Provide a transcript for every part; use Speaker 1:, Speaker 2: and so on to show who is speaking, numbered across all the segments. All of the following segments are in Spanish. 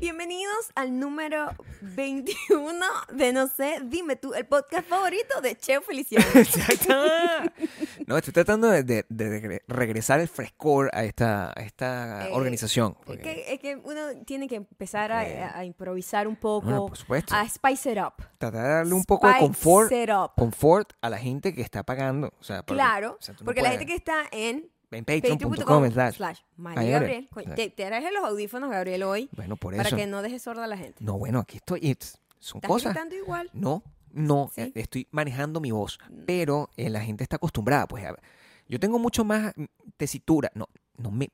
Speaker 1: Bienvenidos al número 21 de No sé, dime tú, el podcast favorito de Cheo Feliciano.
Speaker 2: Exacto. No, estoy tratando de, de- de regre- regresar el frescor a esta, a esta
Speaker 1: Eh,
Speaker 2: organización.
Speaker 1: Es
Speaker 2: porque-
Speaker 1: que, es que uno tiene que empezar a,
Speaker 2: Eh.
Speaker 1: a- a improvisar un poco,
Speaker 2: Bueno, por supuesto.
Speaker 1: a spice it up.
Speaker 2: tratar de darle un poco de
Speaker 1: Spice
Speaker 2: confort,
Speaker 1: it up.
Speaker 2: confort a la gente que está pagando. O sea, porque-
Speaker 1: Claro,
Speaker 2: o sea, tú no
Speaker 1: porque la
Speaker 2: puedes-
Speaker 1: gente que está en
Speaker 2: En
Speaker 1: patreon.com
Speaker 2: patreon.com slash.
Speaker 1: slash María
Speaker 2: María
Speaker 1: Gabriel.
Speaker 2: Gabriel.
Speaker 1: Coño, Te, te traje los audífonos, Gabriel, hoy
Speaker 2: Bueno, por
Speaker 1: para
Speaker 2: eso.
Speaker 1: que no dejes sorda a la gente.
Speaker 2: No, bueno, aquí estoy. it's- son
Speaker 1: Estás
Speaker 2: cosas.
Speaker 1: gritando igual.
Speaker 2: No, no,
Speaker 1: Sí. Mm.
Speaker 2: eh, estoy manejando mi voz, pero eh, la gente está acostumbrada, pues. a- yo tengo mucho más mm, tesitura. No, no me.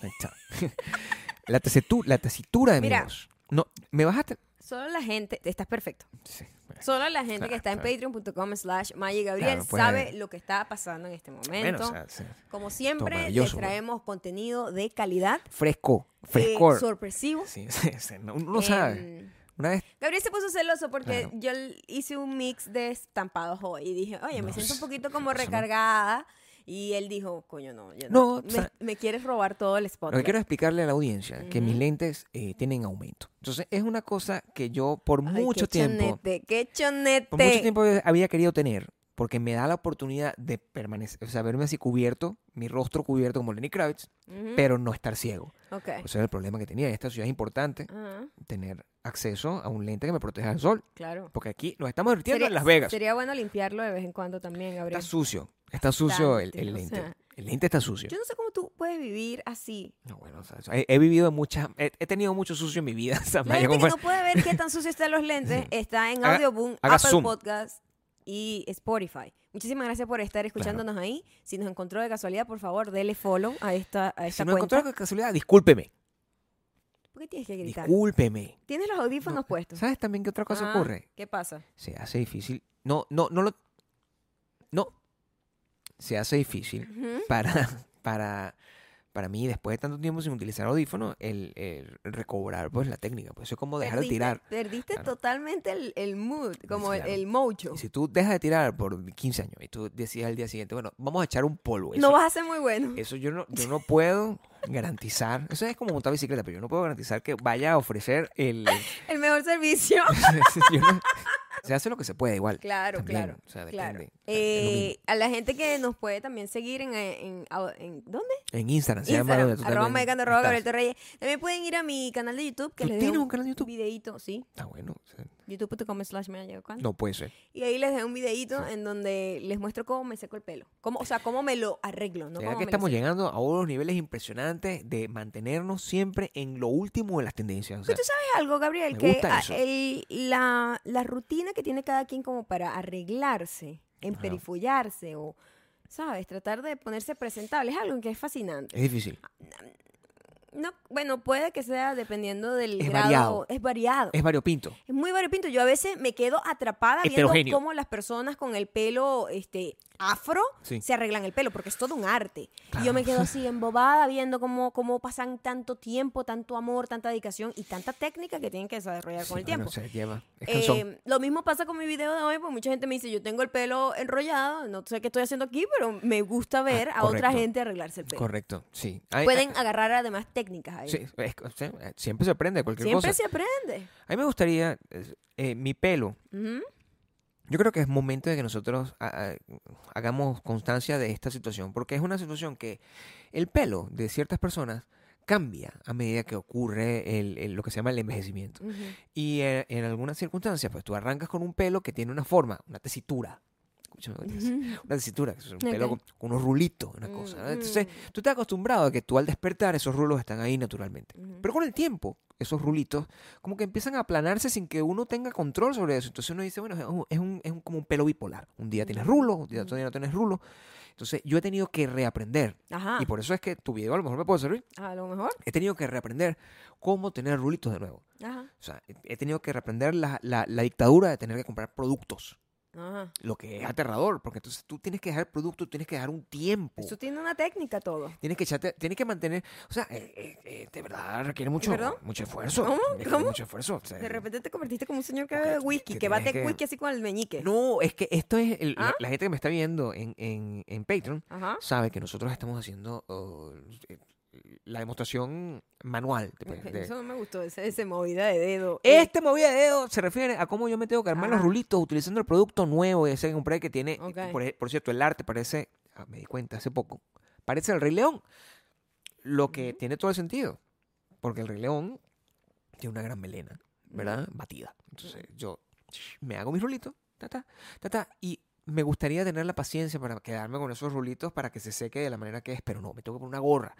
Speaker 2: Ahí está. la, tesitura, la tesitura de
Speaker 1: Mira.
Speaker 2: mi voz. No, me bajaste.
Speaker 1: Solo la gente, estás perfecto.
Speaker 2: Sí, bueno.
Speaker 1: Solo la gente
Speaker 2: Claro,
Speaker 1: que está en
Speaker 2: claro.
Speaker 1: patreon.com slash Maya y Gabriel
Speaker 2: Claro, pues,
Speaker 1: sabe
Speaker 2: eh.
Speaker 1: lo que está pasando en este momento.
Speaker 2: Bueno, o sea, sí.
Speaker 1: Como siempre, les
Speaker 2: maravilloso, güey.
Speaker 1: traemos contenido de calidad,
Speaker 2: fresco,
Speaker 1: eh,
Speaker 2: frescor.
Speaker 1: sorpresivo.
Speaker 2: Sí, sí, sí, no- uno no sabe.
Speaker 1: Em,
Speaker 2: Una vez
Speaker 1: Gabriel se puso celoso porque
Speaker 2: Claro.
Speaker 1: yo l- hice un mix de estampados hoy y dije, oye, me
Speaker 2: No,
Speaker 1: siento un
Speaker 2: eso-
Speaker 1: poquito como
Speaker 2: eso no.
Speaker 1: recargada. Y él dijo, coño, no, yo
Speaker 2: No,
Speaker 1: no.
Speaker 2: o
Speaker 1: me,
Speaker 2: sea-
Speaker 1: me quieres robar todo el spot.
Speaker 2: Lo que quiero explicarle a la audiencia que mis
Speaker 1: Ujú.
Speaker 2: lentes eh, tienen aumento. Entonces, es una cosa que yo por mucho tiempo,
Speaker 1: Chonete, qué chonete.
Speaker 2: por mucho tiempo había querido tener, porque me da la oportunidad de permanecer, o sea, verme así cubierto, mi rostro cubierto como Lenny Kravitz,
Speaker 1: Ujú, Eh.
Speaker 2: pero pues, no estar ciego.
Speaker 1: ok.
Speaker 2: O sea, el problema que tenía en esta ciudad es importante
Speaker 1: Ajá,
Speaker 2: tener acceso a un lente que me proteja del sol,
Speaker 1: claro.
Speaker 2: porque aquí nos estamos divirtiendo
Speaker 1: Sería-
Speaker 2: en Las Vegas.
Speaker 1: Sería bueno limpiarlo de vez en cuando también, Gabriel.
Speaker 2: Está sucio, está sucio el,
Speaker 1: Bastante,
Speaker 2: el
Speaker 1: o
Speaker 2: lente.
Speaker 1: sea.
Speaker 2: el lente está sucio.
Speaker 1: Yo no sé cómo tú puedes vivir así.
Speaker 2: No, bueno, o sea, he, he vivido muchas, he, he tenido mucho sucio en mi vida. o sea,
Speaker 1: La
Speaker 2: Maya,
Speaker 1: gente que
Speaker 2: como-
Speaker 1: no puede ver qué tan sucio están los lentes está en
Speaker 2: Haga-
Speaker 1: Audioboom,
Speaker 2: haga
Speaker 1: Apple
Speaker 2: zoom.
Speaker 1: Podcast y Spotify. Muchísimas gracias por estar escuchándonos ahí. Si nos encontró de casualidad, por favor, dele follow a esta, a
Speaker 2: Si
Speaker 1: esta
Speaker 2: me
Speaker 1: cuenta.
Speaker 2: encontré con casualidad, discúlpeme.
Speaker 1: ¿Por qué tienes que gritar?
Speaker 2: Discúlpeme.
Speaker 1: Tienes los audífonos
Speaker 2: No,
Speaker 1: puestos.
Speaker 2: ¿Sabes también qué otra cosa
Speaker 1: Ah,
Speaker 2: ocurre?
Speaker 1: ¿Qué pasa?
Speaker 2: Se hace difícil. No, no, no lo. No. Se hace difícil
Speaker 1: Ujú.
Speaker 2: para, para, para mí, después de tanto tiempo sin utilizar audífono, el, el recobrar pues la técnica. Pues eso es como dejar de
Speaker 1: Perdiste-
Speaker 2: tirar.
Speaker 1: Perdiste
Speaker 2: Claro.
Speaker 1: totalmente el, el mood, como el,
Speaker 2: Claro.
Speaker 1: el mojo.
Speaker 2: Y si tú dejas de tirar por 15 años y tú decides al día siguiente, bueno, vamos a echar un polvo. Eso,
Speaker 1: No vas a ser muy bueno.
Speaker 2: eso yo no, yo no puedo garantizar. Eso es como montar bicicleta, pero yo no puedo garantizar que vaya a ofrecer el,
Speaker 1: El mejor servicio.
Speaker 2: Yo no- se hace lo que se puede igual.
Speaker 1: Claro,
Speaker 2: también,
Speaker 1: claro.
Speaker 2: o sea,
Speaker 1: claro.
Speaker 2: depende, o sea, es lo
Speaker 1: Eh, a la gente que nos puede también seguir en, en, en ¿dónde?
Speaker 2: En Instagram se llama
Speaker 1: Instagram,
Speaker 2: donde tú
Speaker 1: arroba
Speaker 2: también
Speaker 1: Magicando, arroba
Speaker 2: estás.
Speaker 1: Gabriel Torreyes. También pueden ir a mi canal de YouTube, que
Speaker 2: ¿Tú
Speaker 1: les dejo
Speaker 2: tienes un canal de YouTube?
Speaker 1: videíto, sí,
Speaker 2: Está bueno. o sea,
Speaker 1: youtube.com slash me llegado
Speaker 2: no puede ser.
Speaker 1: Y ahí les dejo un videíto en donde les muestro cómo me seco el pelo. Cómo, o sea, cómo me lo arreglo, no
Speaker 2: Será
Speaker 1: cómo me
Speaker 2: que
Speaker 1: lo
Speaker 2: estamos
Speaker 1: seco.
Speaker 2: llegando a unos niveles impresionantes de mantenernos siempre en lo último de las tendencias. o sea,
Speaker 1: ¿Sabes algo, Gabriel?
Speaker 2: Me
Speaker 1: Que
Speaker 2: gusta
Speaker 1: ah,
Speaker 2: eso.
Speaker 1: el- la, la rutina que tiene cada quien como para arreglarse, emperifollarse o, ¿sabes? Tratar de ponerse presentable. Es algo que es fascinante.
Speaker 2: es difícil.
Speaker 1: No, bueno, puede que sea dependiendo del
Speaker 2: Es
Speaker 1: grado.
Speaker 2: variado.
Speaker 1: Es variado.
Speaker 2: Es variopinto.
Speaker 1: Es muy variopinto. Yo a veces me quedo atrapada viendo
Speaker 2: Heterogéneo.
Speaker 1: cómo las personas con el pelo este, afro
Speaker 2: Sí.
Speaker 1: se arreglan el pelo, porque es todo un arte. Y yo
Speaker 2: Claro.
Speaker 1: me quedo así embobada viendo cómo, cómo pasan tanto tiempo, tanto amor, tanta dedicación y tanta técnica que tienen que desarrollar con
Speaker 2: Sí,
Speaker 1: el tiempo.
Speaker 2: bueno, se lleva. Es cansón.
Speaker 1: Eh, lo mismo pasa con mi video de hoy, porque mucha gente me dice, yo tengo el pelo enrollado, no sé qué estoy haciendo aquí, pero me gusta ver a otra
Speaker 2: Ah, correcto.
Speaker 1: gente arreglarse el pelo.
Speaker 2: Correcto, sí. Ay,
Speaker 1: Pueden
Speaker 2: ay,
Speaker 1: agarrar además técnicas ahí.
Speaker 2: sí, es- o sea, eh, siempre se aprende de cualquier
Speaker 1: Siempre
Speaker 2: cosa.
Speaker 1: se aprende.
Speaker 2: A mí me gustaría, eh, eh, mi pelo,
Speaker 1: Ujú.
Speaker 2: Yo creo que es momento de que nosotros ah, ah, hagamos constancia de esta situación, porque es una situación que el pelo de ciertas personas cambia a medida que ocurre el- el- lo que se llama el envejecimiento.
Speaker 1: Ujú.
Speaker 2: Y eh, en algunas circunstancias, pues tú arrancas con un pelo que tiene una forma, una tesitura. Escúchame lo que te voy a decir.
Speaker 1: Ujú.
Speaker 2: Una tesitura, que es un
Speaker 1: Ok. Mm.
Speaker 2: pelo con, con unos rulitos, una cosa. ¿no? Entonces,
Speaker 1: Ujú.
Speaker 2: tú estás acostumbrado a que tú al despertar esos rulos están ahí naturalmente.
Speaker 1: Ujú.
Speaker 2: Pero con el tiempo, esos rulitos como que empiezan a aplanarse sin que uno tenga control sobre eso. Entonces uno dice, bueno, es un- es, un, es un- como un pelo bipolar. Un día tienes rulo, un día, otro día no tienes rulo. Entonces yo he tenido que reaprender.
Speaker 1: Ajá.
Speaker 2: Y por eso es que tu video a lo mejor me puede servir.
Speaker 1: A lo mejor.
Speaker 2: He tenido que reaprender cómo tener rulitos de nuevo.
Speaker 1: Ajá.
Speaker 2: O sea, he- he tenido que reaprender la, la- la dictadura de tener que comprar productos.
Speaker 1: Ajá.
Speaker 2: Lo que es aterrador, porque entonces tú tienes que dejar el producto, tienes que dejar un tiempo.
Speaker 1: Eso tiene una técnica todo.
Speaker 2: Tienes que echarte, tienes que mantener, o sea, eh, eh, eh, de verdad requiere mucho,
Speaker 1: ¿Perdón?
Speaker 2: mucho esfuerzo.
Speaker 1: ¿Cómo?
Speaker 2: Requiere
Speaker 1: ¿Cómo?
Speaker 2: Mucho esfuerzo. o sea,
Speaker 1: De repente te convertiste como un señor que
Speaker 2: Ok,
Speaker 1: bebe whisky,
Speaker 2: que
Speaker 1: que bate
Speaker 2: tienes que-
Speaker 1: whisky así con el meñique.
Speaker 2: No, es que esto es, el-
Speaker 1: ¿Ah?
Speaker 2: la, la gente que me está viendo en, en, en Patreon
Speaker 1: Ajá.
Speaker 2: sabe que nosotros estamos haciendo oh, eh, la demostración manual. de-
Speaker 1: Ok,
Speaker 2: de-
Speaker 1: Eso no me gustó, esa, esa movida de dedo. Eh,
Speaker 2: Este movida de dedo se refiere a cómo yo me tengo que armar los
Speaker 1: Ah.
Speaker 2: rulitos utilizando el producto nuevo ese compré que tiene.
Speaker 1: Ok.
Speaker 2: Por, ej- por cierto, el arte parece, ah, me di cuenta hace poco, parece el Rey León. Lo que tiene todo el sentido. Porque el Rey León tiene una gran melena, ¿verdad? Batida. Entonces yo me hago mis rulitos, ta, ta, ta, ta, y me gustaría tener la paciencia para quedarme con esos rulitos para que se seque de la manera que es, pero no, me tengo que poner una gorra.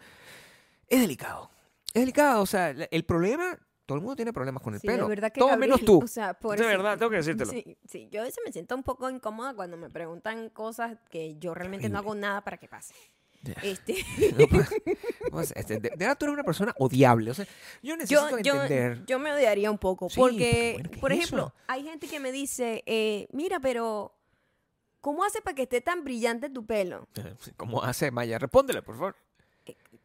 Speaker 2: Es delicado. Es delicado, o sea, la- el problema, todo el mundo tiene problemas con el
Speaker 1: Sí, de
Speaker 2: pelo.
Speaker 1: verdad que
Speaker 2: todo
Speaker 1: Gabriel,
Speaker 2: menos tú.
Speaker 1: O sea, por
Speaker 2: de verdad, tengo que decírtelo.
Speaker 1: Sí, sí, yo a veces me siento un poco incómoda cuando me preguntan cosas que yo realmente no
Speaker 2: Horrible.
Speaker 1: hago nada para que pase.
Speaker 2: Ya.
Speaker 1: Este,
Speaker 2: No, pues, pues, este, de, de verdad tú eres una persona odiable. O sea, yo necesito
Speaker 1: yo, yo,
Speaker 2: entender.
Speaker 1: yo me odiaría un poco
Speaker 2: Sí,
Speaker 1: porque,
Speaker 2: porque, bueno, ¿qué
Speaker 1: por
Speaker 2: es
Speaker 1: ejemplo,
Speaker 2: eso?
Speaker 1: hay gente que me dice, eh, mira, pero ¿cómo hace para que esté tan brillante tu pelo?
Speaker 2: eh, ¿Cómo hace Maya? Respóndele, por favor.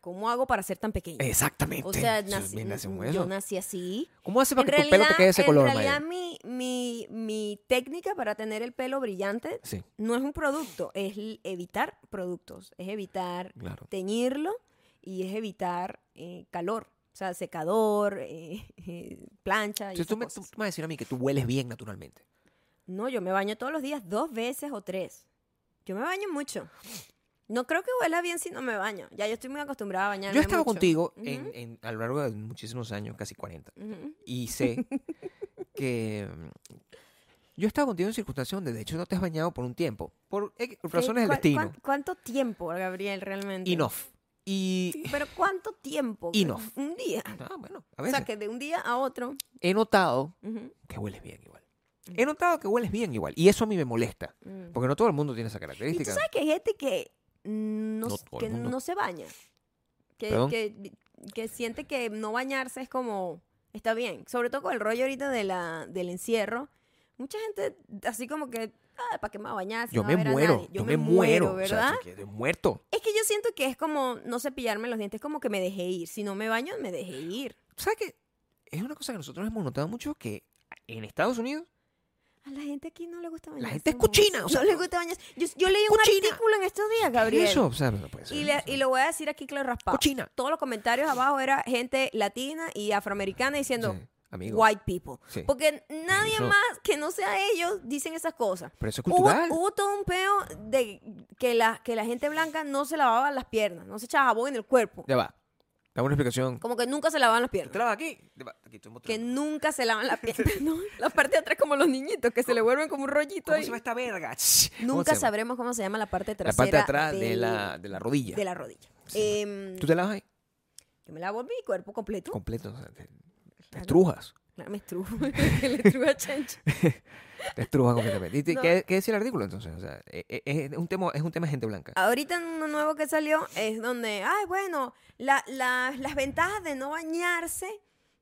Speaker 1: ¿Cómo hago para ser tan pequeño?
Speaker 2: Exactamente.
Speaker 1: O sea,
Speaker 2: Sí,
Speaker 1: nací-
Speaker 2: bien, nace un
Speaker 1: yo
Speaker 2: hueso.
Speaker 1: nací así.
Speaker 2: ¿Cómo hace
Speaker 1: En
Speaker 2: para que tu pelo
Speaker 1: realidad,
Speaker 2: te quede ese
Speaker 1: en
Speaker 2: color,
Speaker 1: realidad,
Speaker 2: Maya?
Speaker 1: mi, mi, mi técnica para tener el pelo brillante
Speaker 2: Sí,
Speaker 1: no es un producto, es l- evitar productos, es evitar
Speaker 2: claro.
Speaker 1: teñirlo y es evitar eh, calor, o sea, secador, eh, eh, plancha y
Speaker 2: Entonces, tú,
Speaker 1: esas
Speaker 2: me, tú
Speaker 1: cosas.
Speaker 2: me vas a decir a mí que tú hueles bien naturalmente.
Speaker 1: No, yo me baño todos los días dos veces o tres. Yo me baño mucho. No creo que huela bien si no me baño. Ya yo estoy muy acostumbrada a bañarme
Speaker 2: Yo he estado
Speaker 1: mucho.
Speaker 2: contigo
Speaker 1: Ujú.
Speaker 2: en- en- a lo largo de muchísimos años, casi 40,
Speaker 1: Ujú.
Speaker 2: y sé que mm, yo he estado contigo en circunstancias donde de hecho no te has bañado por un tiempo, por X razones del
Speaker 1: ¿Cuál-
Speaker 2: destino.
Speaker 1: cuán- ¿Cuánto tiempo, Gabriel, realmente?
Speaker 2: Enough. Y
Speaker 1: Pero ¿cuánto tiempo?
Speaker 2: Enough.
Speaker 1: Un día.
Speaker 2: ah, bueno, a
Speaker 1: O
Speaker 2: veces
Speaker 1: sea, que de un día a otro.
Speaker 2: he notado
Speaker 1: ujú,
Speaker 2: que hueles bien igual. He notado que hueles bien igual y eso a mí me molesta,
Speaker 1: mm.
Speaker 2: porque no todo el mundo tiene esa
Speaker 1: Y tú
Speaker 2: característica.
Speaker 1: sabes que hay gente que no,
Speaker 2: No
Speaker 1: s-
Speaker 2: todo el
Speaker 1: que
Speaker 2: mundo.
Speaker 1: no se baña. Que,
Speaker 2: ¿Perdón?
Speaker 1: que, que siente que no bañarse es como, está bien. Sobre todo con el rollo ahorita de la, del encierro. Mucha gente así como que, ah, ¿para qué me voy a bañar? si
Speaker 2: Yo
Speaker 1: no voy
Speaker 2: me
Speaker 1: a ver a
Speaker 2: muero,
Speaker 1: nadie?"
Speaker 2: yo, me, muero, o sea,
Speaker 1: ¿verdad?
Speaker 2: yo quedo muerto.
Speaker 1: Es que yo siento que es como no cepillarme los dientes, como que me dejé ir. Si no me baño, me dejé ir.
Speaker 2: ¿Sabes qué? Es una cosa que nosotros hemos notado mucho que en Estados Unidos
Speaker 1: A la gente aquí no le gusta bañarse.
Speaker 2: La gente es
Speaker 1: amor.
Speaker 2: cochina, o sea,
Speaker 1: no le gusta bañarse. Yo, yo leí un
Speaker 2: cochina.
Speaker 1: artículo en estos días,
Speaker 2: ¿qué
Speaker 1: Gabriel.
Speaker 2: es eso, o sea, no puede ser,
Speaker 1: Y,
Speaker 2: o
Speaker 1: le-
Speaker 2: sea,
Speaker 1: y lo voy a decir aquí claro y raspado.
Speaker 2: Cochina.
Speaker 1: Todos los comentarios abajo era gente latina y afroamericana diciendo
Speaker 2: sí, amigo.
Speaker 1: white people.
Speaker 2: Sí.
Speaker 1: Porque nadie
Speaker 2: Eso.
Speaker 1: más que no sea ellos dicen esas cosas.
Speaker 2: Pero eso es
Speaker 1: Hubo,
Speaker 2: cultural.
Speaker 1: hubo todo un peo de que la, que la gente blanca no se lavaba las piernas, no se echaba jabón en el cuerpo.
Speaker 2: Ya va. Dame una explicación.
Speaker 1: Como que nunca se lavaban las
Speaker 2: ¿Te
Speaker 1: piernas.
Speaker 2: lavas aquí? Ya va, aquí estoy
Speaker 1: Que
Speaker 2: mostrando.
Speaker 1: nunca se lavan las piernas, ¿no? La parte de atrás como los niñitos, que se le vuelven como un rollito
Speaker 2: ¿Cómo
Speaker 1: ahí.
Speaker 2: se llama esta verga? Ch, ¿cómo
Speaker 1: Nunca
Speaker 2: se llama?
Speaker 1: sabremos cómo se llama la parte
Speaker 2: La
Speaker 1: trasera.
Speaker 2: parte de atrás de
Speaker 1: del-
Speaker 2: la, de la rodilla.
Speaker 1: de la rodilla.
Speaker 2: Sí.
Speaker 1: Em,
Speaker 2: ¿Tú te lavas ahí?
Speaker 1: yo me lavo mi cuerpo completo.
Speaker 2: Completo. o sea, te, te
Speaker 1: Claro.
Speaker 2: estrujas.
Speaker 1: Claro, me estrujo. que le estrujo a Chancho.
Speaker 2: Te estrujas completamente. ¿Y te-
Speaker 1: No.
Speaker 2: ¿qué, qué decía el artículo entonces? O sea, eh, eh, es, un tema, es un tema de gente blanca.
Speaker 1: Ahorita uno nuevo que salió es donde, ay, bueno, la- la- las ventajas de no bañarse.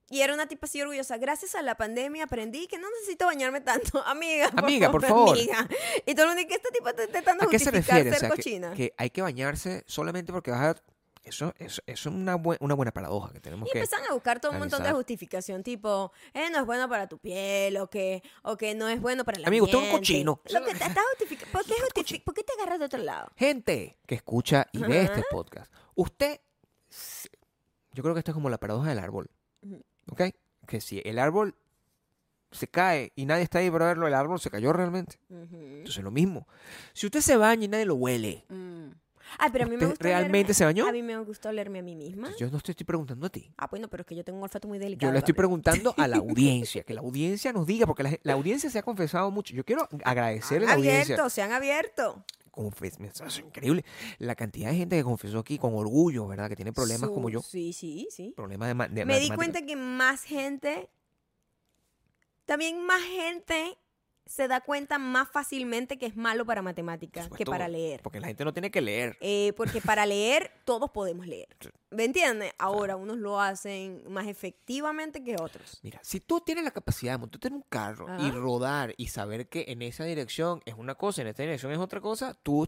Speaker 1: Y era una tipa así orgullosa. Gracias a la pandemia aprendí que no necesito bañarme tanto. Amiga, por
Speaker 2: Amiga,
Speaker 1: favor.
Speaker 2: por favor.
Speaker 1: Amiga. Y todo lo único que esta tipa está intentando
Speaker 2: ¿A qué se
Speaker 1: justificar ser
Speaker 2: refiere? O sea, que-
Speaker 1: cochina.
Speaker 2: que, hay que bañarse solamente porque vas a... Eso, eso, eso es una, buen- una buena paradoja que tenemos
Speaker 1: Y
Speaker 2: que...
Speaker 1: empezaron a buscar todo un montón de
Speaker 2: analizar.
Speaker 1: justificación, tipo, eh, no es bueno para tu piel, o que, o que no es bueno para la
Speaker 2: Amigo, usted es un cochino.
Speaker 1: Lo que te estás justificando. ¿Por qué, justifi- ¿Por qué te agarras de otro lado?
Speaker 2: Gente que escucha y ve este
Speaker 1: Ajá.
Speaker 2: podcast, usted, s- yo creo que esto es como la paradoja del árbol,
Speaker 1: Ujú.
Speaker 2: ¿ok? Que si el árbol se cae y nadie está ahí para verlo, el árbol se cayó realmente.
Speaker 1: Ujú.
Speaker 2: Entonces lo mismo. Si usted se baña y nadie lo huele,
Speaker 1: Mm. Ay, pero a mí me
Speaker 2: ¿Usted
Speaker 1: gusta
Speaker 2: realmente
Speaker 1: olerme-
Speaker 2: se bañó?
Speaker 1: A mí me gusta olerme a mí misma.
Speaker 2: entonces yo no te estoy preguntando a ti.
Speaker 1: Ah, bueno, pero es que yo tengo un olfato muy delicado. pues.
Speaker 2: Yo le estoy
Speaker 1: Gabriel.
Speaker 2: preguntando a la audiencia, que la audiencia nos diga, porque la, la audiencia se ha confesado mucho. Yo quiero agradecerle a la
Speaker 1: Han
Speaker 2: audiencia.
Speaker 1: abierto, se han abierto.
Speaker 2: Confes- me- eso es increíble. La cantidad de gente que confesó aquí con orgullo, ¿verdad? Que tiene problemas
Speaker 1: Su-
Speaker 2: como yo.
Speaker 1: Sí, sí, sí.
Speaker 2: Problemas de, ma- de
Speaker 1: Me di
Speaker 2: matemáticas.
Speaker 1: cuenta que más gente, también más gente se da cuenta más fácilmente que es malo para matemáticas
Speaker 2: Por
Speaker 1: que para
Speaker 2: supuesto,
Speaker 1: leer.
Speaker 2: Porque la gente no tiene que leer.
Speaker 1: Eh, porque para leer todos podemos leer.
Speaker 2: Sí.
Speaker 1: ¿Me entiendes? Ahora unos lo hacen más efectivamente que otros.
Speaker 2: Mira, si tú tienes la capacidad de montarte en un carro y
Speaker 1: Ajá.
Speaker 2: rodar y saber que en esa dirección es una cosa, en esta dirección es otra cosa, tú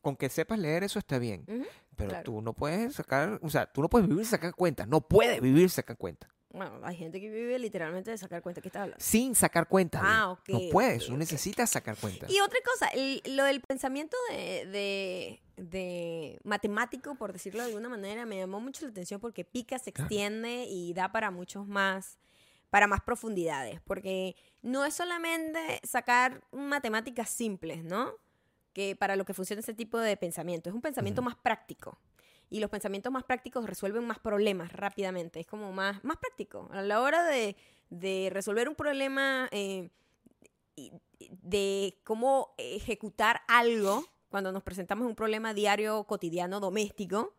Speaker 2: con que sepas leer eso está bien.
Speaker 1: Ujú, Mm,
Speaker 2: Pero
Speaker 1: claro.
Speaker 2: tú no puedes sacar, o sea, tú no puedes vivir sacar cuentas. No puedes vivir sacar cuentas.
Speaker 1: Bueno, hay gente que vive literalmente de sacar cuenta. ¿Qué estás hablando?
Speaker 2: Sin sacar cuentas. güey.
Speaker 1: Ah, ok,
Speaker 2: No puedes,
Speaker 1: ok,
Speaker 2: tú
Speaker 1: ok.
Speaker 2: necesitas sacar cuentas.
Speaker 1: Y otra cosa, el- lo del pensamiento de, de- de matemático, por decirlo de alguna manera, me llamó mucho la atención porque pica, se
Speaker 2: Claro.
Speaker 1: extiende y da para muchos más, para más profundidades. Porque no es solamente sacar matemáticas simples, ¿no? Que para lo que funciona ese tipo de pensamiento. Es un pensamiento
Speaker 2: Ujú.
Speaker 1: más práctico. Y los pensamientos más prácticos resuelven más problemas rápidamente. Es como más, más práctico. A la hora de, de resolver un problema. eh, y- y- de cómo ejecutar algo cuando nos presentamos un problema diario, cotidiano, doméstico,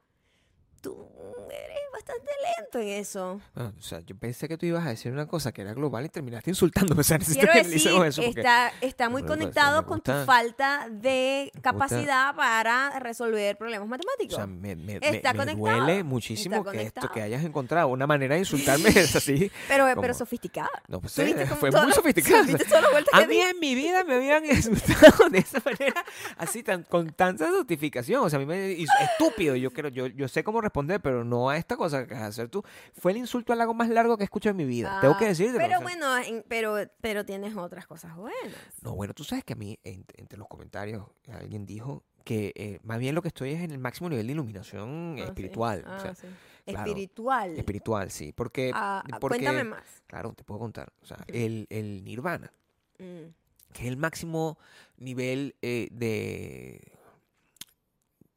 Speaker 1: tú eres bastante lento en eso.
Speaker 2: Bueno, Ah, o sea, yo pensé que tú ibas a decir una cosa que era global y terminaste insultándome. O sea, necesito
Speaker 1: Quiero
Speaker 2: que
Speaker 1: decir,
Speaker 2: analicemos eso. porque-
Speaker 1: está, está muy
Speaker 2: Bueno, pues,
Speaker 1: conectado
Speaker 2: me
Speaker 1: con tu
Speaker 2: gusta.
Speaker 1: falta de
Speaker 2: gusta.
Speaker 1: capacidad para resolver problemas
Speaker 2: O
Speaker 1: matemáticos.
Speaker 2: sea, me, me- me-
Speaker 1: Está
Speaker 2: me
Speaker 1: conectado,
Speaker 2: duele
Speaker 1: está
Speaker 2: muchísimo que esto
Speaker 1: conectado.
Speaker 2: que hayas encontrado una manera de insultarme es así.
Speaker 1: pero, pero
Speaker 2: ¿cómo?
Speaker 1: sofisticada.
Speaker 2: No, pues
Speaker 1: ¿Tú
Speaker 2: sí,
Speaker 1: viste cómo
Speaker 2: fue
Speaker 1: todas
Speaker 2: muy
Speaker 1: las-
Speaker 2: Ah, sofisticado.
Speaker 1: ¿Viste todas las vueltas
Speaker 2: A
Speaker 1: que
Speaker 2: mí
Speaker 1: di?
Speaker 2: en mi vida me habían insultado de esa manera, así tan con tanta justificación. O sea, a mí me hizo estúpido. Yo creo, yo, yo sé cómo responder, pero no a esta cosa que vas a hacer tú. Fue el insulto al lago más largo que he escuchado en mi vida. Tengo que
Speaker 1: Ah,
Speaker 2: decirte.
Speaker 1: Pero bueno, en- pero, pero tienes otras cosas buenas.
Speaker 2: No, bueno, tú sabes que a mí, en- entre los comentarios, alguien dijo que eh, más bien lo que estoy es en el máximo nivel de iluminación
Speaker 1: Ah, sí.
Speaker 2: espiritual.
Speaker 1: Ah,
Speaker 2: o sea,
Speaker 1: sí.
Speaker 2: claro. eh,
Speaker 1: Espiritual.
Speaker 2: Espiritual, sí. Porque,
Speaker 1: Ah, ah,
Speaker 2: porque-
Speaker 1: Cuéntame más.
Speaker 2: Claro, te puedo contar. O sea,
Speaker 1: Mm.
Speaker 2: el, el nirvana,
Speaker 1: Mm.
Speaker 2: que es el máximo nivel eh, de,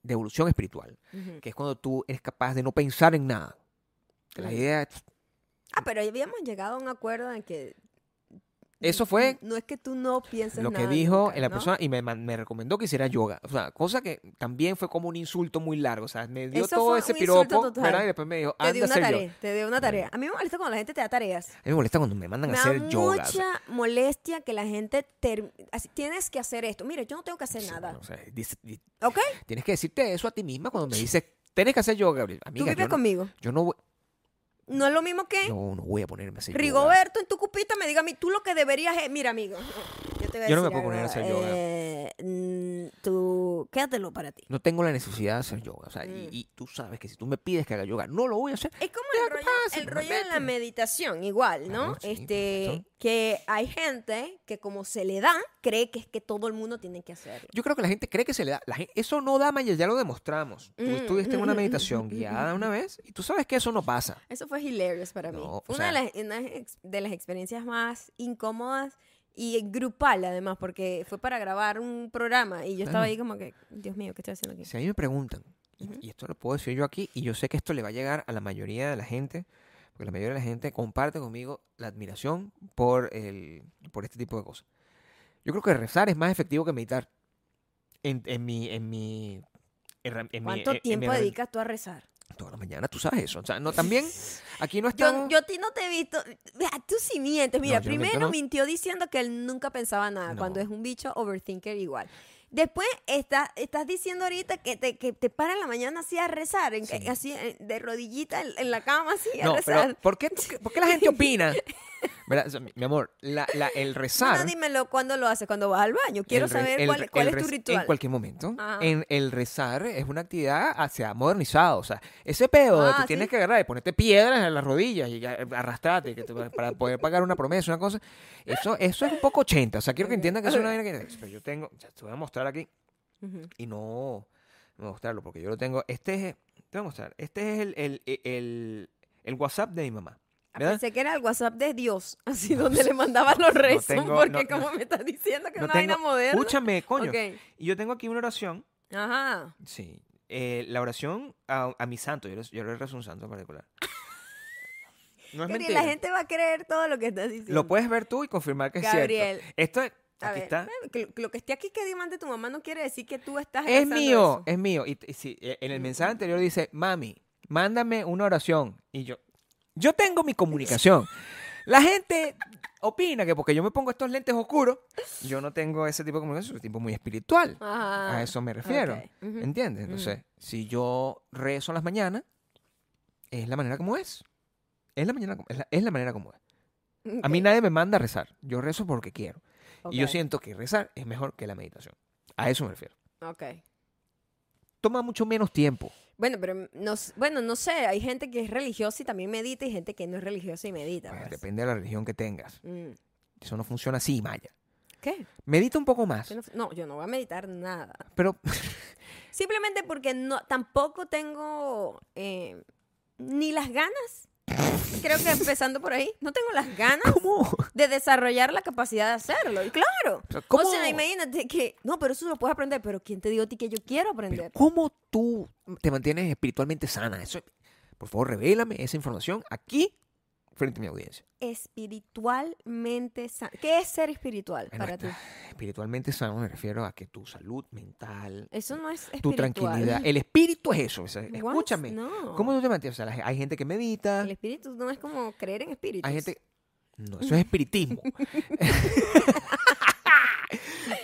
Speaker 2: de evolución espiritual,
Speaker 1: Ujú.
Speaker 2: que es cuando tú eres capaz de no pensar en nada. Que La
Speaker 1: Mm.
Speaker 2: idea,
Speaker 1: Ah, pero ya habíamos llegado a un acuerdo en que.
Speaker 2: Eso fue
Speaker 1: No es que tú no pienses
Speaker 2: lo que
Speaker 1: nada
Speaker 2: dijo
Speaker 1: nunca,
Speaker 2: la
Speaker 1: ¿no?
Speaker 2: persona, y me, man- me recomendó que hiciera yoga. O sea, cosa que también fue como un insulto muy largo. O sea, me dio
Speaker 1: Eso
Speaker 2: todo
Speaker 1: fue
Speaker 2: ese
Speaker 1: un insulto
Speaker 2: piropo,
Speaker 1: total.
Speaker 2: ¿verdad? Y después me dijo,
Speaker 1: Te dio
Speaker 2: anda a
Speaker 1: una
Speaker 2: hacer yoga.
Speaker 1: tarea. Te dio una tarea. A mí me molesta cuando la gente te da tareas.
Speaker 2: A mí me molesta cuando me mandan
Speaker 1: Me
Speaker 2: a
Speaker 1: da
Speaker 2: hacer yoga. o sea,
Speaker 1: mucha molestia que la gente. ter- así, tienes que hacer esto. Mira, yo no tengo que hacer
Speaker 2: sí,
Speaker 1: nada.
Speaker 2: o sea, dice- di-
Speaker 1: ¿Ok?
Speaker 2: tienes que decirte eso a ti misma cuando me dices, tienes que hacer yoga, Gabriel.
Speaker 1: tú
Speaker 2: Amiga,
Speaker 1: vives
Speaker 2: yo, no,
Speaker 1: conmigo.
Speaker 2: yo no voy,
Speaker 1: No es lo mismo que.
Speaker 2: no, no voy a ponerme a hacer yoga.
Speaker 1: Rigoberto en tu cupita me diga a mí, tú lo que deberías es, mira amigo, yo te voy a
Speaker 2: Yo no me
Speaker 1: decir
Speaker 2: puedo poner a
Speaker 1: algo,
Speaker 2: hacer yoga.
Speaker 1: eh, mm, tú, quédatelo para ti.
Speaker 2: No tengo la necesidad de hacer yoga. O sea, y,
Speaker 1: Mm.
Speaker 2: y tú sabes que si tú me pides que haga yoga, no lo voy a hacer.
Speaker 1: Es como
Speaker 2: Ya,
Speaker 1: el
Speaker 2: ¿qué
Speaker 1: rollo,
Speaker 2: pasa?
Speaker 1: el rollo de la
Speaker 2: Realmente.
Speaker 1: meditación, igual, ¿no?
Speaker 2: Claro, sí, por
Speaker 1: este,
Speaker 2: supuesto.
Speaker 1: que hay gente que como se le da, cree que es que todo el mundo tiene que hacerlo.
Speaker 2: Yo creo que la gente cree que se le da. la gen- eso no da, Maya, ya lo demostramos. Tú
Speaker 1: Mm,
Speaker 2: estuviste en una
Speaker 1: mm,
Speaker 2: meditación guiada una vez y tú sabes que eso no pasa.
Speaker 1: Eso fue hilarious para mí.
Speaker 2: No, o
Speaker 1: Fue una,
Speaker 2: sea-
Speaker 1: de las, una ex- de las experiencias más incómodas y grupal, además, porque fue para grabar un programa y yo estaba
Speaker 2: Claro.
Speaker 1: ahí como que, Dios mío, ¿qué estoy haciendo aquí?
Speaker 2: Si a mí me preguntan, y-
Speaker 1: Ujú.
Speaker 2: y esto lo puedo decir yo aquí, y yo sé que esto le va a llegar a la mayoría de la gente, porque la mayoría de la gente comparte conmigo la admiración por, el, por este tipo de cosas. Yo creo que rezar es más efectivo que meditar. En, en mi... En mi herra- en mi-
Speaker 1: ¿Cuánto
Speaker 2: en- en mi
Speaker 1: tiempo
Speaker 2: herramienta-
Speaker 1: dedicas tú a rezar?
Speaker 2: Toda la mañana, tú sabes eso. O sea, no, también aquí no
Speaker 1: Yo,
Speaker 2: estamos...
Speaker 1: yo a ti no te he visto. Ah, Tú sí mientes. Mira,
Speaker 2: No, yo no miento,
Speaker 1: primero
Speaker 2: no.
Speaker 1: mintió diciendo que él nunca pensaba nada,
Speaker 2: No.
Speaker 1: cuando es un bicho overthinker igual. Después está, estás diciendo ahorita que te, que te para en la mañana así a rezar, en-
Speaker 2: Sí.
Speaker 1: así eh, de rodillita en, en la cama así a
Speaker 2: no, pero
Speaker 1: rezar.
Speaker 2: ¿por qué, por qué la gente opina? ¿Verdad? O sea, mi, mi amor, la- la- el rezar...
Speaker 1: Bueno, dímelo cuándo lo haces, cuando vas al baño. Quiero
Speaker 2: el re-
Speaker 1: saber
Speaker 2: el
Speaker 1: cuál,
Speaker 2: re-
Speaker 1: cuál
Speaker 2: el
Speaker 1: es tu
Speaker 2: rez-
Speaker 1: ritual. Ah.
Speaker 2: En cualquier momento.
Speaker 1: Ajá.
Speaker 2: En el rezar es una actividad ah, se ha modernizado. O sea, ese pedo de
Speaker 1: Ah,
Speaker 2: que
Speaker 1: sí.
Speaker 2: tienes que agarrar y ponerte piedras en las rodillas y a- arrastrarte que te- para poder pagar una promesa, una cosa. Eso, eso es un poco 80. O sea, quiero que
Speaker 1: Ok.
Speaker 2: entiendan que eso es una vaina que. Pero yo tengo. ya te voy a mostrar aquí.
Speaker 1: Ujú.
Speaker 2: Y no. no voy a mostrarlo porque yo lo tengo. Este es. Te voy a mostrar. Este es el, el, el, el WhatsApp de mi mamá.
Speaker 1: Ah,
Speaker 2: ¿verdad?
Speaker 1: Pensé que era el WhatsApp de Dios, así
Speaker 2: No,
Speaker 1: donde le mandaban los
Speaker 2: no
Speaker 1: rezos,
Speaker 2: tengo-
Speaker 1: porque
Speaker 2: no-
Speaker 1: como me estás diciendo que es
Speaker 2: No
Speaker 1: una vaina
Speaker 2: tengo-
Speaker 1: moderna.
Speaker 2: Escúchame, coño.
Speaker 1: Ok.
Speaker 2: Y yo tengo aquí una oración.
Speaker 1: Ajá.
Speaker 2: Sí. Eh, la oración a, a mi santo, yo le, yo le rezo a un santo en particular. No es
Speaker 1: Gabriel,
Speaker 2: mentira.
Speaker 1: la gente va a creer todo lo que estás diciendo.
Speaker 2: Lo puedes ver tú y confirmar que
Speaker 1: Gabriel,
Speaker 2: es cierto. Esto es-
Speaker 1: A
Speaker 2: aquí
Speaker 1: ver,
Speaker 2: está.
Speaker 1: bueno, que lo- lo que esté aquí que dimante tu mamá no quiere decir que tú estás
Speaker 2: Es
Speaker 1: rezando
Speaker 2: mío,
Speaker 1: eso. Mm.
Speaker 2: es mío. Y, y sí, eh, en el mensaje anterior dice, mami, mándame una oración. Y yo, yo tengo mi comunicación. La gente opina que porque yo me pongo estos lentes oscuros, yo no tengo ese tipo de comunicación, soy un tipo muy espiritual.
Speaker 1: Ajá.
Speaker 2: A eso me refiero.
Speaker 1: Ah, ok. Ujú. Mm.
Speaker 2: ¿Entiendes? Entonces, si yo rezo en las mañanas, es la manera como es. Es la, mañana, como- es, la, es la manera como es. A mí
Speaker 1: Ok,
Speaker 2: nadie me manda a rezar. Yo rezo porque quiero. Y yo
Speaker 1: ok,
Speaker 2: siento que rezar es mejor que la meditación. A eso me refiero.
Speaker 1: ok.
Speaker 2: Toma mucho menos tiempo.
Speaker 1: Bueno, pero no, s- bueno, no sé, hay gente que es religiosa y también medita y gente que no es religiosa y medita.
Speaker 2: Pues,
Speaker 1: pues.
Speaker 2: depende de la religión que tengas.
Speaker 1: Mm.
Speaker 2: Eso no funciona así, Maya.
Speaker 1: ¿Qué?
Speaker 2: Medita un poco más,
Speaker 1: Yo no- No, yo no voy a meditar nada.
Speaker 2: pero
Speaker 1: Simplemente porque no, tampoco tengo eh, ni las ganas. Creo que empezando por ahí, no tengo las ganas
Speaker 2: ¿cómo?
Speaker 1: de desarrollar la capacidad de hacerlo. Y claro.
Speaker 2: Pero, ¿cómo?
Speaker 1: O sea, imagínate que, no, pero eso lo puedes aprender, pero ¿quién te dijo a ti que yo quiero
Speaker 2: Pero
Speaker 1: aprender?
Speaker 2: ¿Cómo tú te mantienes espiritualmente sana? Eso, por favor, revélame esa información aquí frente a mi audiencia.
Speaker 1: Espiritualmente san- ¿Qué es ser espiritual
Speaker 2: Bueno,
Speaker 1: para ti?
Speaker 2: Espiritualmente sano me refiero a que tu salud mental,
Speaker 1: Eso no es espiritual.
Speaker 2: tu tranquilidad, el espíritu es eso. o sea,
Speaker 1: What?
Speaker 2: escúchame.
Speaker 1: No.
Speaker 2: ¿Cómo tú te mantienes? O sea, la- hay gente que medita,
Speaker 1: El espíritu no es como creer en espíritus.
Speaker 2: hay gente... No, eso es espiritismo.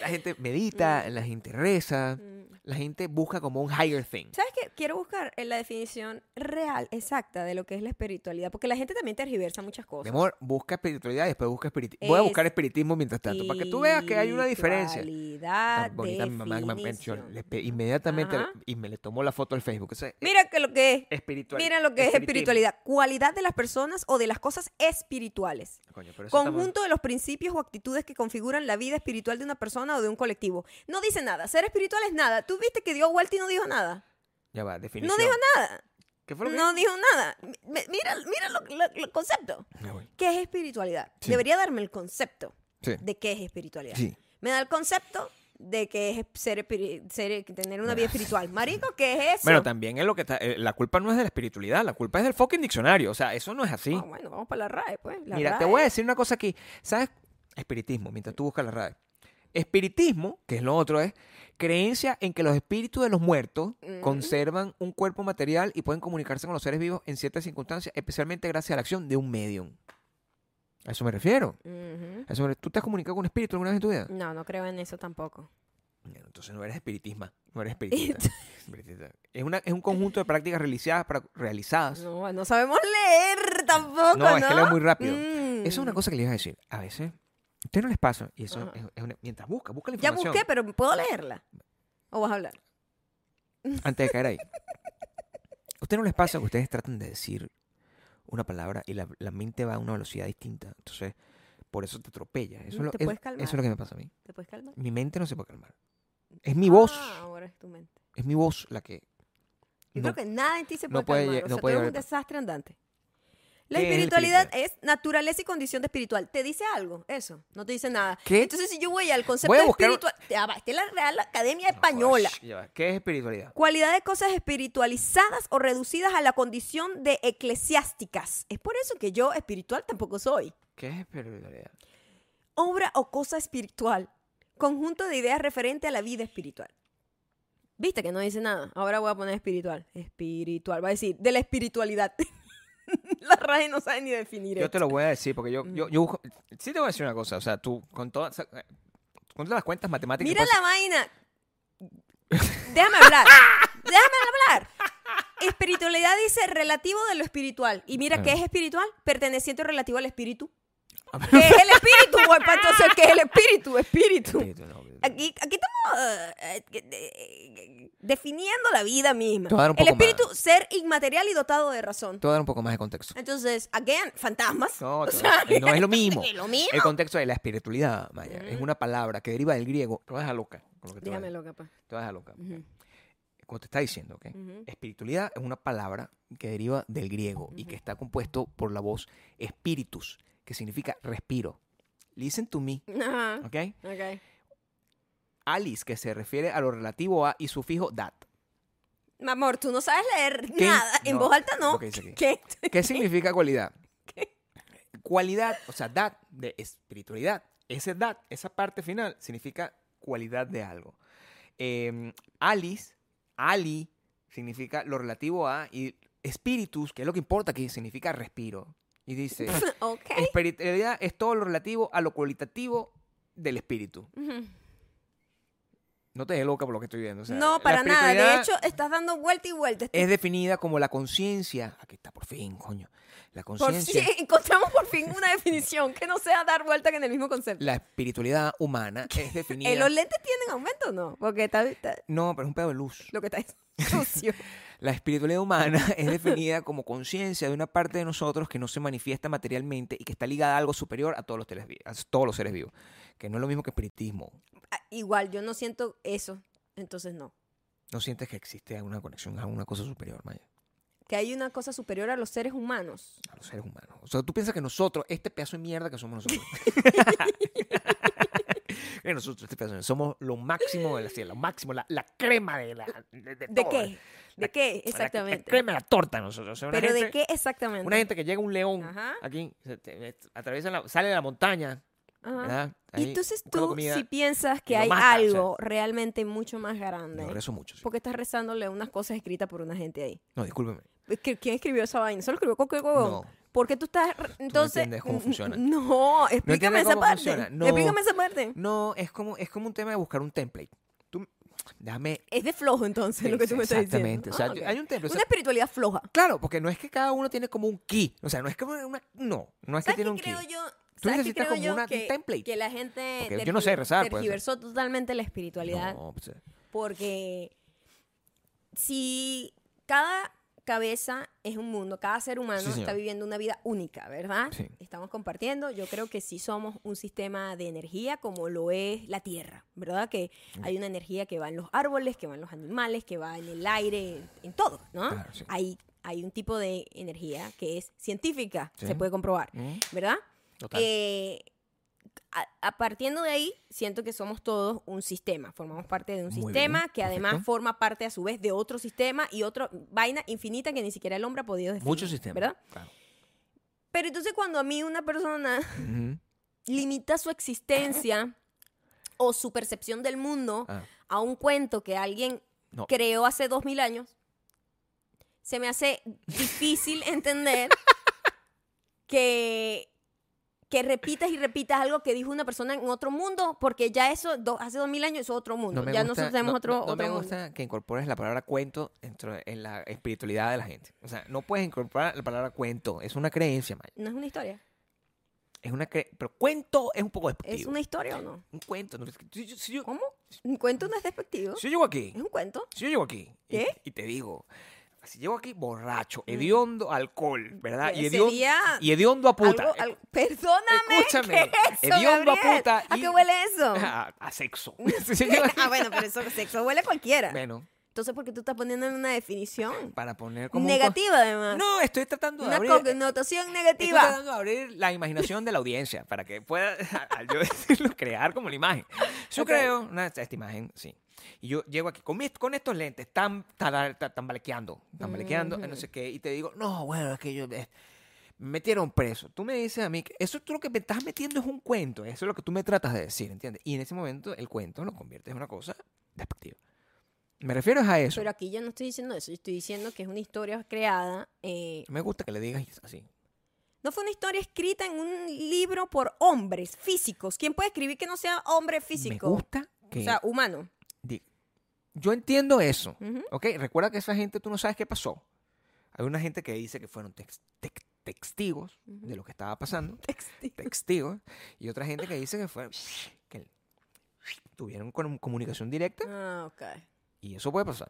Speaker 2: la gente medita, la gente reza,
Speaker 1: Mm.
Speaker 2: la gente busca como un higher thing.
Speaker 1: ¿Sabes qué? Quiero buscar eh, la definición real, exacta, de lo que es la espiritualidad, porque la gente también tergiversa muchas
Speaker 2: Mi
Speaker 1: cosas.
Speaker 2: amor, busca espiritualidad y después busca espiritismo. Voy a buscar
Speaker 1: Es-
Speaker 2: espiritismo mientras tanto, para que tú veas que hay una diferencia.
Speaker 1: Espiritualidad,
Speaker 2: Tan bonita mi mamá que me
Speaker 1: definición.
Speaker 2: mencionó. Le pe- Inmediatamente le-
Speaker 1: Ajá.
Speaker 2: y me le tomó la foto al Facebook. O sea,
Speaker 1: Mira que lo que es.
Speaker 2: espiritual-
Speaker 1: Mira lo que es
Speaker 2: espiritismo.
Speaker 1: espiritualidad. Cualidad de las personas o de las cosas espirituales.
Speaker 2: Coño, pero eso está mal.
Speaker 1: Conjunto de los principios o actitudes que configuran la vida espiritual de una persona o de un colectivo. No dice nada. Ser espiritual es nada. ¿Tú viste que dio vuelta y no dijo nada?
Speaker 2: Ya va, definición.
Speaker 1: No dijo nada.
Speaker 2: ¿Qué fue lo que
Speaker 1: No dijo nada. Mi- Mira, mira lo- lo- lo- el concepto.
Speaker 2: Me voy.
Speaker 1: ¿Qué es espiritualidad?
Speaker 2: Sí.
Speaker 1: Debería darme el concepto
Speaker 2: Sí.
Speaker 1: de qué es espiritualidad.
Speaker 2: Sí.
Speaker 1: Me da el concepto de qué es ser, espiri- ser- tener una vida espiritual. Marico, ¿qué es eso?
Speaker 2: Ah. Bueno, también es lo que está. eh, la culpa no es de la espiritualidad, la culpa es del fucking diccionario. O sea, eso no es así.
Speaker 1: Ah, bueno, vamos para la RAE, pues. La
Speaker 2: Mira, te
Speaker 1: RAE.
Speaker 2: voy a decir una cosa aquí. ¿Sabes? Espiritismo, mientras tú buscas la RAE. Espiritismo, que es lo otro, es creencia en que los espíritus de los muertos
Speaker 1: Mm.
Speaker 2: conservan un cuerpo material y pueden comunicarse con los seres vivos en ciertas circunstancias, especialmente gracias a la acción de un medium. A eso me refiero.
Speaker 1: Ujú.
Speaker 2: A eso me- ¿Tú te has comunicado con un espíritu alguna vez en tu vida?
Speaker 1: No, no creo en eso tampoco.
Speaker 2: Bueno, Entonces no eres espiritisma, no eres espiritista. Espiritista. es, una, es un conjunto de prácticas realizadas para- realizadas
Speaker 1: No, no sabemos leer tampoco, ¿no?
Speaker 2: No, es que leo muy rápido.
Speaker 1: Mm.
Speaker 2: Eso es una cosa que le iba a decir. A veces, usted no les pasa. Y eso
Speaker 1: Ajá.
Speaker 2: es, es una- mientras busca, busca la
Speaker 1: Ya
Speaker 2: información.
Speaker 1: busqué, pero ¿puedo leerla? ¿O vas a hablar?
Speaker 2: Antes de caer ahí. usted no les pasa que ustedes tratan de decir una palabra y la, la mente va a una velocidad distinta. Entonces, por eso te atropella. Eso, es
Speaker 1: No
Speaker 2: lo-
Speaker 1: Mm, te
Speaker 2: es-
Speaker 1: puedes
Speaker 2: eso
Speaker 1: calmar.
Speaker 2: es lo que me pasa a mí.
Speaker 1: ¿Te puedes calmar?
Speaker 2: Mi mente no se puede calmar. Es mi voz.
Speaker 1: Ah, ahora es tu mente.
Speaker 2: Es mi voz la que.
Speaker 1: Yo
Speaker 2: no-
Speaker 1: creo que nada en ti se puede,
Speaker 2: no puede
Speaker 1: calmar.
Speaker 2: lle-
Speaker 1: O
Speaker 2: no
Speaker 1: sea,
Speaker 2: puede
Speaker 1: tú eres un
Speaker 2: llevar-
Speaker 1: desastre andante. La
Speaker 2: ¿Qué es el
Speaker 1: espiritualidad es naturaleza y condición de espiritual. ¿Te dice algo? Eso. No te dice nada.
Speaker 2: ¿Qué?
Speaker 1: Entonces, si yo voy al concepto
Speaker 2: Voy a
Speaker 1: de
Speaker 2: buscar-
Speaker 1: espiritual... Ya va, Está en la Real Academia
Speaker 2: No,
Speaker 1: Española.
Speaker 2: shh, ya va. ¿Qué es espiritualidad?
Speaker 1: Cualidad de cosas espiritualizadas o reducidas a la condición de eclesiásticas. Es por eso que yo espiritual tampoco soy.
Speaker 2: ¿Qué es espiritualidad?
Speaker 1: Obra o cosa espiritual. Conjunto de ideas referente a la vida espiritual. Viste que no dice nada. Ahora voy a poner espiritual. Espiritual. Va a decir de la espiritualidad. la RAE no sabe ni definir
Speaker 2: Yo te
Speaker 1: esto.
Speaker 2: lo voy a decir porque
Speaker 1: Mm.
Speaker 2: yo, yo, yo busco- sí te voy a decir una cosa, o sea, tú con todas con todas las cuentas matemáticas
Speaker 1: Mira
Speaker 2: pues,
Speaker 1: la vaina. Déjame hablar. Déjame hablar. Espiritualidad dice relativo de lo espiritual. Y mira,
Speaker 2: Ah.
Speaker 1: ¿qué es espiritual? Perteneciente o relativo al espíritu. ¿Qué es el espíritu? güey? Pa' entonces, ¿qué es el espíritu? Espíritu.
Speaker 2: espíritu, no, espíritu.
Speaker 1: Aquí, aquí estamos eh, eh, eh, definiendo la vida misma.
Speaker 2: Te voy a dar un
Speaker 1: El
Speaker 2: poco
Speaker 1: espíritu, ser inmaterial y dotado de razón.
Speaker 2: Te voy a dar un poco más de contexto.
Speaker 1: Entonces, again, fantasmas.
Speaker 2: No,
Speaker 1: O
Speaker 2: te-
Speaker 1: sea,
Speaker 2: no es lo mismo.
Speaker 1: es lo mismo.
Speaker 2: El contexto de la espiritualidad, Maya, es una palabra que deriva del griego. Te vas a loca. con lo que te voy a decir.
Speaker 1: Dígamelo, capaz.
Speaker 2: Te vas a loca.
Speaker 1: Ujú.
Speaker 2: Como te está diciendo, ¿ok?
Speaker 1: Ujú.
Speaker 2: Espiritualidad es una palabra que deriva del griego y que está compuesto por la voz espíritus, que significa respiro. Listen to me,
Speaker 1: Ajá.
Speaker 2: ¿ok?
Speaker 1: Ok.
Speaker 2: Alice, que se refiere a lo relativo a y sufijo dat.
Speaker 1: Mi Amor, tú no sabes leer
Speaker 2: ¿Qué?
Speaker 1: nada. En
Speaker 2: No,
Speaker 1: voz alta no.
Speaker 2: lo que dice aquí.
Speaker 1: ¿Qué?
Speaker 2: ¿Qué significa cualidad? Cualidad, o sea, dad de espiritualidad. Ese dad, esa parte final, significa cualidad de algo. Eh, Alice, Ali, significa lo relativo a, y espíritus, que es lo que importa aquí, significa respiro. Y dice,
Speaker 1: Ok.
Speaker 2: espiritualidad es todo lo relativo a lo cualitativo del espíritu.
Speaker 1: Ujú.
Speaker 2: No te dejes loca por lo que estoy viendo. o sea,
Speaker 1: no,
Speaker 2: la
Speaker 1: para nada. De
Speaker 2: espiritualidad-
Speaker 1: hecho, estás dando vuelta y vuelta.
Speaker 2: Es definida como la conciencia. Aquí está, por fin, coño. La
Speaker 1: Por
Speaker 2: conciencia.
Speaker 1: fin, encontramos por fin una definición que no sea dar vuelta que en el mismo concepto.
Speaker 2: La espiritualidad humana es
Speaker 1: ¿Eh,
Speaker 2: definida.
Speaker 1: ¿Los lentes tienen aumento o no? Porque está, está-
Speaker 2: No, pero es un pedo de luz.
Speaker 1: lo que está es sucio.
Speaker 2: La espiritualidad humana es definida como conciencia de una parte de nosotros que no se manifiesta materialmente y que está ligada a algo superior a todos los, teles- a todos los seres vivos. Que no es lo mismo que espiritismo.
Speaker 1: Ah, Igual, yo no siento eso, entonces no.
Speaker 2: No sientes que existe alguna conexión a una cosa superior, Maya,
Speaker 1: Que hay una cosa superior a los seres humanos.
Speaker 2: a los seres humanos. O sea, tú piensas que nosotros, este pedazo de mierda que somos nosotros. que nosotros, este pedazo de- somos lo máximo de la cielo, lo máximo, la, la crema de la. ¿De,
Speaker 1: ¿De
Speaker 2: de todo.
Speaker 1: qué?
Speaker 2: La-
Speaker 1: ¿De qué?
Speaker 2: La- La,
Speaker 1: Exactamente.
Speaker 2: crema de la torta de nosotros. O sea, una
Speaker 1: ¿Pero de
Speaker 2: gente-
Speaker 1: qué exactamente?
Speaker 2: Una gente que llega un león
Speaker 1: Ajá.
Speaker 2: aquí, se te- eh, atraviesa la- sale de la montaña,
Speaker 1: Ajá.
Speaker 2: ¿verdad?
Speaker 1: Y
Speaker 2: Ahí,
Speaker 1: entonces
Speaker 2: buscando
Speaker 1: tú,
Speaker 2: comida.
Speaker 1: si piensas que
Speaker 2: y lo
Speaker 1: hay
Speaker 2: mata, o sea.
Speaker 1: algo realmente mucho más grande,
Speaker 2: Yo rezo mucho. sí.
Speaker 1: porque estás rezándole unas cosas escritas por una gente ahí.
Speaker 2: No, discúlpeme.
Speaker 1: Es que, ¿Quién escribió esa vaina? ¿Solo escribió Coco Huevón?
Speaker 2: No.
Speaker 1: ¿Por qué tú estás.? re- Entonces.
Speaker 2: entiendes cómo
Speaker 1: n-
Speaker 2: funciona.
Speaker 1: No, explícame
Speaker 2: entiendes
Speaker 1: esa
Speaker 2: cómo funciona.
Speaker 1: parte.
Speaker 2: No.
Speaker 1: Explícame esa parte.
Speaker 2: No, es como, es como un tema de buscar un template. Tú, déjame.
Speaker 1: Es de flojo, entonces, lo que tú me estás diciendo.
Speaker 2: Exactamente. O sea,
Speaker 1: Ah, ok.
Speaker 2: hay un template. o
Speaker 1: Una
Speaker 2: sea,
Speaker 1: espiritualidad floja.
Speaker 2: claro, porque no es que cada uno tiene como un ki. O sea, no es que una. No, no es
Speaker 1: ¿Sabes
Speaker 2: que
Speaker 1: qué
Speaker 2: tiene un ki.
Speaker 1: creo yo?
Speaker 2: Tú
Speaker 1: ¿Sabes qué
Speaker 2: necesitas
Speaker 1: creo
Speaker 2: como
Speaker 1: yo?
Speaker 2: una- un
Speaker 1: que,
Speaker 2: template.
Speaker 1: Que la gente
Speaker 2: Porque yo no sé
Speaker 1: tergiver-
Speaker 2: rezar, puede ser.
Speaker 1: tergiversó totalmente la espiritualidad
Speaker 2: No, pues, eh,
Speaker 1: porque si cada cabeza es un mundo, cada ser humano
Speaker 2: Sí, señor.
Speaker 1: está viviendo una vida única, ¿verdad?
Speaker 2: Sí.
Speaker 1: Estamos compartiendo, yo creo que sí somos un sistema de energía como lo es la Tierra, ¿verdad? Que hay una energía que va en los árboles, que va en los animales, que va en el aire, en, en todo, ¿no?
Speaker 2: Claro, sí.
Speaker 1: hay, hay un tipo de energía que es científica,
Speaker 2: Sí.
Speaker 1: se puede comprobar,
Speaker 2: mm,
Speaker 1: ¿verdad?
Speaker 2: Total.
Speaker 1: Eh, a, a- partiendo de ahí, siento que somos todos un sistema, formamos parte de un
Speaker 2: Muy
Speaker 1: sistema
Speaker 2: bien,
Speaker 1: que además
Speaker 2: perfecto.
Speaker 1: forma parte a su vez de otro sistema y otra vaina infinita que ni siquiera el hombre ha podido definir.
Speaker 2: Muchos sistemas.
Speaker 1: ¿Verdad?
Speaker 2: Claro.
Speaker 1: Pero entonces cuando a mí una persona
Speaker 2: Ujú.
Speaker 1: limita su existencia o su percepción del mundo
Speaker 2: Ah,
Speaker 1: a un cuento que alguien
Speaker 2: No.
Speaker 1: creó hace dos mil años, se me hace difícil entender que, que repitas y repitas algo que dijo una persona en otro mundo, porque ya eso do- hace dos mil años eso es otro mundo.
Speaker 2: no me
Speaker 1: ya
Speaker 2: gusta-
Speaker 1: nosotros tenemos
Speaker 2: no-
Speaker 1: otro,
Speaker 2: no- no
Speaker 1: otro
Speaker 2: me
Speaker 1: mundo.
Speaker 2: gusta que incorpores la palabra cuento dentro de- en la espiritualidad de la gente. O sea, no puedes incorporar la palabra cuento. Es una creencia, Maya.
Speaker 1: No es una historia.
Speaker 2: Es una cre- Pero cuento es un poco despectivo.
Speaker 1: ¿Es una historia o no?
Speaker 2: Un cuento. no, es que- si yo- si yo-
Speaker 1: ¿Cómo? ¿Eh? Un cuento no es despectivo.
Speaker 2: si yo llego aquí
Speaker 1: Es un cuento.
Speaker 2: Si yo llego aquí y-
Speaker 1: ¿Qué?
Speaker 2: Y, te digo, si llego aquí borracho, hediondo a alcohol, ¿verdad?
Speaker 1: Que
Speaker 2: Y hediondo,
Speaker 1: Mm. sería
Speaker 2: y hediondo a puta. eh,
Speaker 1: Algo- al- Perdóname.
Speaker 2: Escúchame,
Speaker 1: ¿qué es eso,
Speaker 2: hediondo a
Speaker 1: Gabriel?
Speaker 2: puta
Speaker 1: ¿A
Speaker 2: y-
Speaker 1: qué huele eso?
Speaker 2: A, a sexo. Si yo llego aquí-
Speaker 1: ah, bueno, pero eso sexo huele a cualquiera.
Speaker 2: bueno,
Speaker 1: Entonces, ¿por qué tú estás poniendo en una definición
Speaker 2: para poner como un con-
Speaker 1: negativa, además?
Speaker 2: No, estoy tratando de
Speaker 1: una
Speaker 2: abrir. eh,
Speaker 1: connotación
Speaker 2: estoy
Speaker 1: negativa.
Speaker 2: tratando de abrir la imaginación de la audiencia para que pueda, al yo decirlo, crear como la imagen. Yo
Speaker 1: Ok.
Speaker 2: creo, una- esta imagen, sí. Y yo llego aquí con, mis- con estos lentes, tan, tan, tan- tambalequeando, tambalequeando, no
Speaker 1: Mm.
Speaker 2: sé qué, y te digo, no, bueno, es que yo... eh, me metieron preso. Tú me dices a mí, que eso tú lo que me estás metiendo es un cuento, eso es lo que tú me tratas de decir, ¿entiendes? Y en ese momento el cuento lo conviertes en una cosa despectiva. Me refiero es a eso.
Speaker 1: Pero aquí yo no estoy diciendo eso. Yo estoy diciendo que es una historia creada. eh,
Speaker 2: Me gusta que le digas así.
Speaker 1: no fue una historia escrita en un libro por hombres físicos. ¿Quién puede escribir que no sea hombre físico?
Speaker 2: Me gusta que...
Speaker 1: O sea, humano.
Speaker 2: Di- Yo entiendo eso,
Speaker 1: Ujú.
Speaker 2: ¿ok? Recuerda que esa gente tú no sabes qué pasó. Hay una gente que dice que fueron tex- tex- testigos de lo que estaba pasando, testigos, y otra gente que dice que fueron que tuvieron con- comunicación directa
Speaker 1: Ah, ok.
Speaker 2: y eso puede pasar.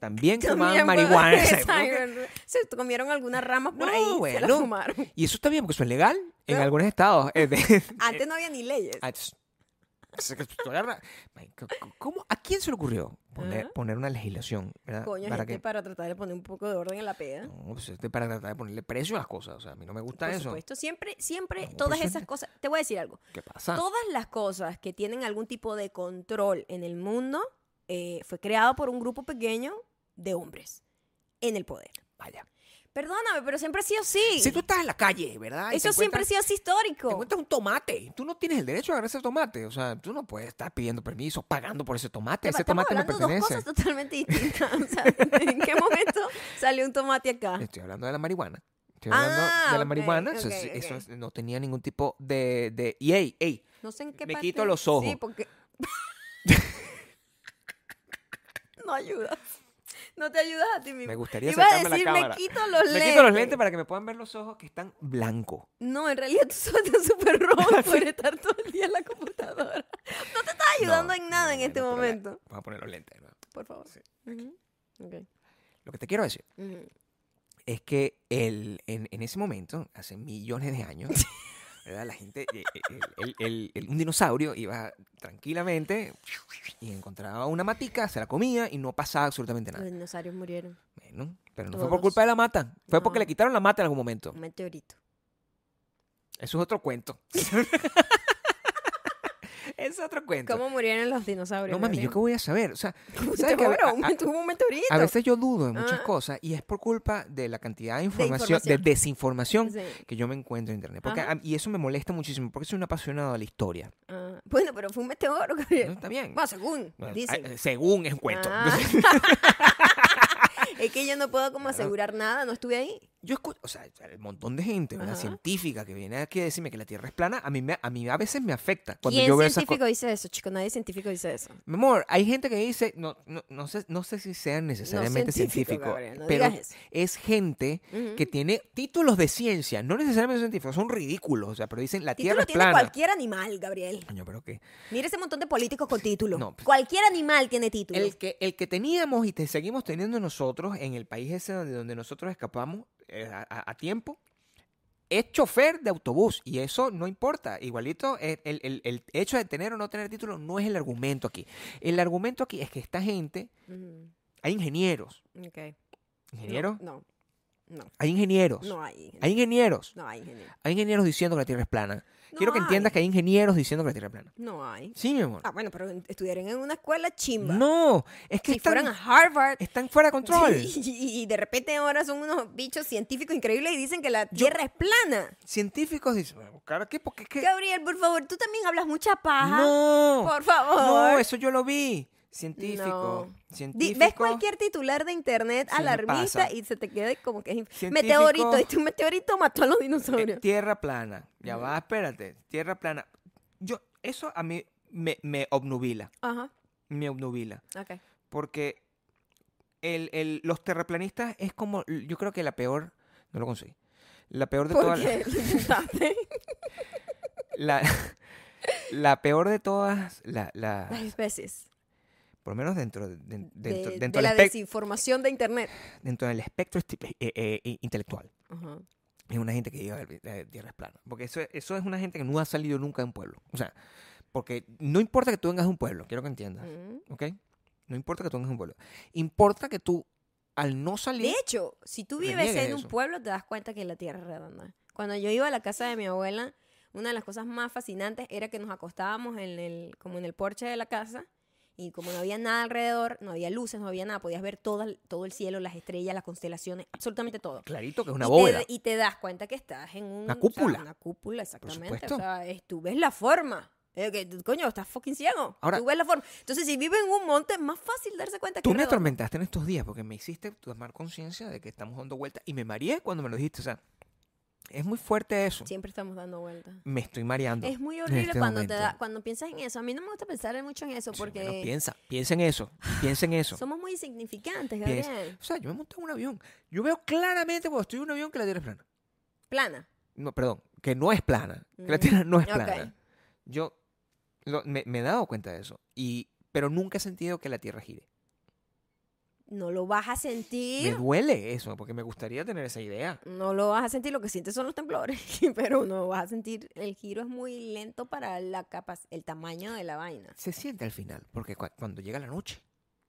Speaker 2: También
Speaker 1: También
Speaker 2: fumaban
Speaker 1: puede-
Speaker 2: marihuana. ¿sabes?
Speaker 1: Exacto. Se comieron alguna rama por
Speaker 2: No,
Speaker 1: ahí. Se la
Speaker 2: bueno.
Speaker 1: fumaron.
Speaker 2: Y eso está bien porque eso es legal en
Speaker 1: No.
Speaker 2: algunos estados. eh, de-
Speaker 1: Antes no había ni leyes.
Speaker 2: Ah, tss, tss, que tú agarras- Ay, c- c- ¿Cómo? ¿A quién se le ocurrió poner,
Speaker 1: Ajá.
Speaker 2: poner una legislación? ¿verdad?
Speaker 1: Coño,
Speaker 2: para
Speaker 1: gente,
Speaker 2: que-
Speaker 1: para tratar de poner un poco de orden en la peda.
Speaker 2: No, pues este para tratar de ponerle precio a las cosas. O sea, a mí no me gusta
Speaker 1: Por
Speaker 2: eso.
Speaker 1: supuesto, siempre, siempre,
Speaker 2: No,
Speaker 1: todas
Speaker 2: pues,
Speaker 1: esas cosas. Te voy a decir algo.
Speaker 2: ¿Qué pasa?
Speaker 1: Todas las cosas que tienen algún tipo de control en el mundo eh, fue creado por un grupo pequeño de hombres en el poder.
Speaker 2: Vaya.
Speaker 1: Perdóname, pero siempre ha sido así.
Speaker 2: Si tú estás en la calle, ¿verdad? Y te
Speaker 1: Eso siempre ha
Speaker 2: encuentras-
Speaker 1: sido así
Speaker 2: Te
Speaker 1: histórico.
Speaker 2: encuentras un tomate. Tú no tienes el derecho a agarrar ese tomate. O sea, tú no puedes estar pidiendo permiso, pagando por ese tomate.
Speaker 1: Epa,
Speaker 2: Ese
Speaker 1: Estamos
Speaker 2: tomate me
Speaker 1: hablando de dos
Speaker 2: pertenece.
Speaker 1: cosas totalmente distintas. O sea, ¿en qué momento salió un tomate acá?
Speaker 2: Estoy hablando de la marihuana. Estoy
Speaker 1: Ah,
Speaker 2: hablando de la
Speaker 1: ok,
Speaker 2: marihuana. Eso, es-
Speaker 1: ok, ok.
Speaker 2: eso es- no tenía ningún tipo de. de... Y ey, ey.
Speaker 1: No sé en qué
Speaker 2: Me
Speaker 1: parte-
Speaker 2: quito los ojos.
Speaker 1: Sí, porque... no ayudas. No te ayudas a ti mismo.
Speaker 2: Me gustaría
Speaker 1: Iba a
Speaker 2: sacarme la
Speaker 1: decir,
Speaker 2: cámara.
Speaker 1: me quito los
Speaker 2: Me
Speaker 1: lentes.
Speaker 2: quito los lentes para que me puedan ver los ojos que están blancos.
Speaker 1: No, en realidad tú solo estás súper
Speaker 2: Ah,
Speaker 1: rojo por estar todo el día en la computadora. No te estás ayudando en nada en este momento.
Speaker 2: Vamos a poner los lentes. ¿no?
Speaker 1: Por favor. Ujú. Ok.
Speaker 2: Lo que te quiero decir
Speaker 1: Ujú.
Speaker 2: es que el, en, en ese momento, hace millones de años, ¿verdad? la gente, eh, eh, el- el- el- el- un dinosaurio iba tranquilamente y encontraba una matica, se la comía y no pasaba absolutamente
Speaker 1: Los
Speaker 2: nada.
Speaker 1: dinosaurios murieron.
Speaker 2: Bueno, pero no fue por
Speaker 1: Todos.
Speaker 2: culpa de la mata, fue porque
Speaker 1: No. Mm.
Speaker 2: le quitaron la mata en algún momento.
Speaker 1: Un meteorito.
Speaker 2: Eso es otro cuento. es otro cuento.
Speaker 1: ¿Cómo murieron los dinosaurios?
Speaker 2: No mami, yo
Speaker 1: Gabriel?
Speaker 2: qué voy a saber. O sea,
Speaker 1: ¿Cómo te
Speaker 2: ¿sabes que Ah, a ve-
Speaker 1: muero?
Speaker 2: a- a-
Speaker 1: Tuvo un meteorito.
Speaker 2: a veces yo dudo de muchas
Speaker 1: Ah.
Speaker 2: cosas y es por culpa de la cantidad de información, de,
Speaker 1: información.
Speaker 2: desinformación
Speaker 1: Sí.
Speaker 2: que yo me encuentro en internet. Porque
Speaker 1: Ajá.
Speaker 2: a- y eso me molesta muchísimo, porque soy un apasionado de la historia.
Speaker 1: Ah, bueno, pero fue un meteoro, Gabriel.
Speaker 2: ¿no? Está bien.
Speaker 1: Bueno, según
Speaker 2: Bueno,
Speaker 1: dicen.
Speaker 2: ah, según es un cuento.
Speaker 1: Ah. es que yo no puedo como
Speaker 2: Claro.
Speaker 1: asegurar nada, no estuve ahí.
Speaker 2: Yo escucho, o sea, el montón de gente, una
Speaker 1: Ajá.
Speaker 2: científica que viene aquí a decirme que la Tierra es plana, a mí, me- a, mí a veces me afecta. Cuando
Speaker 1: ¿Quién
Speaker 2: yo veo esas
Speaker 1: científico
Speaker 2: cosas.
Speaker 1: dice eso, chico? Nadie científico dice eso.
Speaker 2: Mi amor, hay gente que dice, no, no, no sé, no sé si sean necesariamente científicos,
Speaker 1: Gabriel, no
Speaker 2: pero
Speaker 1: digas eso.
Speaker 2: es gente
Speaker 1: Ujú.
Speaker 2: que tiene títulos de ciencia, no necesariamente científicos, son ridículos, o sea, pero dicen la
Speaker 1: Título
Speaker 2: Tierra es
Speaker 1: tiene
Speaker 2: plana.
Speaker 1: cualquier animal, Gabriel.
Speaker 2: Coño, pero que
Speaker 1: Mira ese montón de políticos con título.
Speaker 2: No, pues-
Speaker 1: Cualquier animal tiene título.
Speaker 2: el que el que teníamos y te seguimos teniendo nosotros en el país ese donde, donde nosotros escapamos eh, a, a- a tiempo es chofer de autobús y eso no importa. Igualito, el, el- el- el hecho de tener o no tener título no es el argumento aquí. El argumento aquí es que esta gente,
Speaker 1: Ujú,
Speaker 2: hay ingenieros,
Speaker 1: Mm, ok. No,
Speaker 2: ingenieros,
Speaker 1: No, no,
Speaker 2: hay ingenieros,
Speaker 1: no hay. ingeniero.
Speaker 2: hay ingenieros,
Speaker 1: No hay ingeniero.
Speaker 2: hay ingenieros diciendo que la Tierra es plana.
Speaker 1: No
Speaker 2: Quiero que
Speaker 1: hay.
Speaker 2: entiendas que hay ingenieros diciendo que la Tierra es plana.
Speaker 1: No hay.
Speaker 2: Sí, mi amor.
Speaker 1: Ah, bueno, pero en- estudiaron en una escuela chimba.
Speaker 2: No, es que
Speaker 1: si
Speaker 2: están,
Speaker 1: fueran a Harvard.
Speaker 2: están fuera de control.
Speaker 1: Sí, y, y de repente ahora son unos bichos científicos increíbles y dicen que la Tierra es plana.
Speaker 2: Científicos dicen, "Bueno, ¿cara qué? ¿Por qué? qué?
Speaker 1: Gabriel, por favor, tú también hablas mucha paja.
Speaker 2: No,
Speaker 1: Por favor.
Speaker 2: no, eso yo lo vi. Científico,
Speaker 1: No. Di-
Speaker 2: científico.
Speaker 1: Ves cualquier titular de internet
Speaker 2: Sí, me
Speaker 1: alarmista
Speaker 2: pasa.
Speaker 1: y se te quede como que es
Speaker 2: Científico.
Speaker 1: meteorito. Este un meteorito mató a los
Speaker 2: eh,
Speaker 1: dinosaurios.
Speaker 2: tierra plana. Ya va, espérate. Tierra plana. Yo, eso a mí me, me obnubila.
Speaker 1: Ajá,
Speaker 2: Me obnubila.
Speaker 1: ok.
Speaker 2: Porque el, el- los terraplanistas es como, yo creo que la peor, no lo conseguí. La peor de
Speaker 1: ¿Por
Speaker 2: todas.
Speaker 1: qué? ¿Lo intentaste?
Speaker 2: La, la peor de todas, la, la-
Speaker 1: Las especies.
Speaker 2: por lo menos dentro, de-
Speaker 1: De,
Speaker 2: de- dentro,
Speaker 1: de
Speaker 2: dentro, del,
Speaker 1: la
Speaker 2: espec-
Speaker 1: desinformación de internet.
Speaker 2: dentro del espectro esti- eh, eh, eh, intelectual.
Speaker 1: Ajá.
Speaker 2: Es una gente que diga que la tierra es plana. eh, Porque eso, eso es una gente que no ha salido nunca de un pueblo. O sea, porque no importa que tú vengas de un pueblo, quiero que entiendas.
Speaker 1: Mm.
Speaker 2: ¿Ok? No importa que tú vengas de un pueblo. Importa que tú, al no
Speaker 1: De
Speaker 2: salir.
Speaker 1: hecho, si tú vives
Speaker 2: Reniegues
Speaker 1: en un
Speaker 2: eso.
Speaker 1: pueblo, te das cuenta que la tierra es redonda. Cuando yo iba a la casa de mi abuela, una de las cosas más fascinantes era que nos acostábamos en el, como en el porche de la casa y como no había nada alrededor, no había luces, no había nada, podías ver todo, el- todo el cielo, las estrellas, las constelaciones, absolutamente todo.
Speaker 2: Clarito que es una
Speaker 1: y,
Speaker 2: bóveda.
Speaker 1: Te, y te das cuenta que estás en un-
Speaker 2: Una
Speaker 1: o sea,
Speaker 2: cúpula.
Speaker 1: una cúpula, exactamente.
Speaker 2: supuesto.
Speaker 1: O sea, es- tú ves la forma. Eh, que, tú, coño, estás fucking ciego.
Speaker 2: Ahora-
Speaker 1: tú ves la forma. Entonces, si vives en un monte, es más fácil darse cuenta que
Speaker 2: Tú
Speaker 1: es
Speaker 2: me
Speaker 1: redondo.
Speaker 2: atormentaste en estos días porque me hiciste tomar conciencia de que estamos dando vueltas y me mareé cuando me lo dijiste. O sea, es muy fuerte eso.
Speaker 1: Siempre estamos dando vueltas.
Speaker 2: Me estoy mareando.
Speaker 1: Es muy
Speaker 2: en
Speaker 1: horrible
Speaker 2: este
Speaker 1: cuando te
Speaker 2: momento.
Speaker 1: da, cuando piensas en eso. A mí no me gusta pensar mucho en eso
Speaker 2: Sí,
Speaker 1: porque
Speaker 2: bueno, piensa, piensa en eso. Piensa en eso.
Speaker 1: somos muy insignificantes,
Speaker 2: Piensa.
Speaker 1: Gabriel.
Speaker 2: O sea, yo me monté en un avión. Yo veo claramente cuando estoy en un avión que la tierra es plana.
Speaker 1: Plana.
Speaker 2: No, perdón, que no es plana. Que la
Speaker 1: Mm,
Speaker 2: tierra no es
Speaker 1: ok.
Speaker 2: plana. Yo lo- me, me he dado cuenta de eso. Y, pero nunca he sentido que la tierra gire.
Speaker 1: No lo vas a
Speaker 2: Me
Speaker 1: sentir.
Speaker 2: duele eso, porque me gustaría tener esa idea.
Speaker 1: No lo vas a sentir. Lo que sientes son los temblores, pero no vas a sentir. El giro es muy lento para la capa, el tamaño de la vaina.
Speaker 2: Se siente al final, porque cua- cuando llega la noche.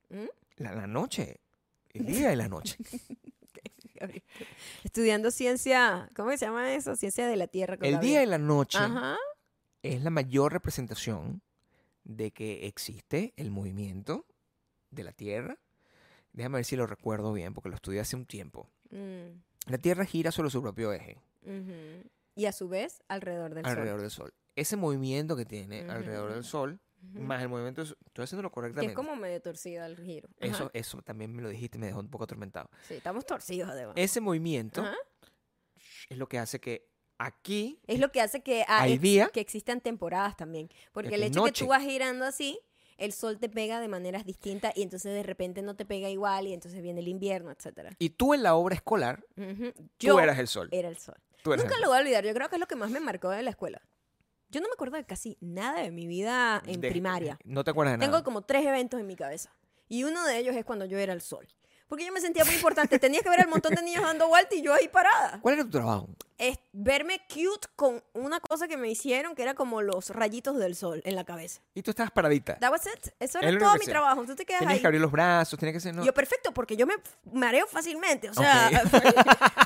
Speaker 1: ¿Mm?
Speaker 2: La, la noche. El día y la noche.
Speaker 1: Estudiando ciencia, ¿cómo que se llama eso? Ciencia de la Tierra. con
Speaker 2: El
Speaker 1: Gabriel.
Speaker 2: día y la noche
Speaker 1: Ajá.
Speaker 2: es la mayor representación de que existe el movimiento de la Tierra. Déjame ver si lo recuerdo bien, porque lo estudié hace un tiempo.
Speaker 1: Mm,
Speaker 2: La Tierra gira sobre su propio eje.
Speaker 1: ujú. Y a su vez, alrededor del
Speaker 2: alrededor
Speaker 1: Sol.
Speaker 2: del sol. Ese movimiento que tiene alrededor del
Speaker 1: Ujú.
Speaker 2: sol,
Speaker 1: Ujú.
Speaker 2: más el movimiento... del sol- Estoy haciéndolo
Speaker 1: Que
Speaker 2: correctamente.
Speaker 1: es como medio torcida el giro. Ajá.
Speaker 2: eso, eso también me lo dijiste, me dejó un poco atormentado.
Speaker 1: Sí, estamos torcidos además.
Speaker 2: Ese movimiento
Speaker 1: Ah. Ajá.
Speaker 2: es lo que hace que aquí...
Speaker 1: Es lo que hace que, ah,
Speaker 2: Hay
Speaker 1: ex-
Speaker 2: día.
Speaker 1: que existan temporadas también. Porque
Speaker 2: que
Speaker 1: el
Speaker 2: hay
Speaker 1: hecho que
Speaker 2: noche.
Speaker 1: tú vas girando así, el sol te pega de maneras distintas y entonces de repente no te pega igual y entonces viene el invierno, etcétera
Speaker 2: Y tú en la obra escolar,
Speaker 1: Ujú.
Speaker 2: tú
Speaker 1: Yo
Speaker 2: eras el sol.
Speaker 1: era el sol.
Speaker 2: Tú eras
Speaker 1: Nunca
Speaker 2: el
Speaker 1: lo voy a olvidar. Yo creo que es lo que más me marcó de la escuela. Yo no me acuerdo de casi nada de mi vida en
Speaker 2: de-
Speaker 1: primaria.
Speaker 2: No te acuerdas de nada.
Speaker 1: Tengo como tres eventos en mi cabeza. Y uno de ellos es cuando yo era el sol. Porque yo me sentía muy importante. Tenías que ver al montón de niños dando vueltas y yo ahí parada.
Speaker 2: ¿Cuál era tu trabajo?
Speaker 1: Es verme cute con una cosa que me hicieron que era como los rayitos del sol en la cabeza.
Speaker 2: Y tú estabas paradita.
Speaker 1: That was it. Eso
Speaker 2: Es
Speaker 1: era
Speaker 2: lo
Speaker 1: todo
Speaker 2: que
Speaker 1: mi
Speaker 2: sea.
Speaker 1: trabajo. Tú te quedas
Speaker 2: Tenías
Speaker 1: ahí.
Speaker 2: que abrir los brazos, tenías que ser... no-
Speaker 1: Yo perfecto, porque yo me mareo fácilmente. O sea,
Speaker 2: Ok.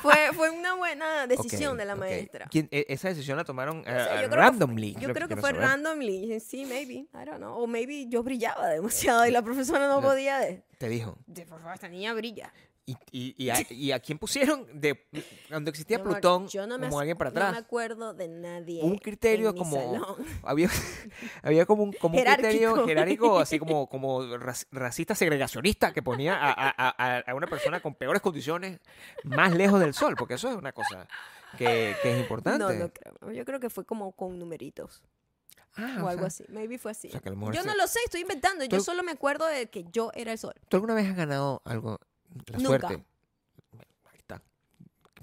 Speaker 1: fue, fue, fue una buena decisión
Speaker 2: Ok,
Speaker 1: de la
Speaker 2: ok.
Speaker 1: maestra.
Speaker 2: ¿Quién- e- esa decisión la tomaron
Speaker 1: O sea,
Speaker 2: eh,
Speaker 1: yo creo que-
Speaker 2: randomly.
Speaker 1: yo
Speaker 2: lo
Speaker 1: creo que
Speaker 2: quiero
Speaker 1: fue
Speaker 2: saber.
Speaker 1: randomly. Sí, maybe. I don't know. O maybe yo brillaba demasiado y la profesora no
Speaker 2: No.
Speaker 1: podía. De,
Speaker 2: Te dijo.
Speaker 1: de, por favor, esta niña brilla.
Speaker 2: ¿Y, y, y, a, y a quién pusieron? De, cuando existía
Speaker 1: No me-
Speaker 2: Plutón,
Speaker 1: yo no me
Speaker 2: como
Speaker 1: ac-
Speaker 2: alguien para
Speaker 1: No me
Speaker 2: atrás.
Speaker 1: acuerdo de nadie.
Speaker 2: un criterio
Speaker 1: en mi
Speaker 2: como.
Speaker 1: salón.
Speaker 2: Había, había como un, como un criterio
Speaker 1: Jerárquico.
Speaker 2: jerárquico, así como, como raci- racista segregacionista, que ponía a, a- a- a una persona con peores condiciones más lejos del sol, porque eso es una cosa que, que es
Speaker 1: No,
Speaker 2: importante.
Speaker 1: no creo. Yo creo que fue como con numeritos
Speaker 2: Ah,
Speaker 1: o
Speaker 2: o
Speaker 1: algo así.
Speaker 2: sea,
Speaker 1: Maybe fue así.
Speaker 2: o sea, que a lo mejor
Speaker 1: yo
Speaker 2: se-
Speaker 1: no lo sé, estoy inventando. Yo
Speaker 2: Tú-
Speaker 1: solo me acuerdo de que yo era el sol.
Speaker 2: ¿Tú alguna vez has ganado algo? La
Speaker 1: Nunca.
Speaker 2: suerte. Bueno, ahí está.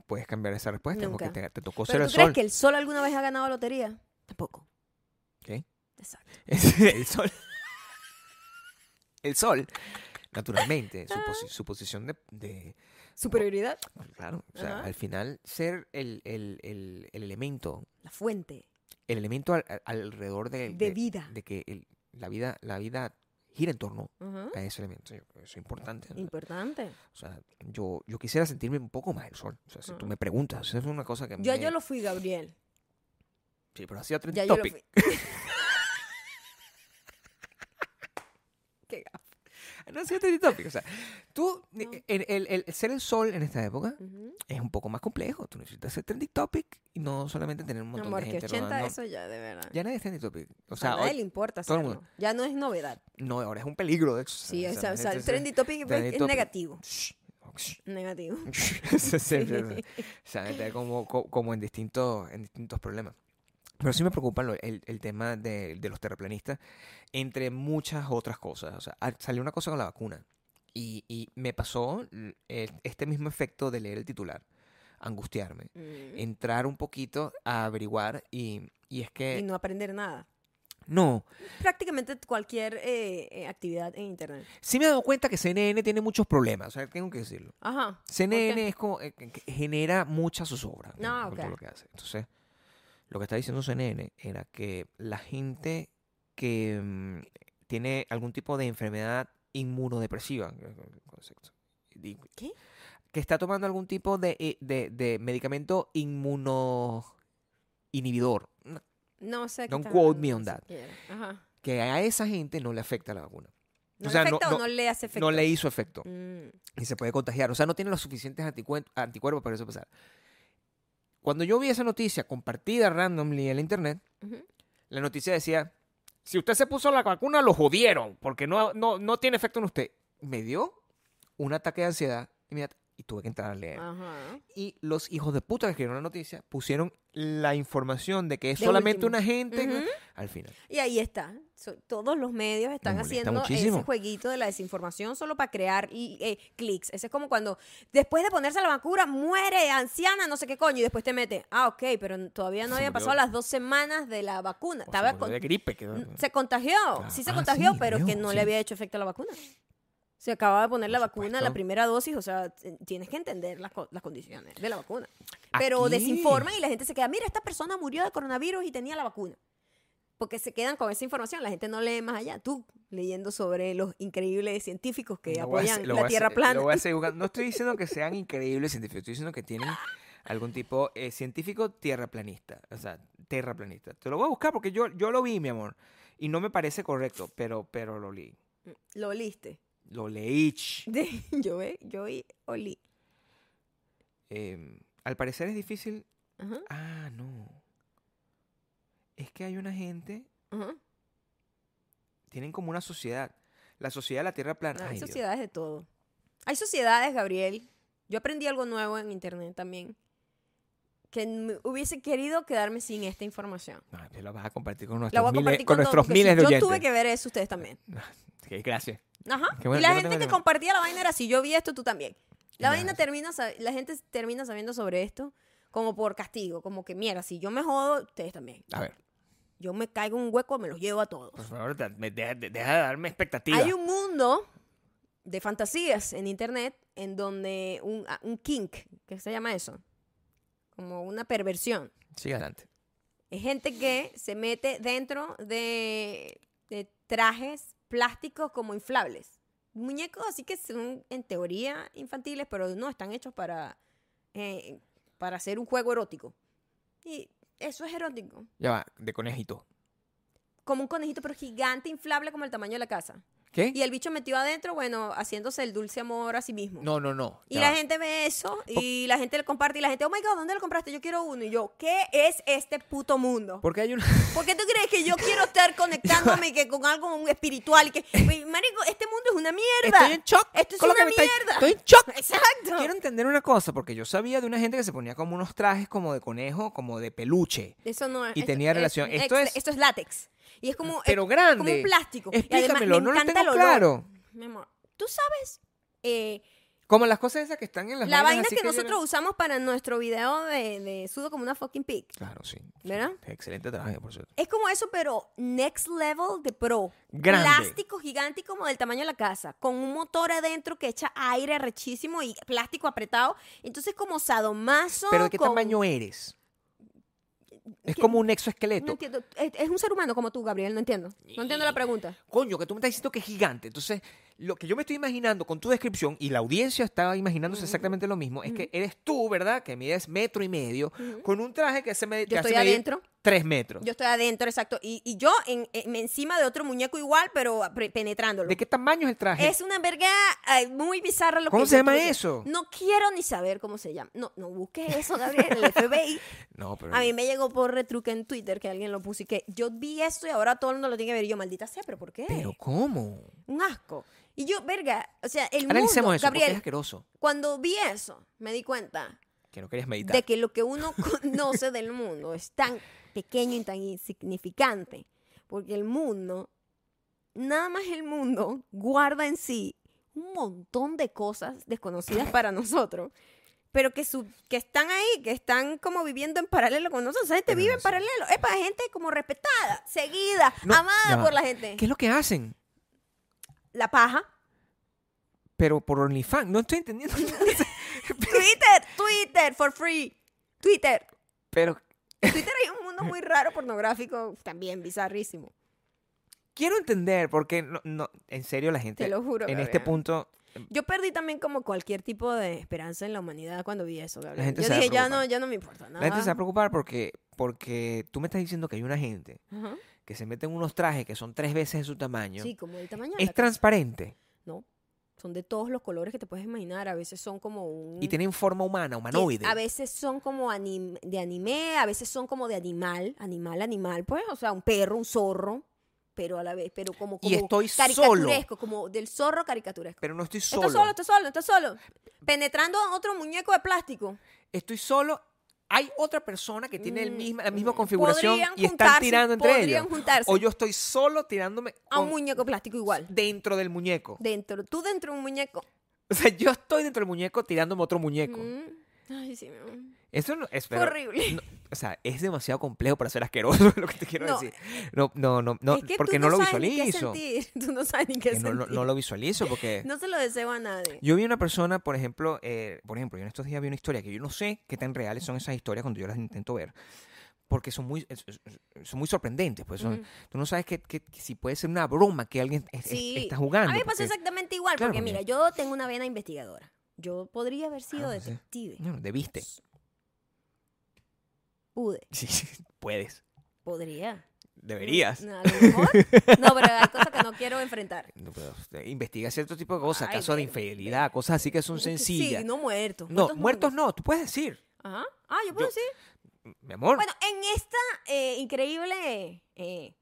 Speaker 2: Puedes cambiar esa respuesta porque
Speaker 1: Nunca.
Speaker 2: te, te tocó ser
Speaker 1: ¿Pero
Speaker 2: el
Speaker 1: tú crees
Speaker 2: sol.
Speaker 1: que el sol alguna vez ha ganado lotería? Tampoco.
Speaker 2: ¿Qué?
Speaker 1: Exacto.
Speaker 2: Este, el sol. El sol, naturalmente, su, posi- su posición de, de-
Speaker 1: Superioridad.
Speaker 2: Claro, o sea,
Speaker 1: Ajá.
Speaker 2: al final, ser el, el- el- el elemento,
Speaker 1: La fuente
Speaker 2: el elemento al- al- alrededor de,
Speaker 1: de vida.
Speaker 2: de que el- la, vida, la vida gira en torno
Speaker 1: Ajá.
Speaker 2: a ese elemento. Yo creo que Eso es importante. ¿no?
Speaker 1: Importante.
Speaker 2: O sea, yo, yo quisiera sentirme un poco más el sol. O sea, si tú
Speaker 1: Ah.
Speaker 2: me preguntas, eso es una cosa que
Speaker 1: Yo,
Speaker 2: me-
Speaker 1: yo lo fui, Gabriel.
Speaker 2: Sí, pero hacía otro
Speaker 1: Ya yo lo
Speaker 2: topic.
Speaker 1: fui. Qué gafo.
Speaker 2: No hacía trending topic. O sea, tú,
Speaker 1: No.
Speaker 2: el, el- el ser el sol en esta época
Speaker 1: Ujú.
Speaker 2: es un poco más complejo. Tú necesitas ser trending topic y no solamente tener un montón
Speaker 1: Amor,
Speaker 2: de
Speaker 1: que
Speaker 2: gente
Speaker 1: 80
Speaker 2: rodando.
Speaker 1: eso ya, de verdad.
Speaker 2: Ya nadie es trending topic. O
Speaker 1: a
Speaker 2: sea,
Speaker 1: nadie
Speaker 2: hoy-
Speaker 1: le importa
Speaker 2: todo el
Speaker 1: hacerlo. Ya no es novedad.
Speaker 2: no, ahora es un peligro, de hecho.
Speaker 1: Sí,
Speaker 2: O
Speaker 1: o
Speaker 2: sea,
Speaker 1: sea, o
Speaker 2: la
Speaker 1: sea, el
Speaker 2: gente se-
Speaker 1: trendy topic es-
Speaker 2: trendy
Speaker 1: es
Speaker 2: topic.
Speaker 1: negativo.
Speaker 2: Shh, oh, shh.
Speaker 1: Negativo.
Speaker 2: Se- se- se- O sea, está como, co- como en, distintos, en distintos problemas. Pero sí me preocupa lo- el, el tema de, de los terraplanistas, entre muchas otras cosas. O sea, ah, salió una cosa con la vacuna y, y me pasó l- el- este mismo efecto de leer el titular, angustiarme,
Speaker 1: Mm.
Speaker 2: entrar un poquito a averiguar y, y es
Speaker 1: Y
Speaker 2: que
Speaker 1: no aprender nada.
Speaker 2: no,
Speaker 1: Prácticamente cualquier eh, eh, actividad en internet.
Speaker 2: sí me he dado cuenta que CNN tiene muchos problemas, o sea, tengo que decirlo.
Speaker 1: Ajá.
Speaker 2: CNN es como eh, que- que genera mucha zozobra con-
Speaker 1: Ah,
Speaker 2: con todo
Speaker 1: ok.
Speaker 2: lo que hace. Entonces, lo que está diciendo CNN era que la gente que mm, tiene algún tipo de enfermedad inmunodepresiva, que es el concepto, di-
Speaker 1: ¿Qué?
Speaker 2: que está tomando algún tipo de, eh, de- de medicamento inmunoinhibidor, una-
Speaker 1: No sé. qué
Speaker 2: Don't
Speaker 1: estás
Speaker 2: quote
Speaker 1: hablando,
Speaker 2: me
Speaker 1: ni
Speaker 2: on that.
Speaker 1: siquiera. Ajá.
Speaker 2: que a esa gente no le afecta la vacuna.
Speaker 1: ¿No
Speaker 2: O sea,
Speaker 1: le
Speaker 2: no-
Speaker 1: afecta o
Speaker 2: no-
Speaker 1: no le hace efecto?
Speaker 2: No le hizo efecto.
Speaker 1: Mm.
Speaker 2: y se puede contagiar. O sea, no tiene los suficientes anticuen- anticuerpos para eso pasar. Cuando yo vi esa noticia compartida randomly en la internet,
Speaker 1: Ujú.
Speaker 2: la noticia decía, si usted se puso la vacuna, lo jodieron, porque no, no, no tiene efecto en usted. Me dio un ataque de ansiedad inmediata y tuve que entrar a leer.
Speaker 1: Ah. Ajá.
Speaker 2: Y los hijos de puta que escribieron la noticia pusieron la información de que es
Speaker 1: De
Speaker 2: solamente
Speaker 1: último.
Speaker 2: una gente
Speaker 1: Ujú.
Speaker 2: al final.
Speaker 1: Y ahí está. So- todos los medios están
Speaker 2: molesta
Speaker 1: haciendo
Speaker 2: muchísimo.
Speaker 1: ese jueguito de la desinformación solo para crear y- eh, clics. Ese es como cuando después de ponerse la vacuna muere anciana, no sé qué coño, y después te mete. Ah, ok, pero n- todavía no
Speaker 2: Se
Speaker 1: había
Speaker 2: murió.
Speaker 1: pasado las dos semanas de la vacuna.
Speaker 2: O sea,
Speaker 1: Estaba
Speaker 2: murió
Speaker 1: con-
Speaker 2: de gripe. que-
Speaker 1: n- se contagió,
Speaker 2: Ah,
Speaker 1: sí se
Speaker 2: ah,
Speaker 1: contagió,
Speaker 2: sí,
Speaker 1: pero
Speaker 2: murió,
Speaker 1: que no
Speaker 2: sí.
Speaker 1: le había hecho efecto a la vacuna. Se acaba de poner
Speaker 2: Por
Speaker 1: la vacuna, la
Speaker 2: supuesto.
Speaker 1: primera dosis, o sea, t- tienes que entender las, co- las condiciones de la vacuna. Pero
Speaker 2: Aquí.
Speaker 1: desinforman y la gente se queda, mira, esta persona murió de coronavirus y tenía la vacuna. Porque se quedan con esa información, la gente no lee más allá. Tú leyendo sobre los increíbles científicos que
Speaker 2: Lo voy a
Speaker 1: apoyan
Speaker 2: hacer- lo voy
Speaker 1: la
Speaker 2: a
Speaker 1: Tierra
Speaker 2: hacer-
Speaker 1: plana.
Speaker 2: lo voy a hacer buscando. No estoy diciendo que sean increíbles científicos, estoy diciendo que tienen algún tipo eh, científico tierraplanista. O sea, terraplanista. Te lo voy a buscar porque yo, yo lo vi, mi amor. Y no me parece correcto, pero, pero lo leí.
Speaker 1: Lo oliste.
Speaker 2: Lo leí. ch.
Speaker 1: De- yo, ve- yo vi- olí.
Speaker 2: Eh, al parecer es difícil.
Speaker 1: Ajá,
Speaker 2: Ah, no. Es que hay una gente.
Speaker 1: ajá.
Speaker 2: Tienen como una sociedad. La sociedad de la tierra plana.
Speaker 1: hay
Speaker 2: Ay, Dios.
Speaker 1: sociedades de todo. Hay sociedades, Gabriel. Yo aprendí algo nuevo en internet también. Que n- hubiese querido quedarme sin esta información.
Speaker 2: No, pero la vas a compartir con
Speaker 1: La
Speaker 2: nuestros
Speaker 1: voy a
Speaker 2: miles,
Speaker 1: compartir
Speaker 2: con
Speaker 1: con, todos,
Speaker 2: nuestros
Speaker 1: porque si
Speaker 2: miles de
Speaker 1: yo
Speaker 2: oyentes.
Speaker 1: tuve que ver eso, ustedes también.
Speaker 2: Sí, gracias.
Speaker 1: Ajá.
Speaker 2: Qué bueno,
Speaker 1: y
Speaker 2: yo
Speaker 1: la
Speaker 2: no
Speaker 1: gente
Speaker 2: tengo
Speaker 1: que
Speaker 2: nada.
Speaker 1: compartía la vaina era si yo vi esto, tú también. La
Speaker 2: Claro.
Speaker 1: vaina termina, sab- la gente termina sabiendo sobre esto como por castigo, como que mierda, si yo me jodo, ustedes también.
Speaker 2: A ver.
Speaker 1: Yo me caigo en un hueco, me los llevo a todos.
Speaker 2: Por favor, da- me- deja, de- deja de darme expectativas.
Speaker 1: Hay un mundo de fantasías en internet en donde un, a- un kink, ¿qué se llama eso? Como una perversión.
Speaker 2: Sigue adelante.
Speaker 1: Es gente que se mete dentro de, de trajes plásticos como inflables. Muñecos así que son en teoría infantiles, pero no están hechos para, eh, para hacer un juego erótico. Y eso es erótico.
Speaker 2: Ya va, de conejito.
Speaker 1: Como un conejito, pero gigante, inflable como el tamaño de la casa.
Speaker 2: ¿Qué?
Speaker 1: Y el bicho metido adentro, bueno, haciéndose el dulce amor a sí mismo.
Speaker 2: No, no, no.
Speaker 1: Y
Speaker 2: ya
Speaker 1: la
Speaker 2: va. Oh.
Speaker 1: gente ve eso y la gente lo comparte y la gente, oh my god, ¿dónde lo compraste? Yo quiero uno. Y yo, ¿qué es este puto mundo?
Speaker 2: Porque hay una.
Speaker 1: ¿Por qué tú crees que yo quiero estar conectándome que con algo espiritual? y Que, Güey, marico, este mundo es una mierda.
Speaker 2: Estoy en shock.
Speaker 1: Esto es
Speaker 2: con lo
Speaker 1: una
Speaker 2: que me estáis-
Speaker 1: mierda.
Speaker 2: Estoy en shock.
Speaker 1: Exacto.
Speaker 2: Quiero entender una cosa, porque yo sabía de una gente que se ponía como unos trajes como de conejo, como de peluche.
Speaker 1: Eso no es.
Speaker 2: Y
Speaker 1: esto
Speaker 2: tenía relación. Esto
Speaker 1: ex-
Speaker 2: es-
Speaker 1: Esto es látex. Y es como.
Speaker 2: Pero
Speaker 1: es
Speaker 2: grande.
Speaker 1: Como un plástico. y
Speaker 2: Explícamelo,
Speaker 1: además, me
Speaker 2: no lo
Speaker 1: encanta
Speaker 2: tengo
Speaker 1: el olor.
Speaker 2: claro.
Speaker 1: Mi amor, tú sabes. eh,
Speaker 2: Como las cosas esas que están en las
Speaker 1: la vaina
Speaker 2: vainas así
Speaker 1: que, nosotros
Speaker 2: llenan-
Speaker 1: usamos para nuestro video de, de Sudo como una fucking pig.
Speaker 2: Claro, sí.
Speaker 1: ¿Verdad?
Speaker 2: Excelente trabajo, por cierto.
Speaker 1: Es como eso, pero next level de pro.
Speaker 2: Grande.
Speaker 1: Plástico gigante como del tamaño de la casa, con un motor adentro que echa aire rechísimo y plástico apretado. Entonces como sadomaso.
Speaker 2: Pero ¿de qué
Speaker 1: con-
Speaker 2: tamaño eres? Es
Speaker 1: ¿Qué?
Speaker 2: como un
Speaker 1: No
Speaker 2: exoesqueleto.
Speaker 1: entiendo. Es, es un ser humano como tú, Gabriel, no entiendo. No entiendo la pregunta.
Speaker 2: Coño, que tú me estás diciendo que es gigante. Entonces, lo que yo me estoy imaginando con tu descripción, y la audiencia estaba imaginándose exactamente lo mismo, es que eres tú, ¿verdad? Que mides metro y medio, con un traje que se me que
Speaker 1: Yo
Speaker 2: hace
Speaker 1: estoy
Speaker 2: medir
Speaker 1: adentro.
Speaker 2: Tres metros.
Speaker 1: Yo estoy adentro, exacto. Y, y yo en, en- encima de otro muñeco igual, pero pre- penetrándolo.
Speaker 2: ¿De qué tamaño es el traje?
Speaker 1: Es una verga ay, muy bizarra lo
Speaker 2: ¿Cómo
Speaker 1: que
Speaker 2: se
Speaker 1: yo
Speaker 2: llama
Speaker 1: tuve que-
Speaker 2: eso?
Speaker 1: No quiero ni saber cómo se llama. No, no busques eso, Gabriel, el FBI.
Speaker 2: No, pero...
Speaker 1: A mí me llegó por retruque en Twitter que alguien lo puso y que yo vi esto y ahora todo el mundo lo tiene que ver. Y yo, maldita sea, ¿pero por qué?
Speaker 2: ¿Pero cómo?
Speaker 1: Un asco. Y yo, verga, o sea, el mundo,
Speaker 2: Analicemos eso, porque es
Speaker 1: Gabriel,
Speaker 2: asqueroso.
Speaker 1: cuando vi eso, me di cuenta
Speaker 2: Que no querías meditar.
Speaker 1: de que lo que uno conoce del mundo es tan pequeño y tan insignificante. Porque el mundo, nada más el mundo, guarda en sí un montón de cosas desconocidas para nosotros, pero que, su- que están ahí, que están como viviendo en paralelo con nosotros. Esa gente
Speaker 2: Tienes
Speaker 1: vive en
Speaker 2: razón.
Speaker 1: paralelo. Es para gente como respetada, seguida,
Speaker 2: No, ya
Speaker 1: amada
Speaker 2: va.
Speaker 1: por la gente.
Speaker 2: ¿Qué es lo que hacen?
Speaker 1: La paja.
Speaker 2: Pero por OnlyFans. No estoy entendiendo.
Speaker 1: Twitter, Twitter, for free. Twitter.
Speaker 2: pero
Speaker 1: Twitter hay un mundo muy raro pornográfico, también bizarrísimo.
Speaker 2: quiero entender, porque no, no, en serio la gente...
Speaker 1: Te lo juro,
Speaker 2: En
Speaker 1: Gabriel.
Speaker 2: este punto...
Speaker 1: Yo perdí también como cualquier tipo de esperanza en la humanidad cuando vi eso, Gabriel.
Speaker 2: La gente
Speaker 1: yo
Speaker 2: se va a
Speaker 1: dije, ya no,
Speaker 2: preocupar.
Speaker 1: ya no me importa nada.
Speaker 2: La gente se va a preocupar porque, porque tú me estás diciendo que hay una gente
Speaker 1: Ajá.
Speaker 2: que se mete en unos trajes que son tres veces de su tamaño.
Speaker 1: Sí, como el tamaño de
Speaker 2: es
Speaker 1: la casa.
Speaker 2: transparente
Speaker 1: No, son de todos los colores que te puedes imaginar. A veces son como un...
Speaker 2: y tienen forma humana,
Speaker 1: que
Speaker 2: humanoide.
Speaker 1: Mm. A veces son como anim- de anime, a veces son como de animal, animal, animal, pues, o sea, un perro, un zorro, pero a la vez, pero como, como
Speaker 2: Y estoy
Speaker 1: caricaturesco, como del zorro caricaturesco.
Speaker 2: Pero no estoy solo.
Speaker 1: Estás solo, estás solo, estás solo. Penetrando a otro muñeco de plástico.
Speaker 2: Estoy solo. Hay otra persona que tiene el
Speaker 1: Mm,
Speaker 2: misma, la misma
Speaker 1: mm.
Speaker 2: configuración
Speaker 1: Podrían
Speaker 2: y están
Speaker 1: juntarse,
Speaker 2: tirando entre
Speaker 1: podrían
Speaker 2: ellos.
Speaker 1: juntarse.
Speaker 2: O yo estoy solo tirándome
Speaker 1: A un
Speaker 2: con-
Speaker 1: muñeco de plástico igual.
Speaker 2: dentro del muñeco.
Speaker 1: Dentro, tú dentro de un muñeco.
Speaker 2: O sea, yo estoy dentro del muñeco tirándome otro muñeco.
Speaker 1: Mm. Ay, sí, mi amor.
Speaker 2: Eso no es
Speaker 1: Fue
Speaker 2: pero-
Speaker 1: horrible.
Speaker 2: no, o sea, es demasiado complejo para ser asqueroso lo que te quiero
Speaker 1: No.
Speaker 2: decir. No, no, no, no
Speaker 1: Es que tú
Speaker 2: porque no, lo
Speaker 1: sabes ni qué
Speaker 2: visualizo.
Speaker 1: sentir. Tú no sabes ni qué
Speaker 2: Que no, lo-
Speaker 1: sentir.
Speaker 2: no lo visualizo porque
Speaker 1: No se lo deseo a nadie.
Speaker 2: yo vi una persona, por ejemplo, eh, por ejemplo, yo en estos días vi una historia que yo no sé qué tan reales son esas historias cuando yo las intento ver, porque son muy, es- es- son muy sorprendentes, pues
Speaker 1: Mm.
Speaker 2: son- tú no sabes que, que- que si puede ser una broma que alguien es- es-
Speaker 1: Sí.
Speaker 2: está jugando.
Speaker 1: A mí me pasó
Speaker 2: porque-
Speaker 1: exactamente igual,
Speaker 2: Claro,
Speaker 1: porque
Speaker 2: porque-
Speaker 1: mira, yo tengo una vena investigadora. Yo podría haber sido
Speaker 2: Ah, pues sí.
Speaker 1: detective.
Speaker 2: No, debiste.
Speaker 1: Pude.
Speaker 2: Sí, sí, puedes,
Speaker 1: Podría.
Speaker 2: deberías.
Speaker 1: No, a lo mejor. No, pero hay cosas que no quiero enfrentar.
Speaker 2: No, pero, eh, investiga cierto tipo de cosas,
Speaker 1: Ay,
Speaker 2: casos de
Speaker 1: ve-
Speaker 2: infidelidad, cosas así que son sencillas.
Speaker 1: Sí, no muertos.
Speaker 2: no, muertos no, tú puedes decir,
Speaker 1: Ajá. Ah, yo puedo
Speaker 2: Yo-
Speaker 1: decir.
Speaker 2: mi amor.
Speaker 1: Bueno, en esta eh, increíble eh,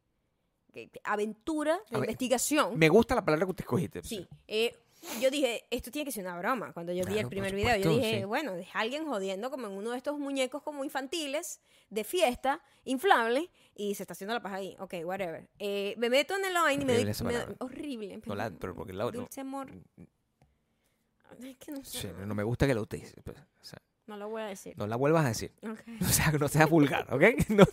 Speaker 1: que- que- aventura de
Speaker 2: A ver,
Speaker 1: investigación,
Speaker 2: me gusta la palabra que te escogiste. pues.
Speaker 1: sí, eh, yo dije, esto tiene que ser una broma. Cuando yo vi
Speaker 2: Claro,
Speaker 1: el
Speaker 2: por
Speaker 1: primer video,
Speaker 2: supuesto,
Speaker 1: yo dije,
Speaker 2: sí.
Speaker 1: bueno, es alguien jodiendo como en uno de estos muñecos como infantiles de fiesta, inflable, y se está haciendo la paja ahí. Ok, whatever. Eh, me meto en el line y me
Speaker 2: Horrible
Speaker 1: doy...
Speaker 2: esa
Speaker 1: me doy-
Speaker 2: palabra.
Speaker 1: horrible.
Speaker 2: No la- pero porque la- no- Mm,
Speaker 1: Dulce amor. Es que no sé.
Speaker 2: Sí, pero no me gusta que lo utilices. pues, o sea,
Speaker 1: No lo voy a decir.
Speaker 2: No la vuelvas a decir.
Speaker 1: Ok.
Speaker 2: O sea, no seas vulgar, ¿ok? No,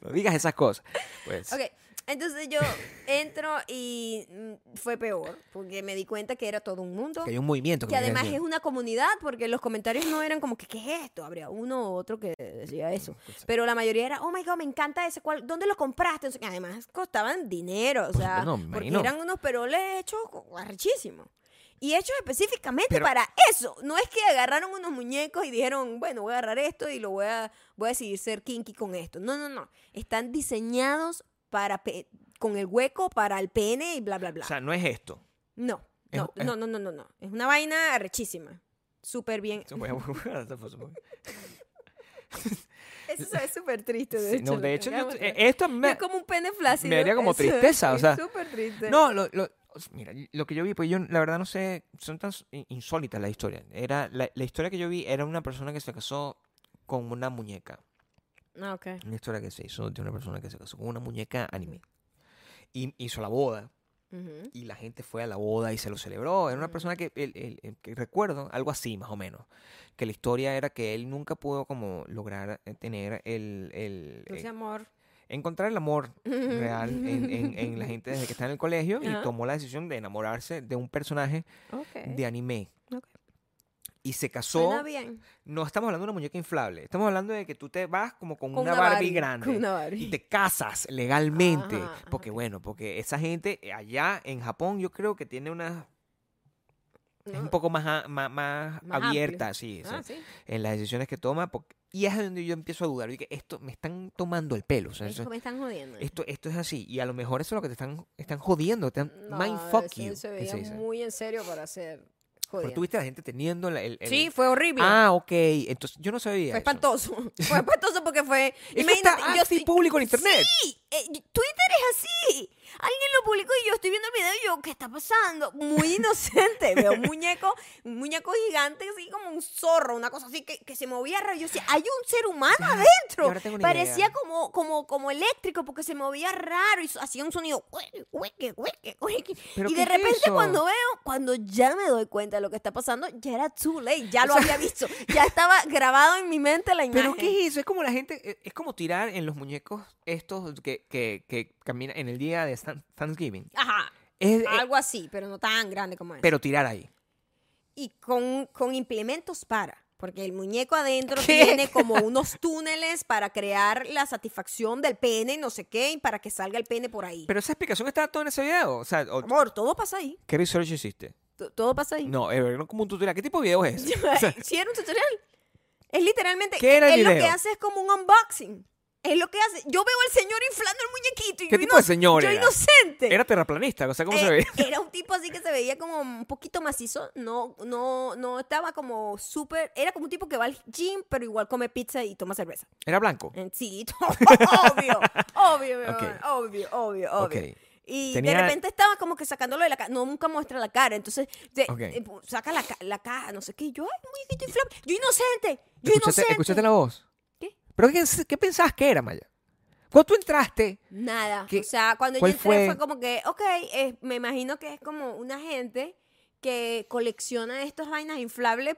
Speaker 2: no digas esas cosas. Pues,
Speaker 1: Ok, entonces yo entro y mm, fue peor, porque me di cuenta que era todo un mundo.
Speaker 2: que hay un movimiento.
Speaker 1: Que
Speaker 2: me estás
Speaker 1: además es
Speaker 2: diciendo.
Speaker 1: una comunidad, porque los comentarios no eran como que, ¿qué es esto? Habría uno u otro que decía eso.
Speaker 2: Pues,
Speaker 1: Pero la mayoría era, oh my god, me encanta ese cual, ¿dónde lo compraste? No sé qué. Además costaban dinero, o
Speaker 2: Por
Speaker 1: sea,
Speaker 2: supuesto, no, Pues, me
Speaker 1: porque
Speaker 2: imagino.
Speaker 1: eran unos peroles hechos arrechísimos. Y hechos específicamente
Speaker 2: Pero-
Speaker 1: para eso. No es que agarraron unos muñecos y dijeron, bueno, voy a agarrar esto y lo voy a, voy a decidir ser kinky con esto. No, no, no. Están diseñados para pe- con el hueco para el pene y bla, bla, bla.
Speaker 2: O sea, no es esto.
Speaker 1: No,
Speaker 2: Es-
Speaker 1: no,
Speaker 2: es-
Speaker 1: no, no, no, no, no. Es una vaina rechísima. Súper bien.
Speaker 2: Eso fue- por supuesto.
Speaker 1: Eso se ve súper triste, de
Speaker 2: Sí,
Speaker 1: hecho.
Speaker 2: no,
Speaker 1: lo
Speaker 2: de
Speaker 1: que
Speaker 2: hecho,
Speaker 1: acabas
Speaker 2: yo-
Speaker 1: de
Speaker 2: eh,
Speaker 1: hacer.
Speaker 2: esto a mí me,
Speaker 1: es como un pene flácido.
Speaker 2: me daría como
Speaker 1: Eso es-
Speaker 2: tristeza, o
Speaker 1: es
Speaker 2: sea,
Speaker 1: súper triste.
Speaker 2: No, lo, lo- o sea, mira, lo que yo vi, pues yo la verdad no sé, son tan in- insólitas las historias. Era, la, la historia que yo vi era una persona que se casó con una muñeca.
Speaker 1: Ah, ok.
Speaker 2: Una historia que se hizo de una persona que se casó con una muñeca anime. Y hizo la boda.
Speaker 1: Ujú.
Speaker 2: Y la gente fue a la boda y se lo celebró. Era una
Speaker 1: Mm.
Speaker 2: persona que, el- el- el- que recuerdo, algo así más o menos. Que la historia era que él nunca pudo como lograr eh, tener el... el-
Speaker 1: Dulce
Speaker 2: eh,
Speaker 1: amor.
Speaker 2: encontrar el amor real en, en- en la gente desde que está en el colegio
Speaker 1: Ajá.
Speaker 2: y tomó la decisión de enamorarse de un personaje
Speaker 1: Ok.
Speaker 2: de anime.
Speaker 1: Ok.
Speaker 2: Y se casó.
Speaker 1: Suena bien.
Speaker 2: No estamos hablando de una muñeca inflable. Estamos hablando de que tú te vas como con,
Speaker 1: Con
Speaker 2: una, Barbie,
Speaker 1: Con
Speaker 2: grande.
Speaker 1: una
Speaker 2: Y
Speaker 1: Barbie.
Speaker 2: te casas legalmente.
Speaker 1: Ajá, ajá,
Speaker 2: porque bueno, porque esa gente eh, allá en Japón yo creo que tiene una... Es un
Speaker 1: No.
Speaker 2: poco más, a- ma- más,
Speaker 1: Más
Speaker 2: abierta, sí, sí,
Speaker 1: Ah, sí.
Speaker 2: en las decisiones que toma. porque- y es donde yo empiezo a dudar. que esto me están tomando el pelo. o sea,
Speaker 1: Es
Speaker 2: eso-
Speaker 1: que me están jodiendo.
Speaker 2: esto, esto es así. Y a lo mejor eso es lo que te están, están jodiendo. Te están,
Speaker 1: No,
Speaker 2: mind fuck
Speaker 1: eso
Speaker 2: you.
Speaker 1: Se
Speaker 2: que
Speaker 1: veía
Speaker 2: se dice.
Speaker 1: muy en serio para hacer
Speaker 2: Pero
Speaker 1: jodiendo.
Speaker 2: tuviste a la gente teniendo la- el, el-
Speaker 1: Sí, fue horrible.
Speaker 2: Ah, ok. Entonces yo no sabía.
Speaker 1: Fue
Speaker 2: eso.
Speaker 1: espantoso. Fue espantoso porque fue.
Speaker 2: Es que
Speaker 1: Imagínate,
Speaker 2: está
Speaker 1: yo
Speaker 2: así
Speaker 1: estoy-
Speaker 2: público en internet.
Speaker 1: Sí, eh, Twitter es así. Alguien lo publicó y yo estoy viendo el video y yo, ¿qué está pasando? Muy inocente. Veo un muñeco, un muñeco gigante, así como un zorro, una cosa así que, que se movía raro. Yo decía, hay un ser humano
Speaker 2: y
Speaker 1: adentro.
Speaker 2: ahora tengo una
Speaker 1: Parecía
Speaker 2: idea.
Speaker 1: como, como, como eléctrico porque se movía raro y so- hacía un sonido. "Hueque, hueque, hueque, hueque".
Speaker 2: ¿Pero
Speaker 1: Y
Speaker 2: qué
Speaker 1: de
Speaker 2: es
Speaker 1: repente
Speaker 2: eso?
Speaker 1: cuando veo, cuando ya me doy cuenta de lo que está pasando, ya era too late, ya lo había visto. Ya estaba grabado en mi mente la imagen.
Speaker 2: Pero ¿qué es eso? Es como la gente, eh, es como tirar en los muñecos estos que, que, que caminan en el día de Thank- Thanksgiving.
Speaker 1: Ajá.
Speaker 2: Es, eh,
Speaker 1: Algo así, pero no tan grande como es.
Speaker 2: pero tirar ahí.
Speaker 1: y con, con implementos para. Porque el muñeco adentro
Speaker 2: ¿Qué?
Speaker 1: tiene como unos túneles para crear la satisfacción del pene, no sé qué, y para que salga el pene por ahí.
Speaker 2: Pero esa explicación está todo en ese video. O sea, o-
Speaker 1: Amor, todo pasa ahí.
Speaker 2: ¿qué research hiciste?
Speaker 1: to- Todo pasa ahí.
Speaker 2: No, eh, no como un tutorial. ¿Qué tipo de video es ese? O sea,
Speaker 1: Sí, era un tutorial. Es literalmente.
Speaker 2: ¿Qué era el
Speaker 1: él lo
Speaker 2: video?
Speaker 1: que hace es como un unboxing. Es lo que hace. Yo veo al señor inflando el muñequito. Y
Speaker 2: ¿Qué
Speaker 1: yo
Speaker 2: tipo de
Speaker 1: ino-
Speaker 2: señor
Speaker 1: Yo
Speaker 2: era?
Speaker 1: inocente.
Speaker 2: era terraplanista. O sea, ¿cómo se
Speaker 1: Eh,
Speaker 2: ve?
Speaker 1: Era un tipo así que se veía como un poquito macizo, no, no, no estaba como súper, era como un tipo que va al gym, pero igual come pizza y toma cerveza.
Speaker 2: Era blanco.
Speaker 1: En sí, obvio, obvio, mi
Speaker 2: Ok.
Speaker 1: amor, obvio, obvio, obvio.
Speaker 2: Ok.
Speaker 1: Y de
Speaker 2: Tenía-
Speaker 1: repente estaba como que sacándolo de la cara, no, nunca muestra la cara, entonces de-
Speaker 2: Ok.
Speaker 1: eh, pu- saca la, ca- la cara, no sé qué, y yo, ay, muñequito inflable, yo inocente, yo
Speaker 2: ¿Escuchaste,
Speaker 1: inocente.
Speaker 2: escuchaste la voz?
Speaker 1: ¿Qué?
Speaker 2: ¿Pero qué, qué pensabas que era, Maya? Cuando tú entraste,
Speaker 1: Nada.
Speaker 2: ¿Qué-
Speaker 1: O sea, cuando yo
Speaker 2: cuál
Speaker 1: entré fue?
Speaker 2: fue?
Speaker 1: como que, ok, eh, me imagino que es como una gente que colecciona estas vainas inflables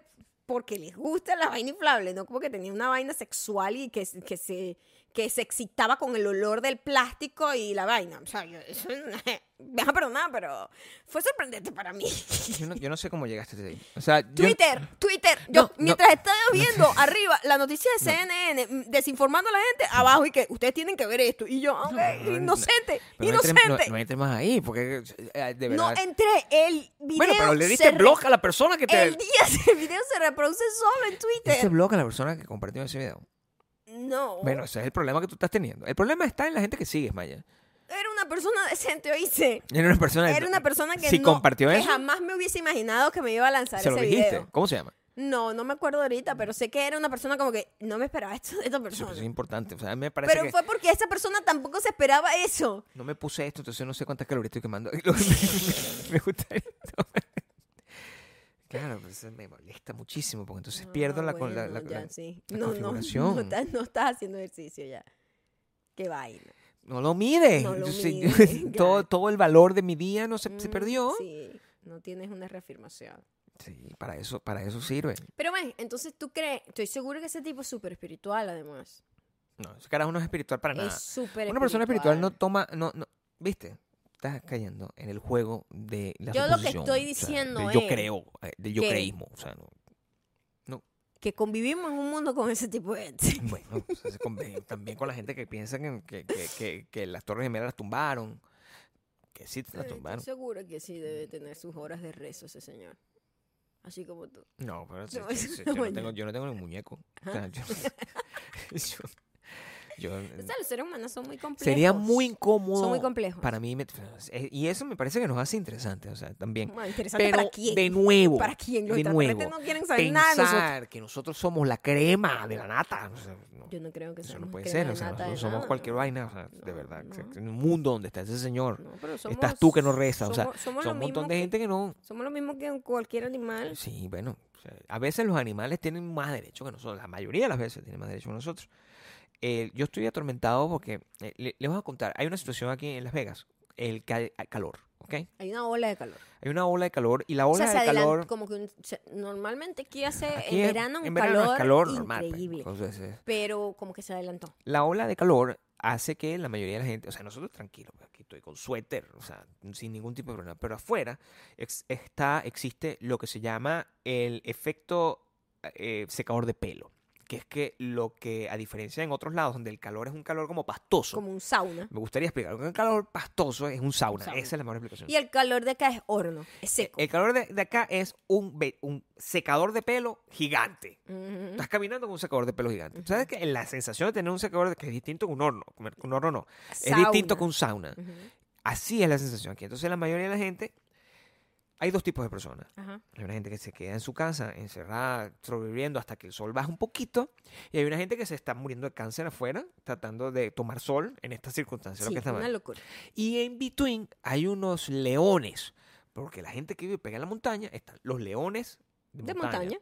Speaker 1: porque les gusta la vaina inflable, no como que tenía una vaina sexual y que, que se que se excitaba con el olor del plástico y la vaina. O sea, yo, eso, me van a perdonar, pero fue sorprendente para mí.
Speaker 2: yo no, yo no sé cómo llegaste hasta ahí. O sea, yo-
Speaker 1: Twitter, Twitter. Yo,
Speaker 2: No, no.
Speaker 1: mientras estaba viendo arriba la noticia de CNN mm, desinformando a la gente, abajo y que ustedes tienen que ver esto. Y yo, ok,
Speaker 2: no, no,
Speaker 1: inocente,
Speaker 2: Pero no entres-
Speaker 1: inocente.
Speaker 2: No, no entres más ahí, porque eh, de
Speaker 1: No
Speaker 2: verdad.
Speaker 1: entré. El video.
Speaker 2: bueno, pero le
Speaker 1: se
Speaker 2: diste
Speaker 1: re-
Speaker 2: blog a la persona que te.
Speaker 1: El día el video se reproduce solo en
Speaker 2: Le diste
Speaker 1: Twitter.
Speaker 2: blog a la persona que compartió ese video.
Speaker 1: No.
Speaker 2: Bueno, ese es el problema que tú estás teniendo. El problema está en la gente que sigues, Maya.
Speaker 1: Era una persona decente, oíste.
Speaker 2: Era una persona.
Speaker 1: Era una persona que,
Speaker 2: si
Speaker 1: no-
Speaker 2: compartió
Speaker 1: que
Speaker 2: eso,
Speaker 1: jamás me hubiese imaginado que me iba a lanzar
Speaker 2: se lo
Speaker 1: ese
Speaker 2: dijiste.
Speaker 1: video.
Speaker 2: ¿Cómo se llama?
Speaker 1: No, no me acuerdo ahorita, pero sé que era una persona como que no me esperaba esto de esta
Speaker 2: Eso,
Speaker 1: persona.
Speaker 2: eso es importante. O sea, a mí me parece
Speaker 1: Pero
Speaker 2: que
Speaker 1: fue porque esa persona tampoco se esperaba eso.
Speaker 2: no me puse esto, entonces no sé cuántas calorías estoy quemando. me gusta esto. Claro, pues, eso me molesta muchísimo, porque entonces pierdo
Speaker 1: Ah,
Speaker 2: la, con- la-
Speaker 1: bueno,
Speaker 2: la-
Speaker 1: ya,
Speaker 2: la-
Speaker 1: sí.
Speaker 2: la
Speaker 1: no, no,
Speaker 2: configuración.
Speaker 1: No, estás, no estás haciendo ejercicio ya. Qué vaina.
Speaker 2: No lo mide.
Speaker 1: No lo
Speaker 2: Entonces,
Speaker 1: mide,
Speaker 2: todo,
Speaker 1: claro.
Speaker 2: todo el valor de mi día no se, se
Speaker 1: Mm,
Speaker 2: perdió.
Speaker 1: Sí, no tienes una reafirmación.
Speaker 2: Sí, para eso, para eso sirve.
Speaker 1: Pero ven, entonces tú crees, estoy seguro que ese tipo es súper espiritual además.
Speaker 2: No, ese carajo no es espiritual para nada.
Speaker 1: Es súper
Speaker 2: Una persona espiritual no toma, no, no, ¿viste? Estás cayendo en el juego de la
Speaker 1: Yo lo que
Speaker 2: suposición,
Speaker 1: estoy
Speaker 2: o sea,
Speaker 1: diciendo
Speaker 2: del yo
Speaker 1: es
Speaker 2: creo, eh, del yo
Speaker 1: que-
Speaker 2: creísmo, o sea, no.
Speaker 1: Que convivimos en un mundo con ese tipo de gente.
Speaker 2: Bueno, o sea, se conven- también con la gente que piensa que, que- que- que- que las Torres Gemelas las tumbaron. Que sí, las
Speaker 1: Estoy
Speaker 2: tumbaron.
Speaker 1: segura que sí debe tener sus horas de rezo ese señor. Así como tú.
Speaker 2: No, pero sí,
Speaker 1: No,
Speaker 2: sí,
Speaker 1: eso
Speaker 2: sí,
Speaker 1: no
Speaker 2: yo, no
Speaker 1: voy a-
Speaker 2: tengo, yo no tengo ni muñeco. O sea, yo, yo- yo-
Speaker 1: O sea, los seres humanos son muy complejos.
Speaker 2: sería muy incómodo.
Speaker 1: Son muy complejos.
Speaker 2: Para mí, me- eh, y eso me parece que nos hace interesante, o sea, también.
Speaker 1: Bueno, interesante
Speaker 2: Pero,
Speaker 1: para quién.
Speaker 2: de nuevo,
Speaker 1: para quién. Los
Speaker 2: de
Speaker 1: extraterrestres
Speaker 2: nuevo,
Speaker 1: no quieren saber nada de nosotros.
Speaker 2: pensar que nosotros somos la crema de la nata. o sea, no.
Speaker 1: Yo no creo que
Speaker 2: Eso
Speaker 1: seamos
Speaker 2: no puede
Speaker 1: crema
Speaker 2: ser,
Speaker 1: de
Speaker 2: o sea,
Speaker 1: nata de
Speaker 2: nosotros somos
Speaker 1: nada,
Speaker 2: cualquier
Speaker 1: ¿no?
Speaker 2: vaina, o sea, de
Speaker 1: No,
Speaker 2: verdad. o sea,
Speaker 1: no.
Speaker 2: en un mundo donde está ese señor,
Speaker 1: No, pero somos,
Speaker 2: estás tú que no reza, o sea,
Speaker 1: somos, somos
Speaker 2: son
Speaker 1: lo
Speaker 2: un
Speaker 1: mismo
Speaker 2: montón de
Speaker 1: que-
Speaker 2: gente que no.
Speaker 1: Somos lo mismo que cualquier animal.
Speaker 2: Sí, bueno, o sea, a veces los animales tienen más derecho que nosotros, la mayoría de las veces tienen más derecho que nosotros. Eh, yo estoy atormentado porque, eh, le- les voy a contar, hay una situación aquí en Las Vegas, el ca- calor, ¿ok?
Speaker 1: Hay una ola de calor.
Speaker 2: Hay una ola de calor y la
Speaker 1: o
Speaker 2: ola
Speaker 1: sea, se
Speaker 2: de
Speaker 1: adelan-
Speaker 2: calor...
Speaker 1: como que un- se- normalmente aquí hace
Speaker 2: aquí
Speaker 1: en
Speaker 2: es-
Speaker 1: verano un
Speaker 2: en verano es
Speaker 1: calor,
Speaker 2: calor normal. pues,
Speaker 1: increíble,
Speaker 2: entonces, eh,
Speaker 1: pero como que se adelantó.
Speaker 2: la ola de calor hace que la mayoría de la gente, o sea, nosotros tranquilos, pues, aquí estoy con suéter, o sea, sin ningún tipo de problema, pero afuera ex- está, existe lo que se llama el efecto eh, secador de pelo, que es que lo que, a diferencia en otros lados, donde el calor es un calor como pastoso,
Speaker 1: Como un sauna.
Speaker 2: me gustaría explicar, un calor pastoso es un sauna,
Speaker 1: sauna.
Speaker 2: esa es la mejor explicación. E,
Speaker 1: Y el calor de acá es horno, es seco.
Speaker 2: El calor de, de acá es un, ve- un secador de pelo gigante.
Speaker 1: Ujú.
Speaker 2: Estás caminando con un secador de pelo gigante. ¿Sabes que la sensación de tener un secador de, que es distinto que un horno? Un horno no. Es distinto
Speaker 1: Sauna.
Speaker 2: que un sauna.
Speaker 1: Ujú.
Speaker 2: Así es la sensación aquí. Entonces, la mayoría de la gente. Hay dos tipos de personas.
Speaker 1: Ajá.
Speaker 2: Hay una gente que se queda en su casa, encerrada, sobreviviendo hasta que el sol baja un poquito. Y hay una gente que se está muriendo de cáncer afuera, tratando de tomar sol en estas circunstancias. lo
Speaker 1: Sí,
Speaker 2: que está
Speaker 1: una
Speaker 2: mal.
Speaker 1: locura.
Speaker 2: Y en between hay unos leones. Porque la gente que vive pegada a la montaña están los leones
Speaker 1: De montaña.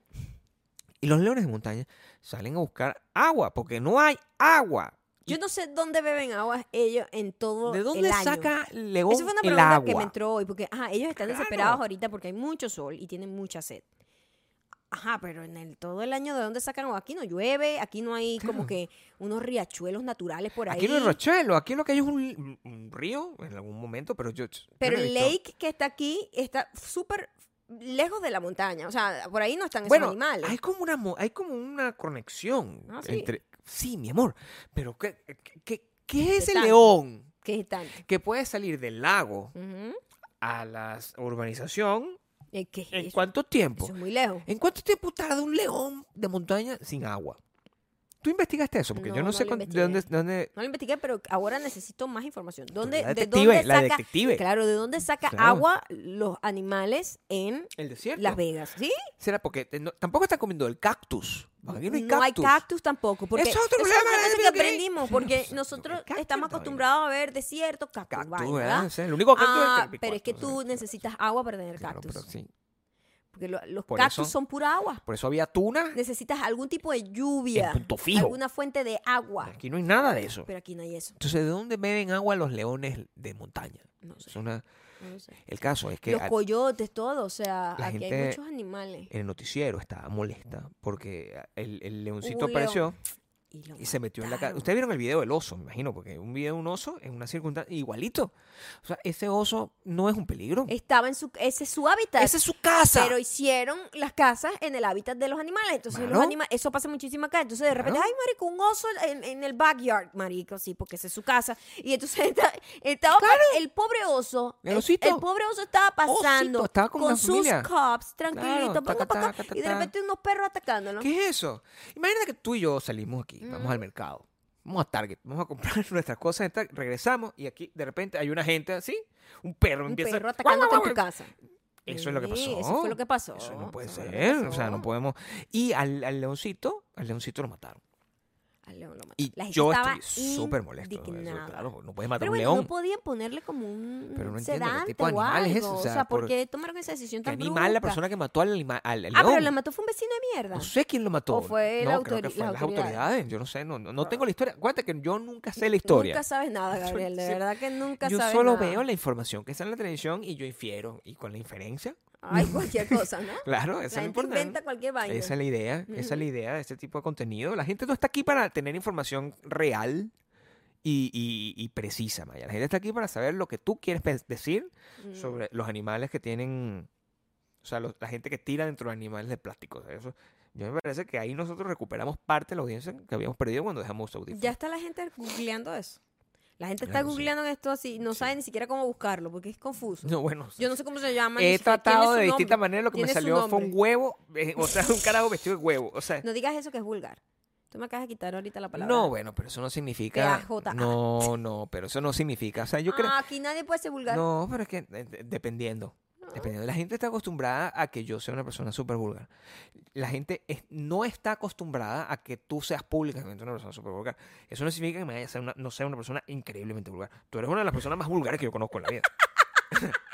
Speaker 2: y los leones de montaña salen a buscar agua, porque no hay agua.
Speaker 1: Yo no sé dónde beben agua ellos en todo
Speaker 2: ¿De
Speaker 1: el
Speaker 2: dónde
Speaker 1: año.
Speaker 2: saca el león
Speaker 1: Eso fue una
Speaker 2: el
Speaker 1: pregunta
Speaker 2: agua?
Speaker 1: que me entró hoy, porque ajá, ellos están
Speaker 2: Claro.
Speaker 1: desesperados ahorita porque hay mucho sol y tienen mucha sed. Ajá, pero en el todo el año de dónde sacan agua? Aquí no llueve, aquí no hay como que unos riachuelos naturales por ahí.
Speaker 2: Aquí no hay rochuelo, aquí lo que hay es un, un río en algún momento, pero yo. yo
Speaker 1: pero
Speaker 2: no he
Speaker 1: el
Speaker 2: visto-
Speaker 1: lake que está aquí está súper lejos de la montaña, o sea, por ahí no están esos
Speaker 2: Bueno,
Speaker 1: animales.
Speaker 2: hay como una, mo- hay como una conexión
Speaker 1: Ah, sí.
Speaker 2: entre. Sí, mi amor, pero ¿qué, qué- qué- qué es
Speaker 1: ¿Qué
Speaker 2: el
Speaker 1: tanto?
Speaker 2: león
Speaker 1: que están?
Speaker 2: que puede salir del lago
Speaker 1: Ujú.
Speaker 2: a la urbanización
Speaker 1: Eh, ¿Qué es
Speaker 2: en
Speaker 1: eso?
Speaker 2: cuánto tiempo?
Speaker 1: Eso es muy lejos.
Speaker 2: ¿En cuánto tiempo tarda un león de montaña sin agua? ¿Tú investigaste eso? Porque yo
Speaker 1: No,
Speaker 2: no,
Speaker 1: no
Speaker 2: sé
Speaker 1: lo
Speaker 2: cuán- de
Speaker 1: investigué.
Speaker 2: dónde, de dónde-
Speaker 1: No lo investigué, pero ahora necesito más información. ¿Dónde,
Speaker 2: la
Speaker 1: ¿De
Speaker 2: detective,
Speaker 1: dónde
Speaker 2: la
Speaker 1: saca,
Speaker 2: detective.
Speaker 1: Claro, ¿de dónde saca
Speaker 2: Claro.
Speaker 1: agua los animales en
Speaker 2: El desierto.
Speaker 1: Las Vegas? ¿Sí?
Speaker 2: Será porque te- no- tampoco está comiendo el cactus. Porque aquí no hay cactus.
Speaker 1: tampoco. Porque
Speaker 2: Es otro
Speaker 1: es
Speaker 2: problema,
Speaker 1: otra cosa
Speaker 2: ¿eh?
Speaker 1: que
Speaker 2: ¿Qué?
Speaker 1: aprendimos. Porque
Speaker 2: Sí, no,
Speaker 1: nosotros
Speaker 2: el cactus
Speaker 1: estamos
Speaker 2: está bien.
Speaker 1: acostumbrados a ver desiertos, cactus,
Speaker 2: Cactus,
Speaker 1: vaina,
Speaker 2: ¿verdad?
Speaker 1: ¿verdad?
Speaker 2: Sí, el único cactus es el
Speaker 1: Ah,
Speaker 2: cactus,
Speaker 1: pero es que
Speaker 2: o sea,
Speaker 1: tú necesitas agua para tener
Speaker 2: claro,
Speaker 1: cactus.
Speaker 2: pero sí.
Speaker 1: Porque lo- los
Speaker 2: Por
Speaker 1: cactus
Speaker 2: eso-
Speaker 1: son pura agua.
Speaker 2: Por eso había tuna.
Speaker 1: Necesitas algún tipo de lluvia.
Speaker 2: En punto fijo.
Speaker 1: Alguna fuente de agua.
Speaker 2: Aquí no hay nada de eso.
Speaker 1: Pero aquí no hay eso.
Speaker 2: Entonces, ¿de dónde beben agua los leones de montaña?
Speaker 1: No sé,
Speaker 2: Es una-
Speaker 1: no lo sé.
Speaker 2: el caso es que
Speaker 1: Los
Speaker 2: a-
Speaker 1: coyotes, todo. O sea,
Speaker 2: La
Speaker 1: aquí hay
Speaker 2: gente-
Speaker 1: muchos animales.
Speaker 2: el noticiero estaba molesta porque el, el
Speaker 1: Hubo
Speaker 2: leoncito
Speaker 1: un
Speaker 2: apareció.
Speaker 1: león. Y lo
Speaker 2: Y se metió en la casa.
Speaker 1: mataron.
Speaker 2: Ustedes vieron el video del oso, me imagino, porque un video de un oso en una circunstancia igualito. O sea, ese oso no es un peligro.
Speaker 1: Estaba en su... Ese es su hábitat.
Speaker 2: Esa es su casa.
Speaker 1: Pero hicieron las casas en el hábitat de los animales. Entonces, los
Speaker 2: Claro.
Speaker 1: animales, eso pasa muchísimo acá. Entonces, de repente,
Speaker 2: Claro.
Speaker 1: ay, marico, un oso en, en el backyard, marico, sí, porque esa es su casa. Y entonces está- estaba pa- el pobre oso.
Speaker 2: El osito.
Speaker 1: el pobre oso estaba pasando
Speaker 2: Osito, estaba con una
Speaker 1: sus
Speaker 2: familia.
Speaker 1: cops, tranquilito,
Speaker 2: Claro,
Speaker 1: venga
Speaker 2: taca,
Speaker 1: pa' acá,
Speaker 2: taca,
Speaker 1: y de
Speaker 2: taca.
Speaker 1: repente unos perros atacándolo.
Speaker 2: ¿Qué es eso? Imagínate que tú y yo salimos aquí, vamos
Speaker 1: Mm.
Speaker 2: al mercado, vamos a Target, vamos a comprar nuestras cosas, en Target, regresamos y aquí de repente hay una gente así, un perro
Speaker 1: Un
Speaker 2: empieza
Speaker 1: perro atacándote en tu casa.
Speaker 2: Eso es lo que
Speaker 1: Sí,
Speaker 2: pasó.
Speaker 1: Eso fue lo que pasó.
Speaker 2: Eso no puede
Speaker 1: Eso fue
Speaker 2: ser,
Speaker 1: lo que
Speaker 2: o sea,
Speaker 1: pasó.
Speaker 2: no podemos. Y al, al leoncito, al leoncito lo mataron.
Speaker 1: Al león lo mataron.
Speaker 2: Y
Speaker 1: La gente
Speaker 2: yo
Speaker 1: estaba
Speaker 2: estoy súper molesto. eso,
Speaker 1: indignada.
Speaker 2: claro, no puedes matar
Speaker 1: Pero
Speaker 2: un
Speaker 1: bueno,
Speaker 2: león.
Speaker 1: no podían ponerle como un
Speaker 2: Pero no entiendo qué
Speaker 1: sedante
Speaker 2: tipo de
Speaker 1: o
Speaker 2: animal
Speaker 1: algo.
Speaker 2: es ese,
Speaker 1: o
Speaker 2: o
Speaker 1: sea,
Speaker 2: sea,
Speaker 1: ¿por
Speaker 2: por-
Speaker 1: qué tomaron esa decisión
Speaker 2: ¿Qué
Speaker 1: tan
Speaker 2: animal la
Speaker 1: brusca?
Speaker 2: persona que mató al, anima- al, al
Speaker 1: Ah,
Speaker 2: león? Pues,
Speaker 1: pero la mató fue un vecino de mierda.
Speaker 2: No sé quién lo mató.
Speaker 1: ¿O fue
Speaker 2: no,
Speaker 1: la
Speaker 2: creo que
Speaker 1: autori-
Speaker 2: fue
Speaker 1: las
Speaker 2: las autoridades. Yo no sé, no, no, no tengo la historia. Acuérdate que yo nunca sé la historia.
Speaker 1: Nunca sabes nada, Gabriel. De
Speaker 2: Sí.
Speaker 1: verdad que nunca
Speaker 2: yo
Speaker 1: sabes
Speaker 2: solo
Speaker 1: nada.
Speaker 2: veo la información que está en la televisión y yo infiero. Y con la inferencia
Speaker 1: Ay, cualquier cosa, ¿no?
Speaker 2: Claro,
Speaker 1: La
Speaker 2: eso es
Speaker 1: gente
Speaker 2: importante.
Speaker 1: inventa cualquier vaina.
Speaker 2: Esa es la idea, esa es la idea de este tipo de contenido. La gente no está aquí para tener información real y, y- y precisa, Maya. La gente está aquí para saber lo que tú quieres pe- decir
Speaker 1: Mm.
Speaker 2: sobre los animales que tienen, o sea, los- la gente que tira dentro de animales de plástico. O sea, eso, yo me parece que ahí nosotros recuperamos parte de la audiencia que habíamos perdido cuando dejamos Audífonos.
Speaker 1: Ya está la gente googleando eso. La gente está
Speaker 2: Claro, sí.
Speaker 1: googleando esto así, no
Speaker 2: Sí.
Speaker 1: sabe ni siquiera cómo buscarlo, porque es confuso.
Speaker 2: No, bueno.
Speaker 1: Yo no sé cómo se llama. ni
Speaker 2: He
Speaker 1: siquiera tiene
Speaker 2: tratado
Speaker 1: su
Speaker 2: de
Speaker 1: nombre.
Speaker 2: distintas maneras. Lo que me
Speaker 1: Tiene su
Speaker 2: salió fue un
Speaker 1: nombre.
Speaker 2: huevo, eh, o sea, un carajo vestido de huevo. O sea,
Speaker 1: No digas eso que es vulgar. Tú me acabas de quitar ahorita la palabra.
Speaker 2: No, bueno, pero eso no significa.
Speaker 1: PAJA.
Speaker 2: No, no, pero eso no significa. O sea, yo creo.
Speaker 1: Ah, aquí nadie puede ser vulgar.
Speaker 2: No, pero es que eh, de- dependiendo. Dependiendo. La gente está acostumbrada a que yo sea una persona súper vulgar. La gente es- no está acostumbrada a que tú seas públicamente una persona súper vulgar. Eso no significa que me vaya a ser una- no sea una persona increíblemente vulgar. Tú eres una de las personas más vulgares que yo conozco en la vida.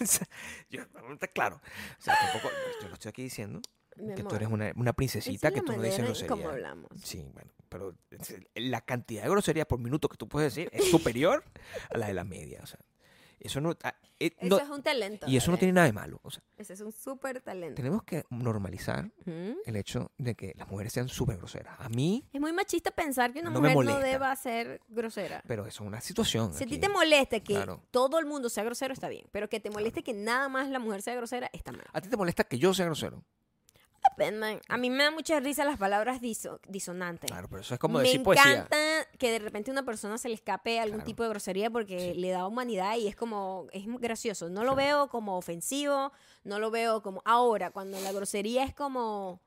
Speaker 2: O sea, yo, está claro. O sea, tampoco, yo no estoy aquí diciendo
Speaker 1: Mi
Speaker 2: que tú
Speaker 1: amor,
Speaker 2: eres una, una
Speaker 1: esa es
Speaker 2: princesita
Speaker 1: la
Speaker 2: que tú no dices
Speaker 1: manera en
Speaker 2: grosería.
Speaker 1: cómo hablamos.
Speaker 2: Sí, bueno, pero es- la cantidad de groserías por minuto que tú puedes decir es superior a la de la media. O sea, eso no, ah, eh,
Speaker 1: Eso
Speaker 2: no-
Speaker 1: es un talento.
Speaker 2: y eso no
Speaker 1: ¿vale?
Speaker 2: tiene nada de malo. O sea,
Speaker 1: Ese es un súper talento.
Speaker 2: tenemos que normalizar
Speaker 1: Ujú.
Speaker 2: el hecho de que las mujeres sean súper groseras. A mí,
Speaker 1: Es muy machista pensar que una
Speaker 2: No me
Speaker 1: mujer no
Speaker 2: molesta.
Speaker 1: deba ser grosera.
Speaker 2: pero eso es una situación.
Speaker 1: Si a ti
Speaker 2: aquí.
Speaker 1: te molesta que
Speaker 2: Claro.
Speaker 1: todo el mundo sea grosero, está bien. Pero que te moleste que nada más la mujer sea grosera, está mal.
Speaker 2: ¿A ti te molesta que yo sea grosero?
Speaker 1: Batman. A mí me da mucha risa las palabras diso- disonantes.
Speaker 2: Claro, pero eso es como
Speaker 1: me
Speaker 2: decir poesía.
Speaker 1: encanta que de repente a una persona se le escape algún
Speaker 2: Claro.
Speaker 1: tipo de grosería porque
Speaker 2: Sí.
Speaker 1: le da humanidad y es como, es muy gracioso. No lo veo como ofensivo, no lo veo como... Ahora, cuando la grosería es como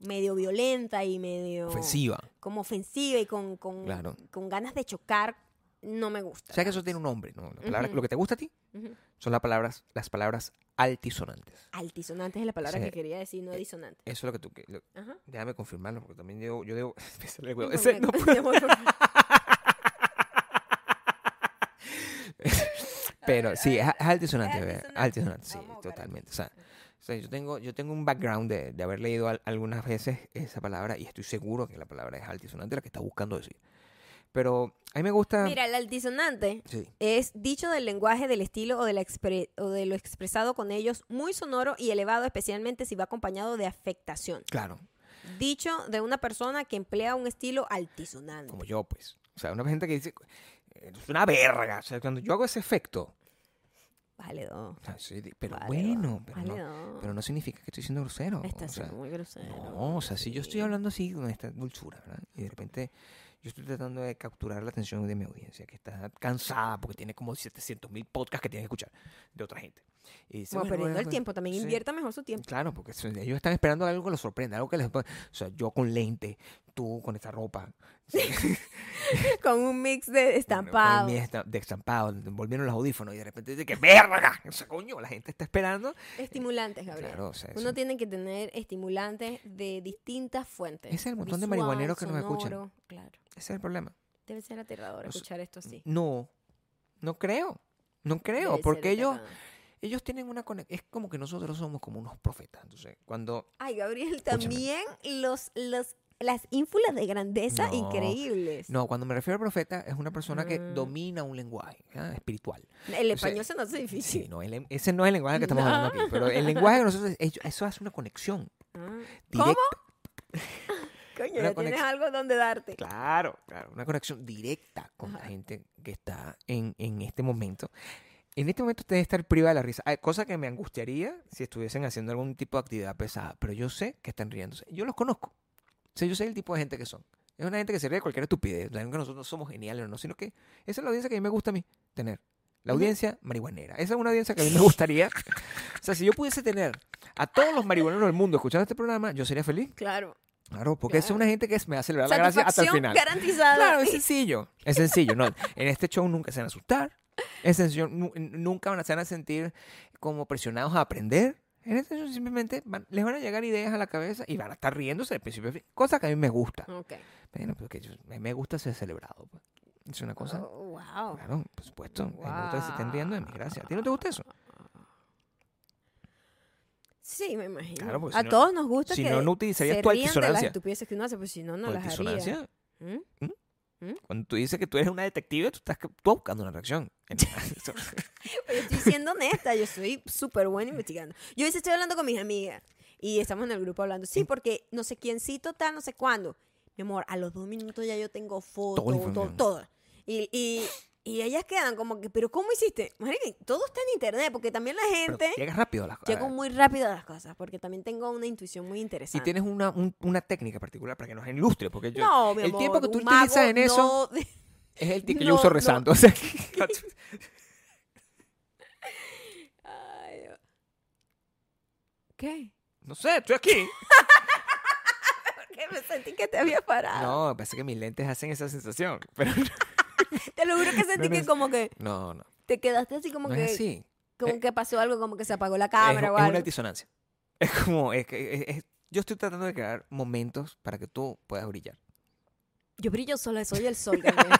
Speaker 1: medio violenta y medio...
Speaker 2: Ofensiva.
Speaker 1: Como ofensiva y con, con,
Speaker 2: Claro.
Speaker 1: con ganas de chocar, no me gusta.
Speaker 2: O sea que eso tiene un nombre. ¿no? La palabra-
Speaker 1: Ujú.
Speaker 2: Lo que te gusta a ti
Speaker 1: Ujú.
Speaker 2: son las palabras, las palabras altisonantes.
Speaker 1: Altisonante es la palabra
Speaker 2: Sí.
Speaker 1: que quería decir, no disonante.
Speaker 2: Eso es lo que tú... que- lo-
Speaker 1: Ajá.
Speaker 2: déjame confirmarlo, porque también yo, yo debo... me sale el huevo.
Speaker 1: Por
Speaker 2: Ese
Speaker 1: una-
Speaker 2: no
Speaker 1: por favor.
Speaker 2: Pero sí, es, es altisonante,
Speaker 1: es
Speaker 2: ve,
Speaker 1: altisonante.
Speaker 2: altisonante, sí,
Speaker 1: Vamos a buscar
Speaker 2: totalmente. O sea, o sea, yo tengo, yo tengo un background de, de haber leído al- algunas veces esa palabra y estoy seguro que la palabra es altisonante la que está buscando decir. Pero a mí me gusta.
Speaker 1: Mira, el altisonante
Speaker 2: sí,
Speaker 1: es dicho del lenguaje, del estilo o de, la expre- o de lo expresado con ellos, muy sonoro y elevado, especialmente si va acompañado de afectación.
Speaker 2: claro,
Speaker 1: Dicho de una persona que emplea un estilo altisonante.
Speaker 2: como yo, pues. O sea, una gente que dice, es una verga. O sea, cuando yo hago ese efecto,
Speaker 1: Vale, no.
Speaker 2: o sea, sí, di- pero
Speaker 1: Vale,
Speaker 2: bueno, pero,
Speaker 1: Vale,
Speaker 2: no,
Speaker 1: no.
Speaker 2: pero no significa que estoy siendo grosero.
Speaker 1: Está
Speaker 2: o sea,
Speaker 1: siendo muy grosero.
Speaker 2: No, o sea, si yo estoy
Speaker 1: sí.
Speaker 2: hablando así con esta dulzura, ¿verdad? Y de repente yo estoy tratando de capturar la atención de mi audiencia, que está cansada porque tiene como 700 mil podcasts que tiene que escuchar de otra gente. Y dice,
Speaker 1: Como
Speaker 2: bueno,
Speaker 1: perdiendo
Speaker 2: bueno,
Speaker 1: el
Speaker 2: pues,
Speaker 1: tiempo, también
Speaker 2: sí.
Speaker 1: invierta mejor su tiempo.
Speaker 2: Claro, porque eso- ellos están esperando algo que los sorprenda, algo que les... O sea, yo con lente, tú con esta ropa. sí,
Speaker 1: Con un mix de
Speaker 2: con- con
Speaker 1: estampado.
Speaker 2: mi esta- de estampado, volvieron los audífonos y de repente dice que verga, o sea, coño, la gente está esperando.
Speaker 1: Estimulantes, Gabriel.
Speaker 2: Claro, o sea, eso-
Speaker 1: Uno tiene que tener estimulantes de distintas fuentes.
Speaker 2: Ese es el montón de
Speaker 1: Visual,
Speaker 2: marihuaneros que no me escuchan.
Speaker 1: sonoro, Claro.
Speaker 2: ese es el problema.
Speaker 1: Debe ser aterrador
Speaker 2: No sé.
Speaker 1: escuchar esto así.
Speaker 2: No, no creo, no creo,
Speaker 1: Debe ser
Speaker 2: porque ellos...
Speaker 1: aterrador.
Speaker 2: ellos tienen una conexión. Es como que nosotros somos como unos profetas. Entonces, cuando.
Speaker 1: Ay, Gabriel,
Speaker 2: Escúchame.
Speaker 1: también los, los, las ínfulas de grandeza
Speaker 2: No,
Speaker 1: increíbles.
Speaker 2: No, cuando me refiero a profeta, es una persona que
Speaker 1: Ah.
Speaker 2: domina un lenguaje ¿ah? espiritual.
Speaker 1: El
Speaker 2: o sea,
Speaker 1: español se nos hace difícil.
Speaker 2: Sí, no, el en- ese no es el lenguaje que estamos hablando aquí. Pero el lenguaje que nosotros. ellos- Eso hace una conexión.
Speaker 1: Ah, ¿Cómo?
Speaker 2: Directa,
Speaker 1: Coño,
Speaker 2: Una
Speaker 1: ya tienes
Speaker 2: conexión.
Speaker 1: algo donde darte.
Speaker 2: Claro, claro. Una conexión directa con la gente que está en, en este momento. En este momento ustedes estar privada de la risa. Ay, cosa que me angustiaría si estuviesen haciendo algún tipo de actividad pesada. Pero yo sé que están riéndose. Yo los conozco. O sea, yo sé el tipo de gente que son. Es una gente que se ríe de cualquier estupidez. No es que nosotros somos geniales o no, sino que esa es la audiencia que a mí me gusta a mí tener. La
Speaker 1: Ujú.
Speaker 2: audiencia marihuanera. Esa es una audiencia que a mí me gustaría. o sea, si yo pudiese tener a todos los marihuaneros del mundo escuchando este programa, yo sería feliz.
Speaker 1: Claro.
Speaker 2: Claro, porque esa es
Speaker 1: Claro.
Speaker 2: una gente que me va a celebrar la gracia hasta el
Speaker 1: Satisfacción
Speaker 2: final.
Speaker 1: garantizada.
Speaker 2: Claro, es sencillo. Es sencillo. No, en este show nunca se van a asustar. Es sencillo. nu- nunca van a, se van a sentir como presionados a aprender. En este show simplemente van- les van a llegar ideas a la cabeza y van a estar riéndose del principio. a fin. Cosa que a mí me gusta.
Speaker 1: Ok.
Speaker 2: Bueno, porque yo- a mí me gusta ser celebrado. pues. Es una cosa.
Speaker 1: Oh, wow.
Speaker 2: Claro, por supuesto. A mí me gusta que se estén riendo de mí. Gracias. ¿A ti no te gusta eso?
Speaker 1: Sí, me imagino.
Speaker 2: Claro, porque
Speaker 1: a
Speaker 2: si no-
Speaker 1: todos nos gusta
Speaker 2: si
Speaker 1: que
Speaker 2: no, no utilizarías
Speaker 1: se
Speaker 2: tu
Speaker 1: rían de las
Speaker 2: altisonancia.
Speaker 1: estupideces que uno hace, pues si no, no
Speaker 2: ¿O
Speaker 1: las haría.
Speaker 2: disonancia?
Speaker 1: ¿Mm?
Speaker 2: ¿Mm?
Speaker 1: ¿Mm?
Speaker 2: Cuando tú dices que tú eres una detective, tú estás que- tú buscando una reacción.
Speaker 1: Pero yo estoy siendo honesta, yo soy súper buena investigando. Yo veces estoy hablando con mis amigas y estamos en el grupo hablando, sí, porque no sé quién cito tal, no sé cuándo. Mi amor, a los dos minutos ya yo tengo fotos,
Speaker 2: Toda la
Speaker 1: todo, todo.
Speaker 2: información.
Speaker 1: Y, y, y ellas quedan como que, pero ¿cómo hiciste? Marica, todo está en internet, porque también la
Speaker 2: Pero
Speaker 1: gente...
Speaker 2: llegas rápido a las
Speaker 1: Llego
Speaker 2: cosas.
Speaker 1: muy rápido a las cosas, porque también tengo una intuición muy
Speaker 2: Si
Speaker 1: interesante.
Speaker 2: tienes una, un- una técnica particular para que nos ilustre, porque yo,
Speaker 1: Ah. no, mi
Speaker 2: el
Speaker 1: amor,
Speaker 2: tiempo que tú
Speaker 1: un mago
Speaker 2: utilizas en eso
Speaker 1: no-
Speaker 2: es el tiempo que
Speaker 1: no,
Speaker 2: yo uso
Speaker 1: no.
Speaker 2: rezando. o sea, que-
Speaker 1: Ay, Dios. ¿Qué?
Speaker 2: no sé, estoy aquí.
Speaker 1: Porque me sentí que te había parado.
Speaker 2: No, pensé que mis lentes hacen esa sensación. Pero
Speaker 1: Te lo juro que sentí
Speaker 2: No, no
Speaker 1: que
Speaker 2: es-
Speaker 1: como que
Speaker 2: no, no.
Speaker 1: te quedaste así como
Speaker 2: No
Speaker 1: que
Speaker 2: es así.
Speaker 1: como
Speaker 2: Eh,
Speaker 1: que pasó algo, como que se apagó la
Speaker 2: Es,
Speaker 1: cámara
Speaker 2: es
Speaker 1: o
Speaker 2: una
Speaker 1: algo.
Speaker 2: disonancia. Es como, es que es- es- yo estoy tratando de crear momentos para que tú puedas brillar.
Speaker 1: Yo brillo sola, soy el sol. Gabriel.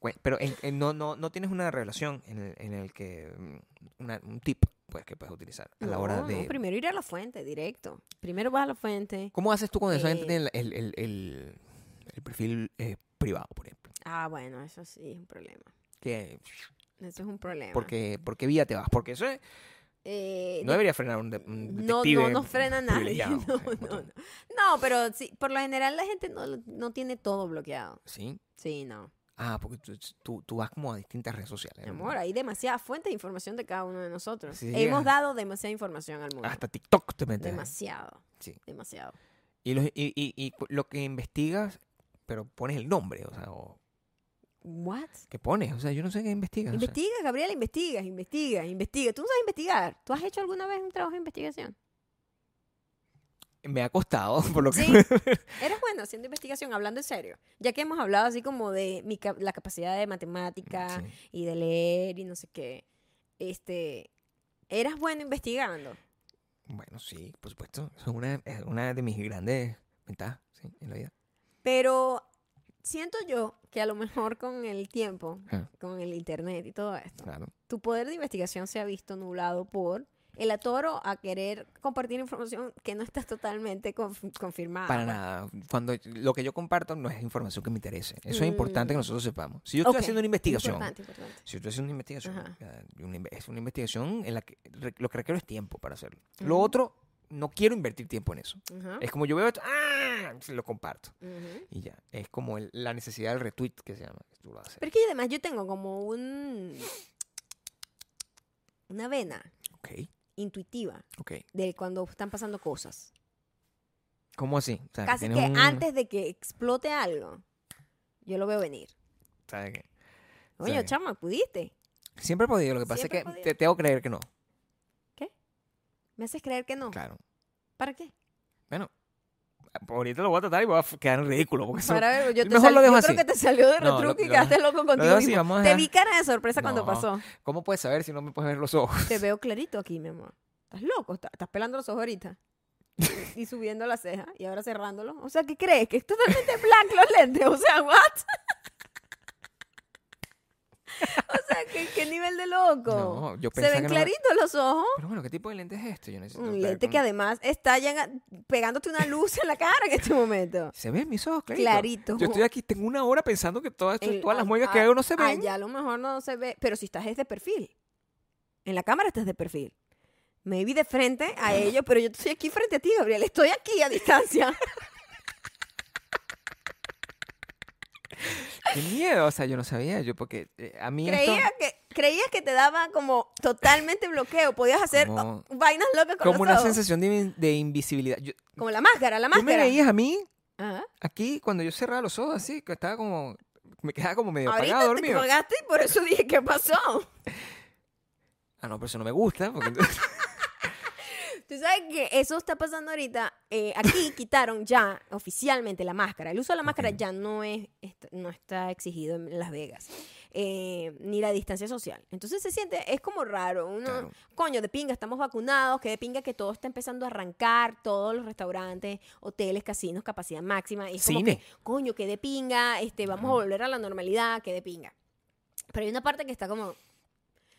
Speaker 2: Cue- Pero en- en- no, no, no tienes una revelación en el, en el que mm, una- un tip pues, que puedes utilizar a la hora
Speaker 1: No,
Speaker 2: de.
Speaker 1: no, primero ir a la fuente, directo. Primero vas a la fuente.
Speaker 2: ¿Cómo haces tú cuando esa gente
Speaker 1: Eh,
Speaker 2: tiene el, el- el- el- el perfil eh, privado, por ejemplo?
Speaker 1: Ah, bueno, eso sí es un problema.
Speaker 2: Que,
Speaker 1: Eso es un problema.
Speaker 2: porque, ¿Por qué vía te vas? Porque eso es-
Speaker 1: Eh,
Speaker 2: no debería frenar un, de- un
Speaker 1: No,
Speaker 2: detective
Speaker 1: no, no frena a nadie.
Speaker 2: privilegiado,
Speaker 1: No,
Speaker 2: o sea, como
Speaker 1: no,
Speaker 2: tú.
Speaker 1: no. No, pero sí, por lo general la gente no, lo- no tiene todo bloqueado.
Speaker 2: ¿Sí?
Speaker 1: Sí, no.
Speaker 2: Ah, porque tú, tú- tú vas como a distintas redes sociales.
Speaker 1: Mi
Speaker 2: ¿no?
Speaker 1: amor, hay demasiada fuente de información de cada uno de nosotros.
Speaker 2: Em, Sí,
Speaker 1: Hemos
Speaker 2: ah.
Speaker 1: dado demasiada información al mundo.
Speaker 2: Hasta TikTok te metes.
Speaker 1: Demasiado.
Speaker 2: Sí.
Speaker 1: Demasiado.
Speaker 2: Y, los- y- y- y cu- lo que investigas, pero pones el nombre, o sea, o,
Speaker 1: ¿What?
Speaker 2: ¿qué pones? O sea, yo no sé qué investigas. o sea.
Speaker 1: Investiga, Gabriela, investiga, investiga, investiga. Tú no sabes investigar. ¿Tú has hecho alguna vez un trabajo de investigación?
Speaker 2: me ha costado, por lo que...
Speaker 1: Sí. Eres buena haciendo investigación, hablando en serio. Ya que hemos hablado así como de mi ca- la capacidad de matemática,
Speaker 2: Sí.
Speaker 1: y de leer y no sé qué. Este, eras bueno investigando.
Speaker 2: Bueno, sí, por supuesto. Eso es una, es una de mis grandes ventajas sí, en la vida.
Speaker 1: Pero siento yo que a lo mejor con el tiempo,
Speaker 2: Ajá.
Speaker 1: con el internet y todo esto,
Speaker 2: Claro.
Speaker 1: tu poder de investigación se ha visto nublado por el atoro a querer compartir información que no está totalmente conf- confirmada.
Speaker 2: Para nada. Cuando lo que yo comparto no es información que me interese. Eso es importante que
Speaker 1: Mm.
Speaker 2: nosotros sepamos. Si yo estoy
Speaker 1: Ok,
Speaker 2: haciendo una investigación,
Speaker 1: Importante, importante.
Speaker 2: si yo estoy haciendo una investigación,
Speaker 1: Ajá.
Speaker 2: ah, una inve- es una investigación en la que re- lo que requiero es tiempo para hacerlo. Lo
Speaker 1: Ujú.
Speaker 2: otro, no quiero invertir tiempo en eso.
Speaker 1: Ajá.
Speaker 2: Es como yo veo esto, ¡ah! Se lo comparto.
Speaker 1: Ujú.
Speaker 2: Y ya. Es como el- la necesidad del retweet que se llama. que Tú lo haces.
Speaker 1: Pero es que además yo tengo como un... Una vena
Speaker 2: Ok,
Speaker 1: intuitiva
Speaker 2: ok.
Speaker 1: de cuando están pasando cosas.
Speaker 2: ¿Cómo así? O sea,
Speaker 1: Casi que
Speaker 2: tienes Ah, un-
Speaker 1: antes de que explote algo, yo lo veo venir.
Speaker 2: ¿sabes qué?
Speaker 1: Oye,
Speaker 2: Sí.
Speaker 1: chama, pudiste.
Speaker 2: Siempre he podido. Lo que pasa
Speaker 1: Siempre he
Speaker 2: es que
Speaker 1: podido.
Speaker 2: te, te hago creer que no.
Speaker 1: Me haces creer que no.
Speaker 2: Claro.
Speaker 1: ¿Para qué?
Speaker 2: Bueno. Ahorita lo voy a tratar y voy a f- quedar en ridículo. Porque eso-
Speaker 1: Para ver, yo, te
Speaker 2: mejor
Speaker 1: sal-
Speaker 2: lo dejo
Speaker 1: yo creo
Speaker 2: así.
Speaker 1: que te salió de
Speaker 2: No, lo-
Speaker 1: retruque y
Speaker 2: lo-
Speaker 1: quedaste loco contigo
Speaker 2: dejo así,
Speaker 1: mismo.
Speaker 2: vamos a
Speaker 1: Te
Speaker 2: dejar-
Speaker 1: vi cara de sorpresa cuando
Speaker 2: No.
Speaker 1: pasó.
Speaker 2: ¿Cómo puedes saber si no me puedes ver los ojos?
Speaker 1: Te veo clarito aquí, mi amor. Estás loco, estás, estás pelando los ojos ahorita. Y subiendo la ceja y ahora cerrándolo. O sea, ¿qué crees? Que es totalmente black los lentes. O sea, ¿what? o sea, ¿qué, qué nivel de loco?
Speaker 2: No, yo
Speaker 1: Se
Speaker 2: pensaba
Speaker 1: ven
Speaker 2: que no-
Speaker 1: claritos los ojos.
Speaker 2: Pero bueno, ¿qué tipo de lente es este? Yo necesito
Speaker 1: Un
Speaker 2: ver
Speaker 1: lente
Speaker 2: con-
Speaker 1: que además está ya ga- pegándote una luz en la cara en este momento.
Speaker 2: Se ven mis ojos, clarito.
Speaker 1: Clarito.
Speaker 2: Yo estoy aquí, tengo una hora pensando que todas, estas-
Speaker 1: El-
Speaker 2: todas las
Speaker 1: ah,
Speaker 2: muecas que
Speaker 1: ah,
Speaker 2: hago no se ven.
Speaker 1: Allá a lo mejor no se ve, pero si estás es de perfil. En la cámara estás de perfil. Maybe de frente a ellos, pero yo estoy aquí frente a ti, Gabriel. Estoy aquí a distancia.
Speaker 2: Qué miedo. O sea, yo no sabía. Yo porque eh, a mí esto...
Speaker 1: Creía que, creías que te daba como totalmente bloqueo. Podías hacer
Speaker 2: Como-
Speaker 1: oh, vainas locas con
Speaker 2: Como
Speaker 1: los
Speaker 2: una
Speaker 1: ojos.
Speaker 2: sensación de, in- de invisibilidad. Yo,
Speaker 1: Como la máscara, la
Speaker 2: tú me
Speaker 1: máscara.
Speaker 2: veías a mí
Speaker 1: Ajá.
Speaker 2: aquí cuando yo cerraba los ojos así, que estaba como... Me quedaba como medio
Speaker 1: Ahorita
Speaker 2: apagado,
Speaker 1: te
Speaker 2: dormido.
Speaker 1: colgaste y por eso dije, ¿qué pasó?
Speaker 2: Ah, no, pero eso no me gusta. Porque entonces-
Speaker 1: Tú sabes que eso está pasando ahorita. eh, aquí quitaron ya oficialmente la máscara. El uso de la máscara
Speaker 2: Ok.
Speaker 1: ya no, es, est- no está exigido en Las Vegas. eh, ni la distancia social. Entonces se siente, es como raro. Uno,
Speaker 2: Claro.
Speaker 1: coño, de pinga, estamos vacunados, que de pinga que todo está empezando a arrancar, todos los restaurantes, hoteles, casinos, capacidad máxima. Y es como
Speaker 2: Cine.
Speaker 1: que, coño, que de pinga, este, vamos a
Speaker 2: Ajá.
Speaker 1: volver a la normalidad, que de pinga. Pero hay una parte que está como,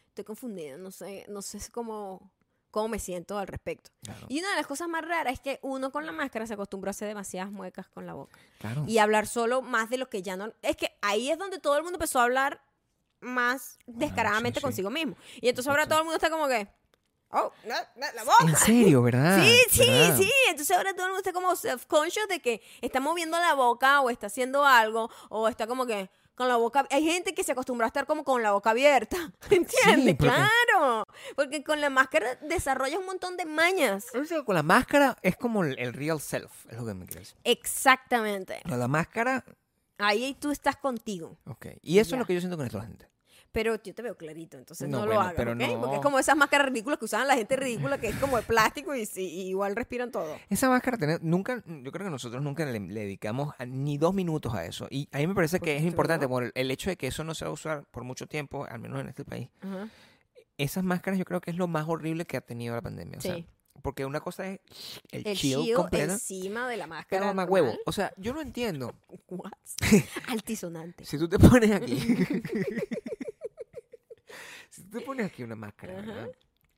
Speaker 1: estoy confundida, no sé, no sé cómo, cómo me siento al respecto.
Speaker 2: Claro,
Speaker 1: Y una de las cosas más raras es que uno con la máscara se acostumbró a hacer demasiadas muecas con la boca
Speaker 2: claro.
Speaker 1: y hablar solo más de lo que ya no... Es que ahí es donde todo el mundo empezó a hablar más descaradamente
Speaker 2: Ah, sí.
Speaker 1: consigo mismo. Y entonces ahora
Speaker 2: Exacto.
Speaker 1: todo el mundo está como que... Oh, no, no, la boca.
Speaker 2: En serio, ¿verdad?
Speaker 1: Sí, sí,
Speaker 2: ah, ¿Verdad?
Speaker 1: sí. Entonces ahora todo el mundo está como self-conscious de que está moviendo la boca o está haciendo algo o está como que con la boca... Hay gente que se acostumbró a estar como con la boca abierta. ¿Entiendes?
Speaker 2: porque-
Speaker 1: Claro. Porque con la máscara desarrollas un montón de mañas.
Speaker 2: O sea, Con la máscara es como el, el real self, es lo que me quieres decir.
Speaker 1: Exactamente.
Speaker 2: Con la máscara,
Speaker 1: Ahí tú estás contigo.
Speaker 2: ok. Y eso
Speaker 1: Ya.
Speaker 2: es lo que yo siento con esta gente.
Speaker 1: Pero yo te veo clarito, entonces no,
Speaker 2: No,
Speaker 1: lo
Speaker 2: bueno,
Speaker 1: hagas,
Speaker 2: pero
Speaker 1: ¿ok?
Speaker 2: no.
Speaker 1: Porque es como esas máscaras ridículas que usaban la gente ridícula, que es como de plástico y, sí, y igual respiran todo.
Speaker 2: Esa máscara, tener- nunca, yo creo que nosotros nunca le, le dedicamos a- ni dos minutos a eso. Y a mí me parece
Speaker 1: Por
Speaker 2: que es
Speaker 1: supuesto que
Speaker 2: importante
Speaker 1: no.
Speaker 2: por el, el hecho de que eso no se va a usar por mucho tiempo, al menos en este país.
Speaker 1: Ajá.
Speaker 2: Esas máscaras yo creo que es lo más horrible que ha tenido la pandemia. O sea,
Speaker 1: Sí.
Speaker 2: porque una cosa es el,
Speaker 1: El
Speaker 2: chill,
Speaker 1: shield
Speaker 2: completo.
Speaker 1: encima de la máscara.
Speaker 2: Pero mamá
Speaker 1: normal.
Speaker 2: huevo. O sea, yo no entiendo.
Speaker 1: What? Altisonante.
Speaker 2: Si tú te pones aquí. si tú te pones aquí una máscara,
Speaker 1: Ajá.
Speaker 2: ¿verdad?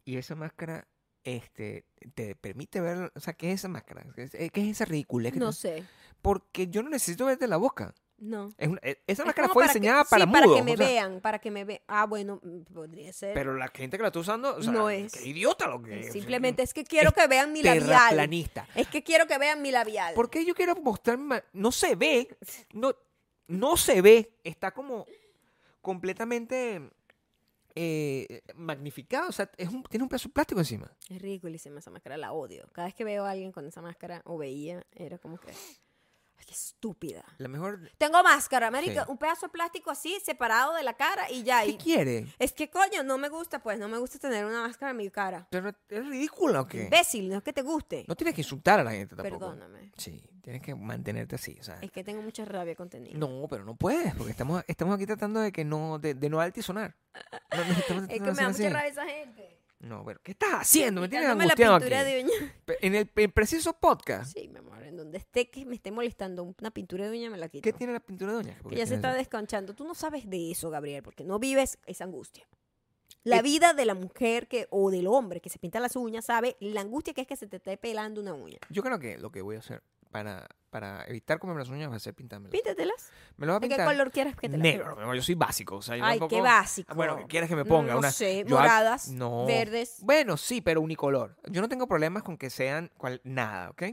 Speaker 2: Y esa máscara este, te permite ver. O sea, ¿qué es esa máscara? ¿Qué es, eh, qué es esa ridiculez? que
Speaker 1: No
Speaker 2: tienes?
Speaker 1: sé.
Speaker 2: Porque yo no necesito verte la boca.
Speaker 1: No.
Speaker 2: Es una- eh, esa
Speaker 1: Es
Speaker 2: máscara
Speaker 1: como
Speaker 2: fue
Speaker 1: que-
Speaker 2: diseñada
Speaker 1: sí,
Speaker 2: para
Speaker 1: para
Speaker 2: mudos,
Speaker 1: que me
Speaker 2: o sea,
Speaker 1: vean, para que me vean. Ah, bueno, mm, podría ser.
Speaker 2: Pero la gente que la está usando. o sea,
Speaker 1: No es.
Speaker 2: Qué idiota lo que eh, es.
Speaker 1: Simplemente es que quiero que vean mi labial.
Speaker 2: Terraplanista.
Speaker 1: Es que quiero que vean mi labial.
Speaker 2: ¿Por qué yo quiero mostrar mi ma- No se ve. No, no se ve. Está como completamente eh, magnificado. O sea, es un- tiene un pedazo de plástico encima.
Speaker 1: Es ridiculísima esa máscara, la odio. Cada vez que veo a alguien con esa máscara o veía, era como que. Ay, qué estúpida.
Speaker 2: La mejor.
Speaker 1: Tengo máscara, marica,
Speaker 2: Sí.
Speaker 1: un pedazo de plástico así, separado de la cara y ya.
Speaker 2: ¿Qué
Speaker 1: y-
Speaker 2: quiere?
Speaker 1: es que coño, no me gusta, pues, no me gusta tener una máscara en mi cara.
Speaker 2: Pero ¿Es ridículo o qué?
Speaker 1: Imbécil, no es que te guste.
Speaker 2: No tienes que insultar a la gente tampoco.
Speaker 1: Perdóname.
Speaker 2: Sí, tienes que mantenerte así. O sea,
Speaker 1: Es que tengo mucha rabia contenida.
Speaker 2: no, pero no puedes, porque estamos, estamos aquí tratando de que no, de, de no altisonar. No, no, estamos
Speaker 1: Es
Speaker 2: tratando
Speaker 1: que
Speaker 2: de
Speaker 1: me da
Speaker 2: hacer
Speaker 1: mucha
Speaker 2: así.
Speaker 1: rabia esa gente.
Speaker 2: No, pero ¿qué estás haciendo? Me tienes
Speaker 1: Quitándome la
Speaker 2: angustiado aquí.
Speaker 1: pintura de uña.
Speaker 2: Pe- En el, el preciso podcast.
Speaker 1: Sí, mi amor, en donde esté que me esté molestando una pintura de uña me la quito.
Speaker 2: ¿Qué tiene la pintura de doña?
Speaker 1: que
Speaker 2: Porque
Speaker 1: ya se
Speaker 2: tiene-
Speaker 1: está desconchando. Tú no sabes de eso, Gabriel, porque no vives esa angustia.
Speaker 2: Eh,
Speaker 1: La vida de la mujer que, o del hombre que se pinta las uñas sabe la angustia que es que se te esté pelando una uña.
Speaker 2: Yo creo que lo que voy a hacer para, para evitar comerme las uñas va a ser pintármela.
Speaker 1: Píntetelas.
Speaker 2: Me lo va a
Speaker 1: ¿De qué
Speaker 2: pintar
Speaker 1: color quieres que te las
Speaker 2: negro. mi amor, Yo soy básico. O sea, yo
Speaker 1: Ay,
Speaker 2: tampoco-
Speaker 1: qué básico.
Speaker 2: Ah, Bueno, ¿qué quieres que me
Speaker 1: No,
Speaker 2: ponga?
Speaker 1: no
Speaker 2: Una-
Speaker 1: sé,
Speaker 2: yo a-
Speaker 1: moradas,
Speaker 2: No.
Speaker 1: verdes.
Speaker 2: Bueno, sí, pero unicolor. Yo no tengo problemas con que sean cual- nada, ¿ok? A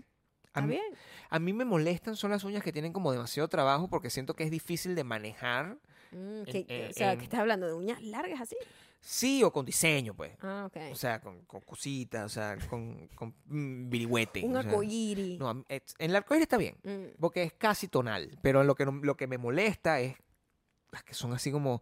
Speaker 1: Está
Speaker 2: mí,
Speaker 1: bien.
Speaker 2: a mí me molestan son las uñas que tienen como demasiado trabajo porque siento que es difícil de manejar.
Speaker 1: Mm,
Speaker 2: En-
Speaker 1: que- que-
Speaker 2: en-
Speaker 1: o sea,
Speaker 2: en-
Speaker 1: que estás hablando de uñas largas así.
Speaker 2: Sí, o con diseño, pues.
Speaker 1: Ah, ok.
Speaker 2: O sea, con, con cositas, o sea, con, con mm, virigüete,
Speaker 1: Un
Speaker 2: o sea.
Speaker 1: arcoíris.
Speaker 2: No, a mí- es- en el arcoíris está bien.
Speaker 1: Mm.
Speaker 2: Porque es casi tonal. Pero lo que, no- lo que me molesta es las que son así como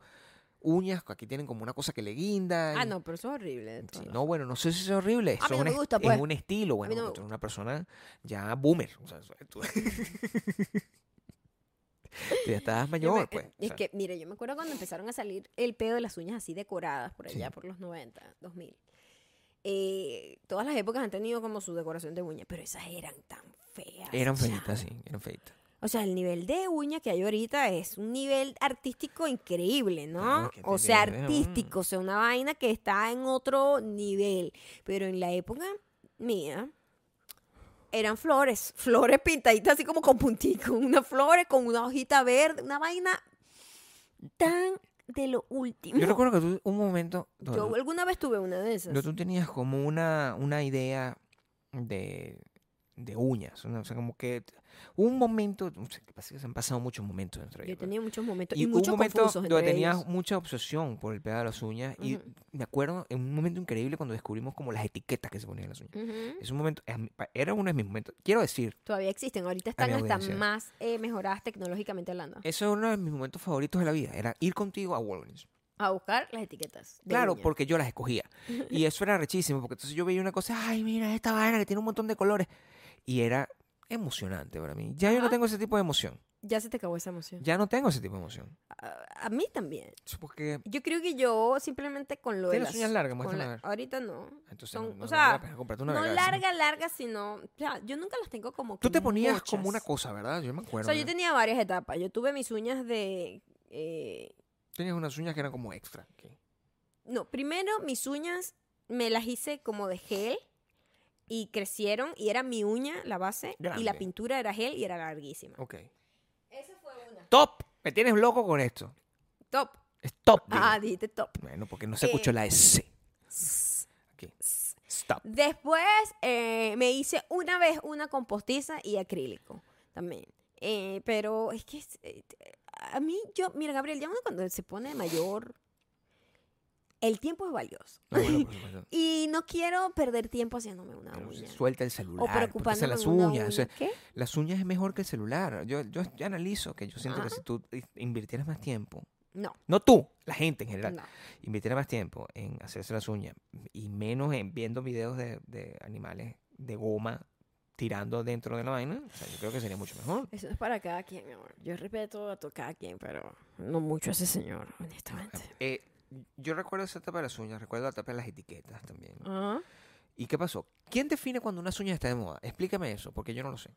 Speaker 2: uñas, que aquí tienen como una cosa que le guinda.
Speaker 1: Ah, no, pero eso es horrible. de
Speaker 2: Sí,
Speaker 1: todas
Speaker 2: no, bueno, no sé si es horrible.
Speaker 1: A mí
Speaker 2: eso
Speaker 1: no
Speaker 2: es un
Speaker 1: me
Speaker 2: est-
Speaker 1: gusta,
Speaker 2: es
Speaker 1: pues.
Speaker 2: un estilo. Bueno,
Speaker 1: no me
Speaker 2: tú eres una persona ya boomer. O sea, eso- tú... tú ya estás
Speaker 1: Yo me-
Speaker 2: mayor, pues. o
Speaker 1: Es
Speaker 2: sea,
Speaker 1: que, mire, yo me acuerdo cuando empezaron a salir el pedo de las uñas así decoradas por allá,
Speaker 2: Sí.
Speaker 1: por los 90, 2000. Eh, todas las épocas han tenido como su decoración de uñas, pero esas eran tan feas.
Speaker 2: Eran
Speaker 1: chamo.
Speaker 2: feitas, sí, eran feitas.
Speaker 1: O sea, el nivel de uña que hay ahorita es un nivel artístico increíble, ¿no?
Speaker 2: Claro, qué
Speaker 1: o sea,
Speaker 2: nivel,
Speaker 1: artístico, o sea, una vaina que está en otro nivel. Pero en la época mía, eran flores, flores pintaditas así como con puntico, unas flores con una hojita verde, una vaina tan de lo último.
Speaker 2: Yo
Speaker 1: Yo,
Speaker 2: recuerdo que tú, un momento. Dolo,
Speaker 1: alguna vez tuve una de esas.
Speaker 2: No, tú tenías como una, una idea de, de uñas. ¿no? O sea, como que t- un momento, no sé, pasa que se han pasado muchos momentos en nuestra vida.
Speaker 1: Yo
Speaker 2: pero-
Speaker 1: tenía muchos momentos
Speaker 2: y
Speaker 1: y,
Speaker 2: hubo
Speaker 1: muchos
Speaker 2: un momento
Speaker 1: confusos
Speaker 2: donde
Speaker 1: entre
Speaker 2: tenías
Speaker 1: ellos.
Speaker 2: mucha obsesión por el pegado de las uñas. Y
Speaker 1: Ujú.
Speaker 2: me acuerdo en un momento increíble cuando descubrimos como las etiquetas que se ponían en las uñas.
Speaker 1: Ujú.
Speaker 2: Es un momento, a mí- pa- era uno de mis momentos. Quiero decir,
Speaker 1: Todavía existen, ahorita están
Speaker 2: mi
Speaker 1: hasta
Speaker 2: audiencia.
Speaker 1: más eh, mejoradas tecnológicamente hablando.
Speaker 2: eso es uno de mis momentos favoritos de la vida. Era ir contigo a Walgreens.
Speaker 1: a buscar las etiquetas. de
Speaker 2: Claro,
Speaker 1: uña.
Speaker 2: porque yo las escogía. Y eso era rechísimo, porque entonces yo veía una cosa, ay, mira esta vaina que tiene un montón de colores. Y era emocionante para mí. Ya yo no
Speaker 1: Ajá.
Speaker 2: tengo ese tipo de emoción.
Speaker 1: Ya se te acabó esa emoción.
Speaker 2: Ya no tengo ese tipo de emoción.
Speaker 1: A, a mí también.
Speaker 2: Es Porque
Speaker 1: Yo creo que yo simplemente con lo de
Speaker 2: tienes
Speaker 1: las...
Speaker 2: uñas largas,
Speaker 1: con
Speaker 2: muéstrame
Speaker 1: la-
Speaker 2: a ver.
Speaker 1: ahorita no.
Speaker 2: Entonces,
Speaker 1: son-
Speaker 2: no, no
Speaker 1: o
Speaker 2: vale
Speaker 1: sea,
Speaker 2: la pena comprarte una
Speaker 1: no
Speaker 2: larga, ¿sí?
Speaker 1: larga, larga, sino... o sea, yo nunca las tengo como que
Speaker 2: Tú te ponías como una
Speaker 1: muchas.
Speaker 2: cosa, ¿verdad? Yo
Speaker 1: O
Speaker 2: me acuerdo.
Speaker 1: sea, yo
Speaker 2: ¿verdad?
Speaker 1: tenía varias etapas. Yo tuve mis uñas de... eh,
Speaker 2: Tenías unas uñas que eran como extra. aquí.
Speaker 1: no, primero mis uñas me las hice como de gel y crecieron y era mi uña la base y
Speaker 2: Grande. Oh.
Speaker 1: la pintura era gel y era larguísima.
Speaker 2: Ok.
Speaker 1: Esa fue una.
Speaker 2: Top. Me tienes loco con esto.
Speaker 1: Top.
Speaker 2: Es top. digo.
Speaker 1: Ah, dijiste top.
Speaker 2: Bueno, porque no se
Speaker 1: Eh,
Speaker 2: escuchó la S. Aquí. Stop.
Speaker 1: Después eh, me hice una vez una compostiza y acrílico también. Eh, pero es que es- eh, a mí, yo, mira, Gabriel, ya uno cuando se pone mayor, el tiempo es valioso.
Speaker 2: No, bueno, por supuesto.
Speaker 1: Y no quiero perder tiempo haciéndome una
Speaker 2: Pero
Speaker 1: uña.
Speaker 2: Suelta el
Speaker 1: O
Speaker 2: celular.
Speaker 1: Ah, preocupándome
Speaker 2: póntese las
Speaker 1: en una
Speaker 2: uñas. o sea,
Speaker 1: uña. ¿Qué?
Speaker 2: las uñas es mejor que el celular. Yo, yo, yo analizo que yo siento
Speaker 1: Ah.
Speaker 2: que si tú i- invirtieras más tiempo,
Speaker 1: No,
Speaker 2: no tú, la gente en general,
Speaker 1: no.
Speaker 2: invirtiera más tiempo en hacerse las uñas y menos en viendo videos de, de animales de goma tirando dentro de la vaina, o sea, yo creo que sería mucho mejor.
Speaker 1: Eso es para cada quien, mi amor. Yo respeto a tu cada quien, pero no mucho a ese señor, honestamente.
Speaker 2: Eh, yo recuerdo esa etapa de las uñas, recuerdo la etapa de las etiquetas también.
Speaker 1: Ah,
Speaker 2: ¿Y qué pasó? ¿Quién define cuando una uña está de moda? Explícame eso, porque yo no lo sé.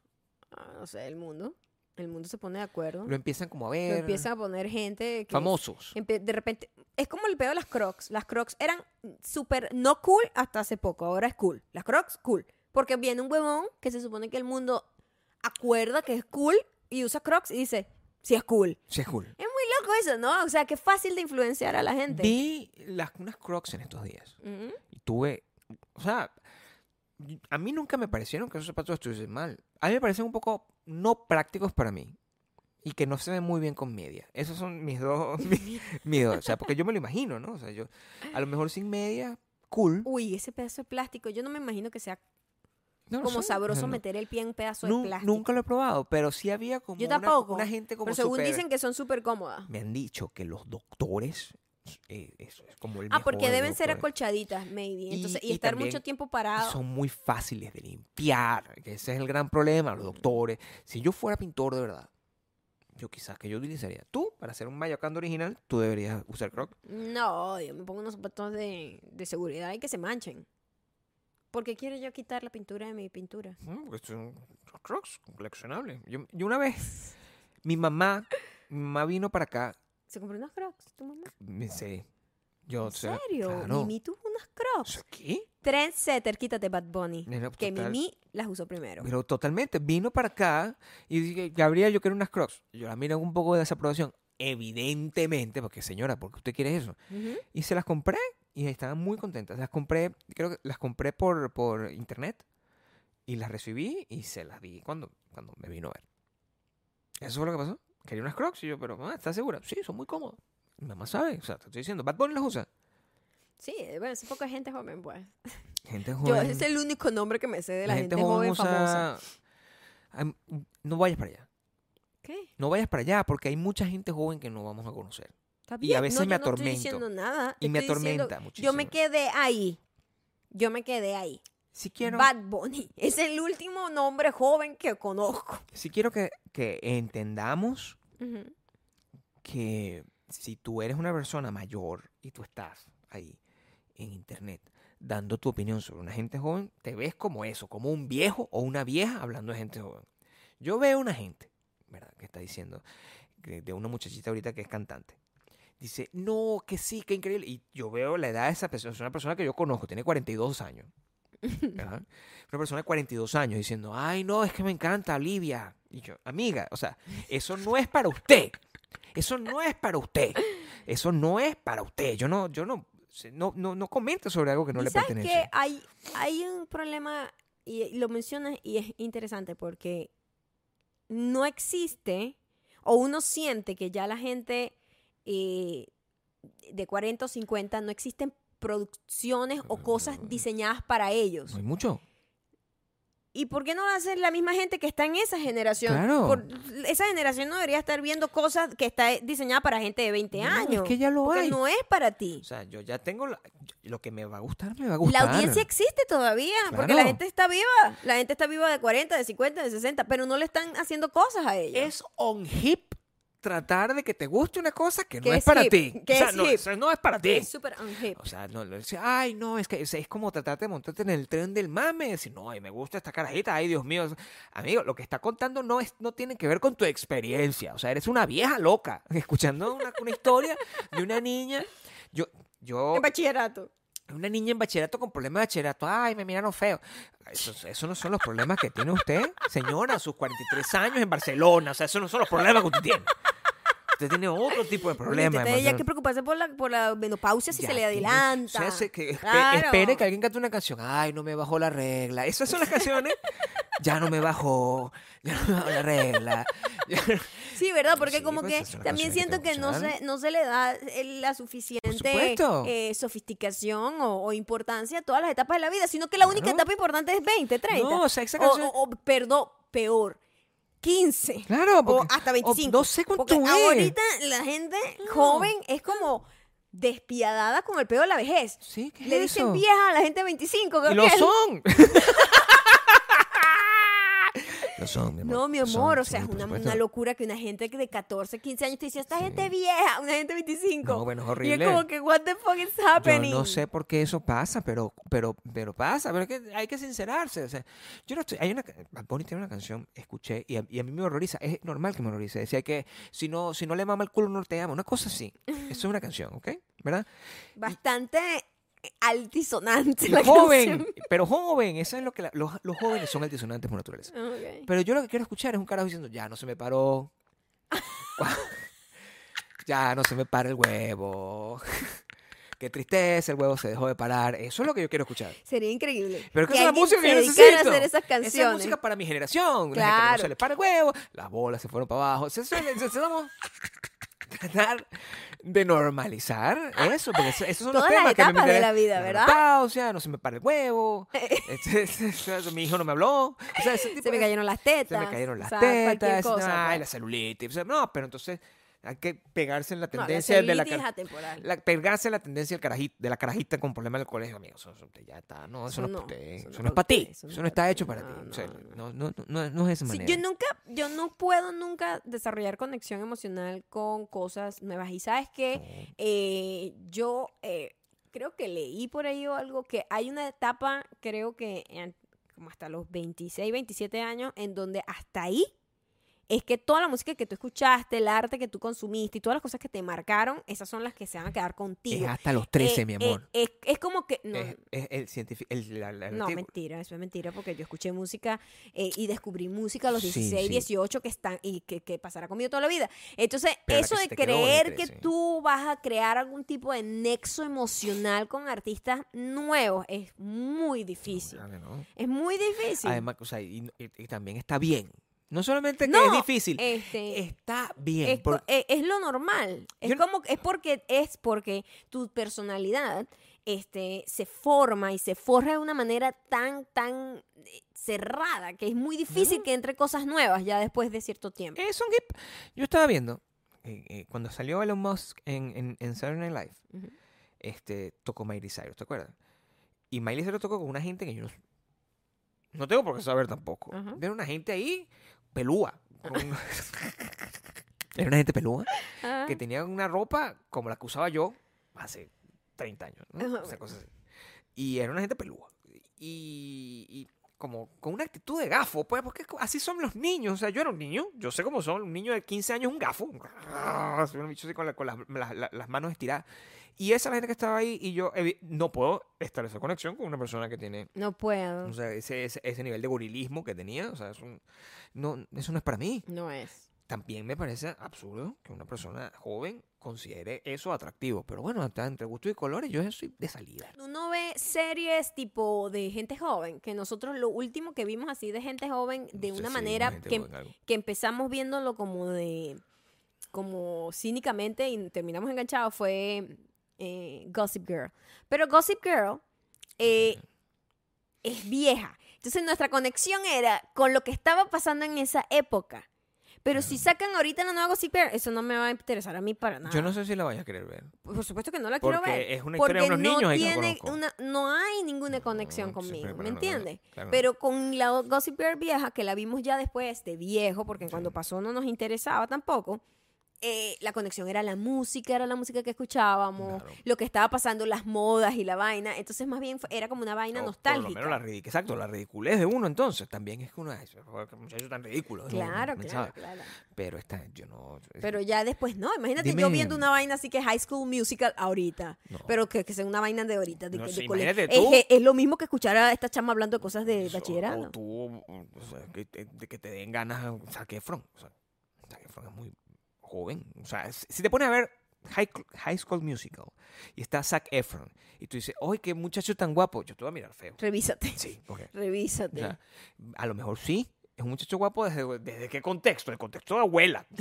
Speaker 1: ah, no sé, el mundo. El mundo se pone de acuerdo.
Speaker 2: Lo empiezan como a
Speaker 1: Ah. Lo
Speaker 2: ver.
Speaker 1: empiezan a poner gente que
Speaker 2: famosos.
Speaker 1: empe- de repente es como el pedo de las Crocs. Las Crocs eran súper no cool hasta hace poco, ahora es cool. Las Crocs cool, porque viene un huevón que se supone que el mundo acuerda que es cool y usa Crocs y dice, "Sí es cool."
Speaker 2: Sí, es cool.
Speaker 1: Es muy loco eso, ¿no? O sea, que fácil de influenciar a la gente.
Speaker 2: Vi las, unas crocs en estos días.
Speaker 1: Ujú.
Speaker 2: Y tuve. O sea, y- a mí nunca me parecieron que esos zapatos estuviesen mal. A mí me parecen un poco no prácticos para mí. Y que no se ven muy bien con media. Esos son mis dos. mi- mis dos. O sea, porque yo me lo imagino, ¿no? O sea, yo. A lo mejor sin media, cool.
Speaker 1: Uy, ese pedazo de plástico, yo no me imagino que sea
Speaker 2: No lo
Speaker 1: como
Speaker 2: sé.
Speaker 1: sabroso
Speaker 2: O sea, no-
Speaker 1: meter el pie en un pedazo
Speaker 2: nun-
Speaker 1: de plástico.
Speaker 2: Nunca lo he probado, pero sí había como.
Speaker 1: Yo
Speaker 2: una-
Speaker 1: tampoco,
Speaker 2: Una, gente como.
Speaker 1: Pero según
Speaker 2: súper-
Speaker 1: dicen que son súper cómodas.
Speaker 2: Me han dicho que los doctores. eh, eso es como el
Speaker 1: Ah, porque
Speaker 2: mejor
Speaker 1: deben ser
Speaker 2: doctor.
Speaker 1: acolchaditas, maybe.
Speaker 2: Y-
Speaker 1: Entonces, y,
Speaker 2: y
Speaker 1: estar
Speaker 2: también
Speaker 1: mucho tiempo
Speaker 2: y
Speaker 1: parado.
Speaker 2: son muy fáciles de limpiar. que ese es el gran problema, los doctores. Si yo fuera pintor de verdad, yo quizás que yo utilizaría. Tú, para hacer un mayocando original, tú deberías usar croc.
Speaker 1: No, yo me pongo unos zapatos de, de seguridad y que se manchen. ¿Por qué quiero yo quitar la pintura de mi pintura?
Speaker 2: Mm, Porque son los crocs coleccionables. Yo, yo una vez, mi mamá, mi mamá vino para acá,
Speaker 1: Se compró unos crocs. ¿Tu mamá?
Speaker 2: me sé, yo, o
Speaker 1: ¿En
Speaker 2: sea,
Speaker 1: serio?
Speaker 2: claro.
Speaker 1: Mimi tuvo unos
Speaker 2: O
Speaker 1: crocs.
Speaker 2: sea, ¿Qué?
Speaker 1: Trendsetter, quítate Bad Bunny.
Speaker 2: Nena,
Speaker 1: Que
Speaker 2: total.
Speaker 1: Mimi las usó primero.
Speaker 2: Pero totalmente, vino para acá y dije, Gabriel, yo quiero unas crocs. Yo la miro con un poco de desaprobación. Evidentemente, porque señora, ¿por qué usted quiere eso?
Speaker 1: Ujú.
Speaker 2: Y se las compré y estaban muy contentas. Las compré, creo que las compré por, por internet y las recibí y se las di cuando, cuando me vino a ver. Eso fue lo que pasó. Quería unas crocs y yo, pero mamá, ¿estás segura? Sí, son muy cómodas. Mi mamá sabe, o sea, te estoy diciendo, Bad Bunny las usa.
Speaker 1: Sí, eh, bueno, es poca gente joven, pues.
Speaker 2: Gente
Speaker 1: Yo,
Speaker 2: joven.
Speaker 1: ese es el único nombre que me sé de la, gente, joven famosa.
Speaker 2: Am- No vayas para allá.
Speaker 1: ¿Qué?
Speaker 2: No vayas para allá porque hay mucha gente joven que no vamos a conocer.
Speaker 1: ¿Está
Speaker 2: Y a
Speaker 1: bien?
Speaker 2: veces
Speaker 1: No,
Speaker 2: me
Speaker 1: yo no estoy
Speaker 2: atormento.
Speaker 1: diciendo nada.
Speaker 2: Y
Speaker 1: te
Speaker 2: me
Speaker 1: estoy diciendo-
Speaker 2: atormenta muchísimo.
Speaker 1: Yo me quedé ahí. Yo me quedé ahí.
Speaker 2: Si quiero,
Speaker 1: Bad Bunny. Es el último nombre joven que conozco.
Speaker 2: si quiero que, que entendamos que si tú eres una persona mayor y tú estás ahí en internet dando tu opinión sobre una gente joven, te ves como eso, como un viejo o una vieja hablando de gente joven. Yo veo una gente, ¿verdad? Que está diciendo, que- de una muchachita ahorita que es cantante. Dice, no, que sí, que increíble. Y yo veo la edad de esa persona, es una persona que yo conozco, tiene 42 años. ¿verdad? Una persona de 42 años diciendo, ay, no, es que me encanta Olivia. Y yo, amiga, o sea, eso no es para usted. Eso no es para usted. Eso no es para usted. Yo no, yo no, se- no, no, no comento sobre algo que no
Speaker 1: Y
Speaker 2: le
Speaker 1: sabes
Speaker 2: pertenece.
Speaker 1: que hay, hay un problema, y y lo mencionas, y es interesante porque no existe, o uno siente que ya la gente eh, de 40 o 50 no existen producciones o cosas
Speaker 2: Ah.
Speaker 1: diseñadas para ellos.
Speaker 2: No hay mucho.
Speaker 1: ¿Y por qué no va a ser la misma gente que está en esa generación?
Speaker 2: Claro.
Speaker 1: Por- esa generación no debería estar viendo cosas que está diseñada para gente de 20
Speaker 2: No,
Speaker 1: años.
Speaker 2: Es que ya lo
Speaker 1: porque
Speaker 2: hay.
Speaker 1: no es para ti.
Speaker 2: O sea, yo ya tengo la- lo que me va a gustar, me va
Speaker 1: La
Speaker 2: a gustar.
Speaker 1: audiencia existe todavía, porque la
Speaker 2: Claro.
Speaker 1: gente está viva. La gente está viva de 40, de 50, de 60, pero no le están haciendo cosas a ellos.
Speaker 2: es on hip tratar de que te guste una cosa que
Speaker 1: Que
Speaker 2: no es,
Speaker 1: es
Speaker 2: para
Speaker 1: hip,
Speaker 2: ti.
Speaker 1: que
Speaker 2: o sea,
Speaker 1: es
Speaker 2: no,
Speaker 1: hip.
Speaker 2: eso no es para ti.
Speaker 1: Es súper unhip.
Speaker 2: O sea, no, lo dice, ay, no, es que es, es como tratarte de montarte en el tren del mame, decir, no, ay, me gusta esta carajita, ay, Dios mío. Amigo, lo que está contando no es no tiene que ver con tu experiencia. O sea, eres una vieja loca, escuchando una, una historia de una niña. Yo, yo,
Speaker 1: En bachillerato.
Speaker 2: Una niña en bachillerato con problemas de bachillerato. Ay, me miraron feo. Esos eso no son los problemas que tiene usted, señora, a sus 43 años en Barcelona. O sea, esos no son los problemas que uss- usted tiene. Usted tiene otro tipo de problemas.
Speaker 1: Usted tendría
Speaker 2: demasiado-
Speaker 1: que preocuparse por la, por la menopausia si
Speaker 2: Ya
Speaker 1: se le
Speaker 2: tiene-
Speaker 1: adelanta.
Speaker 2: o sea, se- que espe-
Speaker 1: Claro.
Speaker 2: Espere que alguien cante una canción. Ay, no me bajó la regla. Esas son las canciones. ya no me bajó. Ya no me bajó la regla. Ya-
Speaker 1: Sí, ¿verdad? Porque
Speaker 2: Sí,
Speaker 1: como
Speaker 2: pues,
Speaker 1: que
Speaker 2: esas son las
Speaker 1: también
Speaker 2: canciones
Speaker 1: siento
Speaker 2: que
Speaker 1: que no
Speaker 2: funcionan.
Speaker 1: se, no se le da eh, la suficiente
Speaker 2: supuesto.
Speaker 1: eh, sofisticación o, o importancia a todas las etapas de la vida, sino que la única
Speaker 2: Claro.
Speaker 1: etapa importante es 20, 30.
Speaker 2: No, o sea, esa
Speaker 1: O-
Speaker 2: canción-
Speaker 1: o- o, perdón, peor, 15.
Speaker 2: Claro,
Speaker 1: o
Speaker 2: porque-
Speaker 1: hasta
Speaker 2: o
Speaker 1: 25.
Speaker 2: no sé cuánto
Speaker 1: Porque
Speaker 2: es.
Speaker 1: ahorita la gente joven es como despiadada con el pedo de la vejez.
Speaker 2: Sí, ¿qué es
Speaker 1: Le dicen
Speaker 2: eso?
Speaker 1: vieja a la gente de 25.
Speaker 2: Y
Speaker 1: Gabriel.
Speaker 2: lo son. lo son, mi amor.
Speaker 1: No, mi
Speaker 2: Lo son,
Speaker 1: amor, o
Speaker 2: sí,
Speaker 1: sea, es
Speaker 2: por
Speaker 1: una,
Speaker 2: supuesto.
Speaker 1: una locura que una gente que de 14, 15 años te dice, esta gente es vieja, una gente de 25.
Speaker 2: No, bueno, es
Speaker 1: Y
Speaker 2: horrible.
Speaker 1: es como que, what the fuck is happening?
Speaker 2: Yo no sé por qué eso pasa, pero, pero, pero pasa, pero es que hay que sincerarse. O sea, yo no estoy. Hay una, Bad Bunny tiene una canción, escuché, y a, y a mí me horroriza. Es normal que me horrorice. Decía que si no, si no le mama el culo, no te ama. Una cosa así. Eso es una canción, ¿ok? ¿Verdad?
Speaker 1: Bastante eh, altisonante
Speaker 2: Y
Speaker 1: la
Speaker 2: joven,
Speaker 1: canción.
Speaker 2: pero joven. Eso es lo que la- los, los jóvenes son altisonantes por naturaleza.
Speaker 1: Ok.
Speaker 2: Pero yo lo que quiero escuchar es un carajo diciendo, ya no se me paró. ya no se me para el huevo. Qué tristeza, el huevo se dejó de parar. Eso es lo que yo quiero escuchar.
Speaker 1: Sería increíble.
Speaker 2: Pero que, es la
Speaker 1: alguien
Speaker 2: música
Speaker 1: se
Speaker 2: que yo
Speaker 1: dedicara
Speaker 2: necesito.
Speaker 1: a hacer esas canciones.
Speaker 2: Esa es música para mi generación. La gente que no
Speaker 1: Claro.
Speaker 2: se le para el huevo, las bolas se fueron para abajo. Entonces, Necesitamos tratar de normalizar eso, porque eso- esos son
Speaker 1: Todas
Speaker 2: los
Speaker 1: las
Speaker 2: temas que me
Speaker 1: etapas de
Speaker 2: meten-
Speaker 1: la vida, ¿verdad?
Speaker 2: menopausia, no se me para el huevo, este- mi hijo no me habló, o sea, ese tipo
Speaker 1: Se me
Speaker 2: de-
Speaker 1: cayeron las tetas.
Speaker 2: se me cayeron
Speaker 1: o
Speaker 2: las
Speaker 1: sea, cualquier
Speaker 2: tetas,
Speaker 1: cosa,
Speaker 2: ay, la
Speaker 1: pues.
Speaker 2: celulitis, o sea, no, pero entonces hay que pegarse en la
Speaker 1: No, la
Speaker 2: tendencia de la
Speaker 1: celulitis ah,
Speaker 2: car-
Speaker 1: atemporal.
Speaker 2: la, pegarse en la tendencia del carajito, de la carajita con problemas del colegio, amigo, eso, eso ya está, no,
Speaker 1: Eso
Speaker 2: eso, no,
Speaker 1: no,
Speaker 2: es para usted,
Speaker 1: eso no
Speaker 2: eso no es
Speaker 1: pa'
Speaker 2: para ti,
Speaker 1: usted,
Speaker 2: eso no está hecho para ti,
Speaker 1: no,
Speaker 2: o sea,
Speaker 1: no,
Speaker 2: no, no, no, no, no es de esa
Speaker 1: Sí,
Speaker 2: manera.
Speaker 1: yo nunca, yo no puedo nunca desarrollar conexión emocional con cosas nuevas. Y sabes que yo eh, creo que leí por ahí o algo que hay una etapa, creo que en- como hasta los 26, 27 años, en donde hasta ahí es que toda la música que tú escuchaste, el arte que tú consumiste y todas las cosas que te marcaron, esas son las que se van a quedar
Speaker 2: Es
Speaker 1: contigo.
Speaker 2: hasta los 13,
Speaker 1: Eh,
Speaker 2: mi
Speaker 1: eh,
Speaker 2: amor.
Speaker 1: es, es como que... No,
Speaker 2: es, es el científico. El, la- la- el
Speaker 1: no,
Speaker 2: artículo.
Speaker 1: mentira, eso es mentira, porque yo escuché música eh, y descubrí música a los
Speaker 2: Sí,
Speaker 1: 16,
Speaker 2: sí.
Speaker 1: 18 que están y que, que pasará conmigo toda la vida. Entonces,
Speaker 2: Pero la
Speaker 1: eso
Speaker 2: que
Speaker 1: de
Speaker 2: se te quedó
Speaker 1: creer
Speaker 2: desde
Speaker 1: que
Speaker 2: 13.
Speaker 1: tú vas a crear algún tipo de nexo emocional con artistas nuevos es muy difícil.
Speaker 2: Claro que no.
Speaker 1: Es muy difícil.
Speaker 2: Además, o sea, y, y- y también está bien. No solamente que
Speaker 1: No,
Speaker 2: es difícil,
Speaker 1: este,
Speaker 2: está bien.
Speaker 1: es, co-
Speaker 2: por-
Speaker 1: e- es lo normal. Es
Speaker 2: Yo no-
Speaker 1: como es porque es porque tu personalidad este se forma y se forja de una manera tan tan eh, cerrada que es muy difícil que entre cosas nuevas ya después de cierto tiempo.
Speaker 2: es un hip. Yo estaba viendo eh, eh, cuando salió Elon Musk en, en, en Saturday Night Live,
Speaker 1: Ujú.
Speaker 2: este, tocó Miley Cyrus, ¿te acuerdas? Y Miley Cyrus tocó con una gente que yo no, no tengo por qué saber tampoco.
Speaker 1: Ajá.
Speaker 2: Era una gente ahí pelúa. con- Era una gente pelúa.
Speaker 1: Ah,
Speaker 2: que tenía una ropa como la que usaba yo hace 30 años, ¿no?
Speaker 1: Ajá,
Speaker 2: O sea,
Speaker 1: bueno.
Speaker 2: cosas así. Y era una gente pelúa. Y, y como con una actitud de gafo, pues, porque co- así son los niños. O sea, yo era un niño, yo sé cómo son. Un niño de 15 años es un gafo. Un así, un bicho así con, la- con las, la- la- las manos estiradas. Y esa es la gente que estaba ahí y yo evi- no puedo establecer conexión con una persona que tiene
Speaker 1: no puedo.
Speaker 2: o sea, ese, ese, ese nivel de gorilismo que tenía. O sea, es un- no, eso no es para mí
Speaker 1: No es.
Speaker 2: también me parece absurdo que una persona joven considere eso atractivo. Pero bueno, está entre gusto y colores, yo soy de salida.
Speaker 1: Uno ve series tipo de gente joven, que nosotros lo último que vimos así de gente joven de
Speaker 2: No sé
Speaker 1: una
Speaker 2: si
Speaker 1: manera
Speaker 2: gente
Speaker 1: que,
Speaker 2: joven algo.
Speaker 1: que empezamos viéndolo como de como cínicamente y terminamos enganchados fue eh, Gossip Girl. Pero Gossip Girl eh, es vieja. Entonces nuestra conexión era con lo que estaba pasando en esa época. Pero si sacan ahorita la nueva Gossip Girl, eso no me va a interesar a mí para nada.
Speaker 2: Yo no sé si la vaya a querer ver.
Speaker 1: Por supuesto que no la Ah, quiero
Speaker 2: Porque
Speaker 1: ver.
Speaker 2: es una
Speaker 1: porque
Speaker 2: historia de unos
Speaker 1: no
Speaker 2: niños ahí que no
Speaker 1: tiene
Speaker 2: conozco. Mm,
Speaker 1: una, no hay ninguna conexión
Speaker 2: sí,
Speaker 1: conmigo,
Speaker 2: pero
Speaker 1: ¿me
Speaker 2: no, no, no,
Speaker 1: entiendes?
Speaker 2: claro no.
Speaker 1: Pero con la o- Gossip Girl vieja, que la vimos ya después de viejo, porque cuando pasó no nos interesaba tampoco, eh, la conexión era la música, era la música que escuchábamos,
Speaker 2: Claro.
Speaker 1: lo que estaba pasando, las modas y la vaina. Entonces, más bien fue- era como una vaina
Speaker 2: O
Speaker 1: nostálgica.
Speaker 2: Por lo menos la ridic- exacto, la ridiculez de uno entonces. También es que uno es un muchacho tan ridículo. ¿no?
Speaker 1: Claro,
Speaker 2: No
Speaker 1: claro,
Speaker 2: sabe.
Speaker 1: claro.
Speaker 2: Pero está, yo no.
Speaker 1: Pero ya después no, imagínate
Speaker 2: Dime.
Speaker 1: yo viendo una vaina así que High School Musical ahorita,
Speaker 2: No.
Speaker 1: pero que, que sea una vaina de ahorita, de,
Speaker 2: No
Speaker 1: que-
Speaker 2: sé,
Speaker 1: de colegio.
Speaker 2: imagínate
Speaker 1: Es,
Speaker 2: tú.
Speaker 1: que es lo mismo que escuchar a esta chama hablando de cosas de
Speaker 2: Eso, Pues, O
Speaker 1: bachillerato.
Speaker 2: tú, o sea, que, te, de que te den ganas a Zac Efron. O sea, Zac Efron es muy joven. O sea, si si te pones a ver High, Cl- High School Musical y está Zac Efron y tú dices, ¡ay, qué muchacho tan guapo! Yo te voy a mirar feo.
Speaker 1: Revísate,
Speaker 2: Sí, porque o
Speaker 1: revísate.
Speaker 2: sea, a lo mejor sí. Es un muchacho guapo desde, desde qué contexto? El contexto de abuela.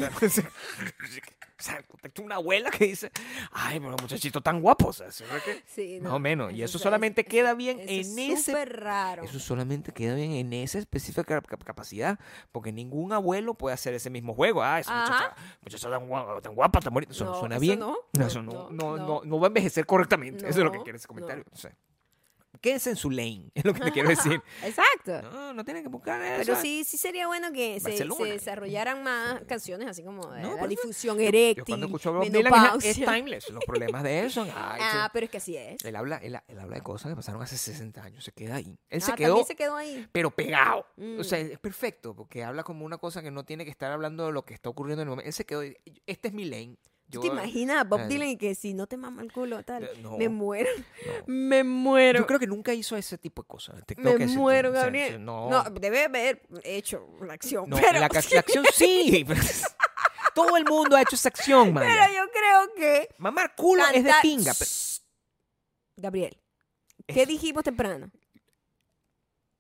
Speaker 2: O sea, o sea, el contexto de una abuela que dice, ay, pero muchachito tan guapo. O sea, eso es que-
Speaker 1: Sí,
Speaker 2: más
Speaker 1: no,
Speaker 2: o menos. Y eso
Speaker 1: es-
Speaker 2: solamente
Speaker 1: eso-
Speaker 2: queda bien
Speaker 1: eso
Speaker 2: en
Speaker 1: es
Speaker 2: ese
Speaker 1: súper raro.
Speaker 2: eso solamente queda bien en esa específica cap- cap- capacidad, porque ningún abuelo puede hacer ese mismo juego. Ah, esa
Speaker 1: Ajá.
Speaker 2: muchacha, muchacha tan guapa, tan guapa, tan bonita. Eso no,
Speaker 1: No,
Speaker 2: suena
Speaker 1: eso
Speaker 2: bien.
Speaker 1: no,
Speaker 2: No,
Speaker 1: no,
Speaker 2: eso no,
Speaker 1: no,
Speaker 2: no,
Speaker 1: no.
Speaker 2: no- no va a envejecer correctamente. eso es lo que
Speaker 1: No,
Speaker 2: quiere ese
Speaker 1: no.
Speaker 2: comentario. O sea, quédense en su lane, es lo que te quiero decir.
Speaker 1: Exacto.
Speaker 2: No, no tienen que buscar eso.
Speaker 1: Pero sí, sí sería bueno que se,
Speaker 2: Barcelona.
Speaker 1: se desarrollaran más canciones así como de
Speaker 2: No,
Speaker 1: la
Speaker 2: pero-
Speaker 1: difusión eréctil,
Speaker 2: Yo cuando escucho a Bob Dylan
Speaker 1: menopausia.
Speaker 2: es, es timeless. Los problemas de eso. ay,
Speaker 1: ah,
Speaker 2: sí.
Speaker 1: pero es que así es.
Speaker 2: él, habla, él, él habla de cosas que pasaron hace 60 años. Se queda ahí. Él
Speaker 1: Ah,
Speaker 2: se
Speaker 1: también
Speaker 2: quedó
Speaker 1: se quedó ahí.
Speaker 2: pero pegado.
Speaker 1: Mm.
Speaker 2: O sea, es perfecto, porque habla como una cosa que no tiene que estar hablando de lo que está ocurriendo en el momento. Él se quedó, y- este es mi lane.
Speaker 1: ¿Tú
Speaker 2: Yo,
Speaker 1: te imaginas a Bob
Speaker 2: Ah, sí.
Speaker 1: Dylan y que si no te mama el culo, tal?
Speaker 2: Eh, no.
Speaker 1: Me muero,
Speaker 2: no.
Speaker 1: me muero.
Speaker 2: Yo creo que nunca hizo ese tipo de cosas. Te- creo
Speaker 1: me
Speaker 2: que ese-
Speaker 1: muero,
Speaker 2: o sea,
Speaker 1: Gabriel.
Speaker 2: sí,
Speaker 1: no.
Speaker 2: no, no,
Speaker 1: debe haber hecho la acción. pero,
Speaker 2: la, ca- la acción sí. pero- Todo el mundo ha hecho esa acción, man.
Speaker 1: pero yo creo que.
Speaker 2: Mamar culo es de
Speaker 1: cantar-
Speaker 2: pinga. pero-
Speaker 1: Shh. Gabriel, ¿qué
Speaker 2: Es-
Speaker 1: dijimos temprano?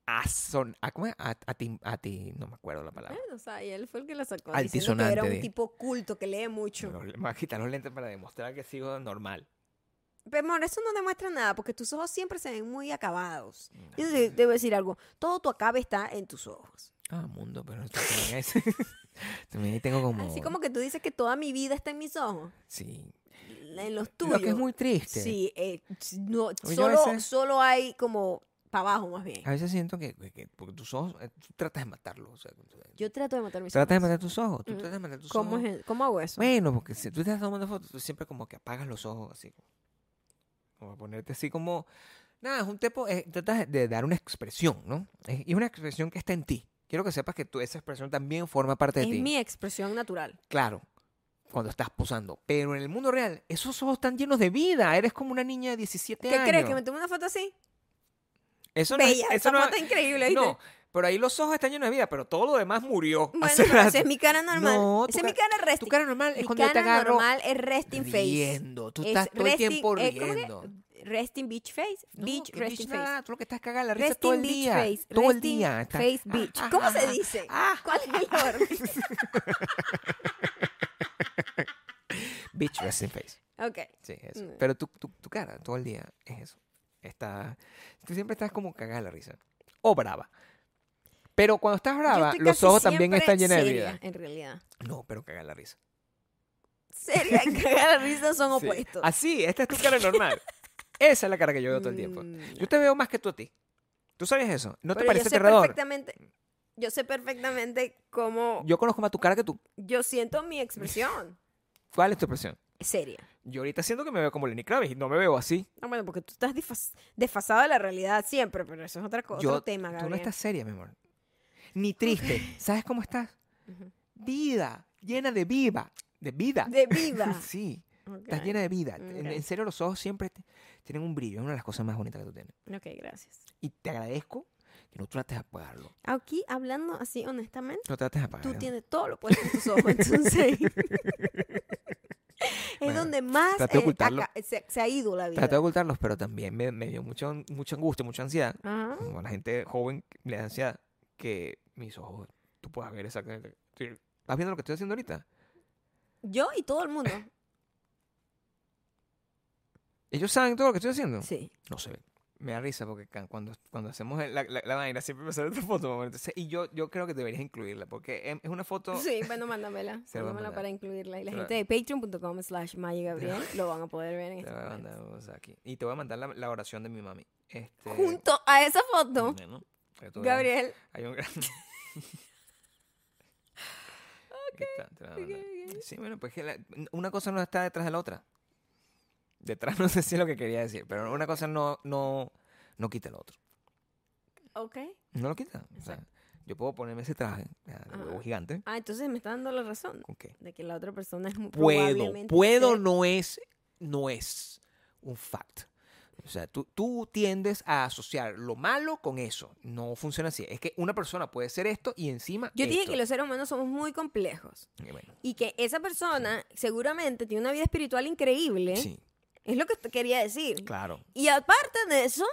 Speaker 2: Azon- ah, ¿cómo es? A, a ti, a ti- no me acuerdo la palabra.
Speaker 1: Bueno, o sea, y él fue el que la sacó.
Speaker 2: Altisonante
Speaker 1: Diciendo que era un
Speaker 2: de-
Speaker 1: tipo culto que lee mucho.
Speaker 2: Los- Me voy a quitar los lentes para demostrar que sigo normal.
Speaker 1: Pero, amor, eso no demuestra nada, porque tus ojos siempre se ven muy acabados. Yo te- debo decir algo. Todo tu acabe está en tus ojos.
Speaker 2: Ah, mundo, pero también, es- también ahí tengo como...
Speaker 1: Así como que tú dices que toda mi vida está en mis ojos.
Speaker 2: Sí.
Speaker 1: En los tuyos.
Speaker 2: Lo que es muy triste.
Speaker 1: Sí, eh, s- no,
Speaker 2: Oye, yo a
Speaker 1: solo,
Speaker 2: veces- Ah.
Speaker 1: solo hay como para abajo más bien.
Speaker 2: A veces siento que, que- que- porque tus ojos, eh, tú tratas de matarlos. O sea, tú-
Speaker 1: Yo trato de matar mis
Speaker 2: tratas de
Speaker 1: ojos.
Speaker 2: matar tus ojos. Tú
Speaker 1: Mm.
Speaker 2: tratas de matar tus
Speaker 1: ¿Cómo,
Speaker 2: ojos.
Speaker 1: es el- ¿Cómo hago eso?
Speaker 2: Bueno, porque si tú estás tomando fotos, tú siempre como que apagas los ojos así. Como a ponerte así como. Nada, es un tipo. eh, tratas de dar una expresión, ¿no? Es- Y una expresión que está en ti. Quiero que sepas que tú, esa expresión también forma parte de
Speaker 1: es
Speaker 2: ti.
Speaker 1: mi expresión natural.
Speaker 2: Claro. Cuando estás posando. Pero en el mundo real, esos ojos están llenos de vida. Eres como una niña de 17
Speaker 1: ¿Qué
Speaker 2: años.
Speaker 1: crees? ¿Que me tomé una foto así?
Speaker 2: Eso no es-
Speaker 1: Bella,
Speaker 2: eso
Speaker 1: esa
Speaker 2: no-
Speaker 1: foto es increíble, ¿viste?
Speaker 2: No, pero ahí los ojos están llenos de vida, pero todo lo demás murió.
Speaker 1: Bueno,
Speaker 2: hace
Speaker 1: pero esa
Speaker 2: rato.
Speaker 1: es mi cara normal.
Speaker 2: No, tu
Speaker 1: esa es mi
Speaker 2: cara-
Speaker 1: cara
Speaker 2: Tu
Speaker 1: resting.
Speaker 2: cara normal es
Speaker 1: Mi
Speaker 2: cuando yo te
Speaker 1: cara
Speaker 2: agarro
Speaker 1: normal es resting face.
Speaker 2: riendo. Tú
Speaker 1: Es
Speaker 2: estás todo el
Speaker 1: resting-
Speaker 2: tiempo
Speaker 1: eh, ¿cómo que?
Speaker 2: riendo.
Speaker 1: Resting beach face.
Speaker 2: No,
Speaker 1: beach
Speaker 2: que
Speaker 1: resting
Speaker 2: nada,
Speaker 1: face.
Speaker 2: Tú lo que estás cagada la risa
Speaker 1: Resting
Speaker 2: todo el
Speaker 1: beach
Speaker 2: día.
Speaker 1: face.
Speaker 2: Todo el
Speaker 1: resting
Speaker 2: día. estás-
Speaker 1: Face
Speaker 2: Ah,
Speaker 1: beach.
Speaker 2: ah,
Speaker 1: ¿Cómo
Speaker 2: ah,
Speaker 1: se
Speaker 2: ah,
Speaker 1: dice?
Speaker 2: ah,
Speaker 1: ¿Cuál es el orden?
Speaker 2: Beach resting face.
Speaker 1: ok.
Speaker 2: Sí, eso.
Speaker 1: Mm.
Speaker 2: Pero tu, tu, tu cara todo el día es eso. Está, tú siempre estás como cagada la risa. O brava. Pero cuando estás
Speaker 1: Yo
Speaker 2: brava,
Speaker 1: estoy
Speaker 2: los
Speaker 1: casi
Speaker 2: ojos también
Speaker 1: siempre
Speaker 2: están llenos de
Speaker 1: seria,
Speaker 2: vida.
Speaker 1: En realidad.
Speaker 2: No, pero cagada la risa.
Speaker 1: Seria y cagar la risa son
Speaker 2: Sí.
Speaker 1: opuestos.
Speaker 2: Así, esta es tu cara normal. Esa es la cara que yo veo todo el tiempo.
Speaker 1: Mm,
Speaker 2: Yo te veo más que tú a ti. ¿Tú sabes eso? ¿No
Speaker 1: pero
Speaker 2: te
Speaker 1: yo
Speaker 2: parece
Speaker 1: sé
Speaker 2: aterrador?
Speaker 1: perfectamente, yo sé perfectamente cómo
Speaker 2: Yo conozco más tu cara que tú.
Speaker 1: yo siento mi expresión.
Speaker 2: ¿Cuál es tu expresión?
Speaker 1: Seria.
Speaker 2: Yo ahorita siento que me veo como Lenny Kravitz y no me veo así.
Speaker 1: No, Ah, bueno, porque tú estás desfas- desfasado de la realidad siempre, pero eso es otra cosa,
Speaker 2: Yo-
Speaker 1: otro tema, Gabriel.
Speaker 2: Tú no estás seria, mi amor. Ni triste. ¿Sabes cómo estás?
Speaker 1: Ujú.
Speaker 2: Vida. Llena de viva. De vida.
Speaker 1: De viva.
Speaker 2: Sí.
Speaker 1: Ok. Mm,
Speaker 2: Estás llena de vida. En,
Speaker 1: Ok.
Speaker 2: en serio, los ojos siempre te- tienen un brillo. Es una de las cosas más bonitas que tú tienes.
Speaker 1: Ok, gracias.
Speaker 2: Y te agradezco que no trates de apagarlo.
Speaker 1: Aquí, hablando así honestamente,
Speaker 2: No trates de apagarlo.
Speaker 1: tú tienes todo lo puesto en tus ojos, entonces... es
Speaker 2: Bueno,
Speaker 1: donde más
Speaker 2: traté de
Speaker 1: eh,
Speaker 2: ocultarlo.
Speaker 1: acá- se, se ha ido la vida.
Speaker 2: Traté de ocultarlos, pero también me, me dio mucha, mucha angustia, mucha ansiedad.
Speaker 1: Ajá.
Speaker 2: Como a la gente joven que le da ansiedad, que mis ojos, tú puedes ver exactamente. Sí, ¿Estás viendo lo que estoy haciendo ahorita?
Speaker 1: Yo y todo el mundo.
Speaker 2: ¿Ellos saben todo lo que estoy haciendo?
Speaker 1: Sí.
Speaker 2: No se ve. Me da risa porque ca- cuando, cuando hacemos la, la, la vaina siempre me sale otra foto. mamá. Entonces, y yo, yo creo que deberías incluirla porque em- es una foto.
Speaker 1: Sí, bueno, mándamela.
Speaker 2: Se la voy
Speaker 1: Mándamela
Speaker 2: a mandar.
Speaker 1: para incluirla. Y la
Speaker 2: Se la-
Speaker 1: gente de patreon.com slash Maya Gabriel lo van a poder ver en
Speaker 2: Te
Speaker 1: este
Speaker 2: voy a
Speaker 1: momento.
Speaker 2: mandar, o sea, aquí. Y te voy a mandar la, la oración de mi mami. Este,
Speaker 1: Junto a esa foto,
Speaker 2: bueno, para que tú veas.
Speaker 1: Gabriel,
Speaker 2: Hay un gran. Aquí está, te la voy a mandar. Sí, bueno, pues que la- una cosa no está detrás de la otra. Detrás no sé si es lo que quería decir, pero una cosa no, no, no quita lo otro.
Speaker 1: Ok.
Speaker 2: No lo quita. O sea, yo puedo ponerme ese traje ah, de huevo
Speaker 1: Ajá.
Speaker 2: gigante.
Speaker 1: Ah, entonces me está dando la razón
Speaker 2: ¿Con qué?
Speaker 1: de que la otra persona es muy
Speaker 2: Puedo,
Speaker 1: probablemente
Speaker 2: puedo
Speaker 1: ser-
Speaker 2: no es, no es un fact. O sea, tú, tú tiendes a asociar lo malo con eso. No funciona así. Es que una persona puede ser esto y encima.
Speaker 1: Yo dije
Speaker 2: esto.
Speaker 1: que los seres humanos somos muy complejos
Speaker 2: Y bueno,
Speaker 1: y que esa persona seguramente tiene una vida espiritual increíble.
Speaker 2: Sí,
Speaker 1: Es lo que te quería decir.
Speaker 2: claro.
Speaker 1: Y aparte de eso,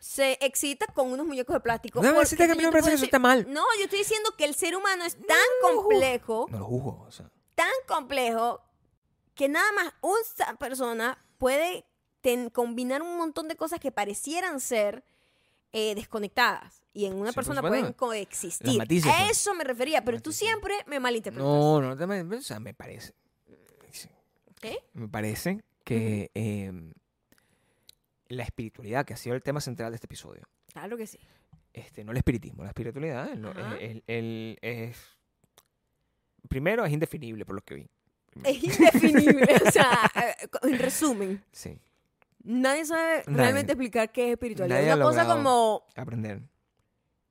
Speaker 1: se excita con unos muñecos de plástico.
Speaker 2: No me
Speaker 1: porque
Speaker 2: excites, que a mí
Speaker 1: yo
Speaker 2: no
Speaker 1: te puedo
Speaker 2: me parece que eso
Speaker 1: decir-
Speaker 2: está mal.
Speaker 1: No, yo estoy diciendo que el ser humano es tan complejo,
Speaker 2: No lo juzgo. O sea.
Speaker 1: tan complejo, que nada más una persona puede ten- combinar un montón de cosas que parecieran ser eh, desconectadas. Y en una
Speaker 2: Sí, por
Speaker 1: persona
Speaker 2: supuesto.
Speaker 1: pueden coexistir.
Speaker 2: Los matices,
Speaker 1: A
Speaker 2: pues.
Speaker 1: eso me refería, pero tú
Speaker 2: Matices.
Speaker 1: siempre me malinterpretas.
Speaker 2: No, no, te me- o sea, me parece. sí,
Speaker 1: ¿ok?
Speaker 2: Me parece que em, la espiritualidad, que ha sido el tema central de este episodio,
Speaker 1: Claro que sí.
Speaker 2: este, no el espiritismo, la espiritualidad es lo-
Speaker 1: Ajá.
Speaker 2: es, el- el- es- Primero, es indefinible, por lo que vi.
Speaker 1: Es indefinible. o sea, eh, en resumen,
Speaker 2: Sí,
Speaker 1: nadie sabe
Speaker 2: Nadie.
Speaker 1: realmente explicar qué es espiritualidad.
Speaker 2: Nadie ha
Speaker 1: una cosa
Speaker 2: logrado.
Speaker 1: como,
Speaker 2: aprender.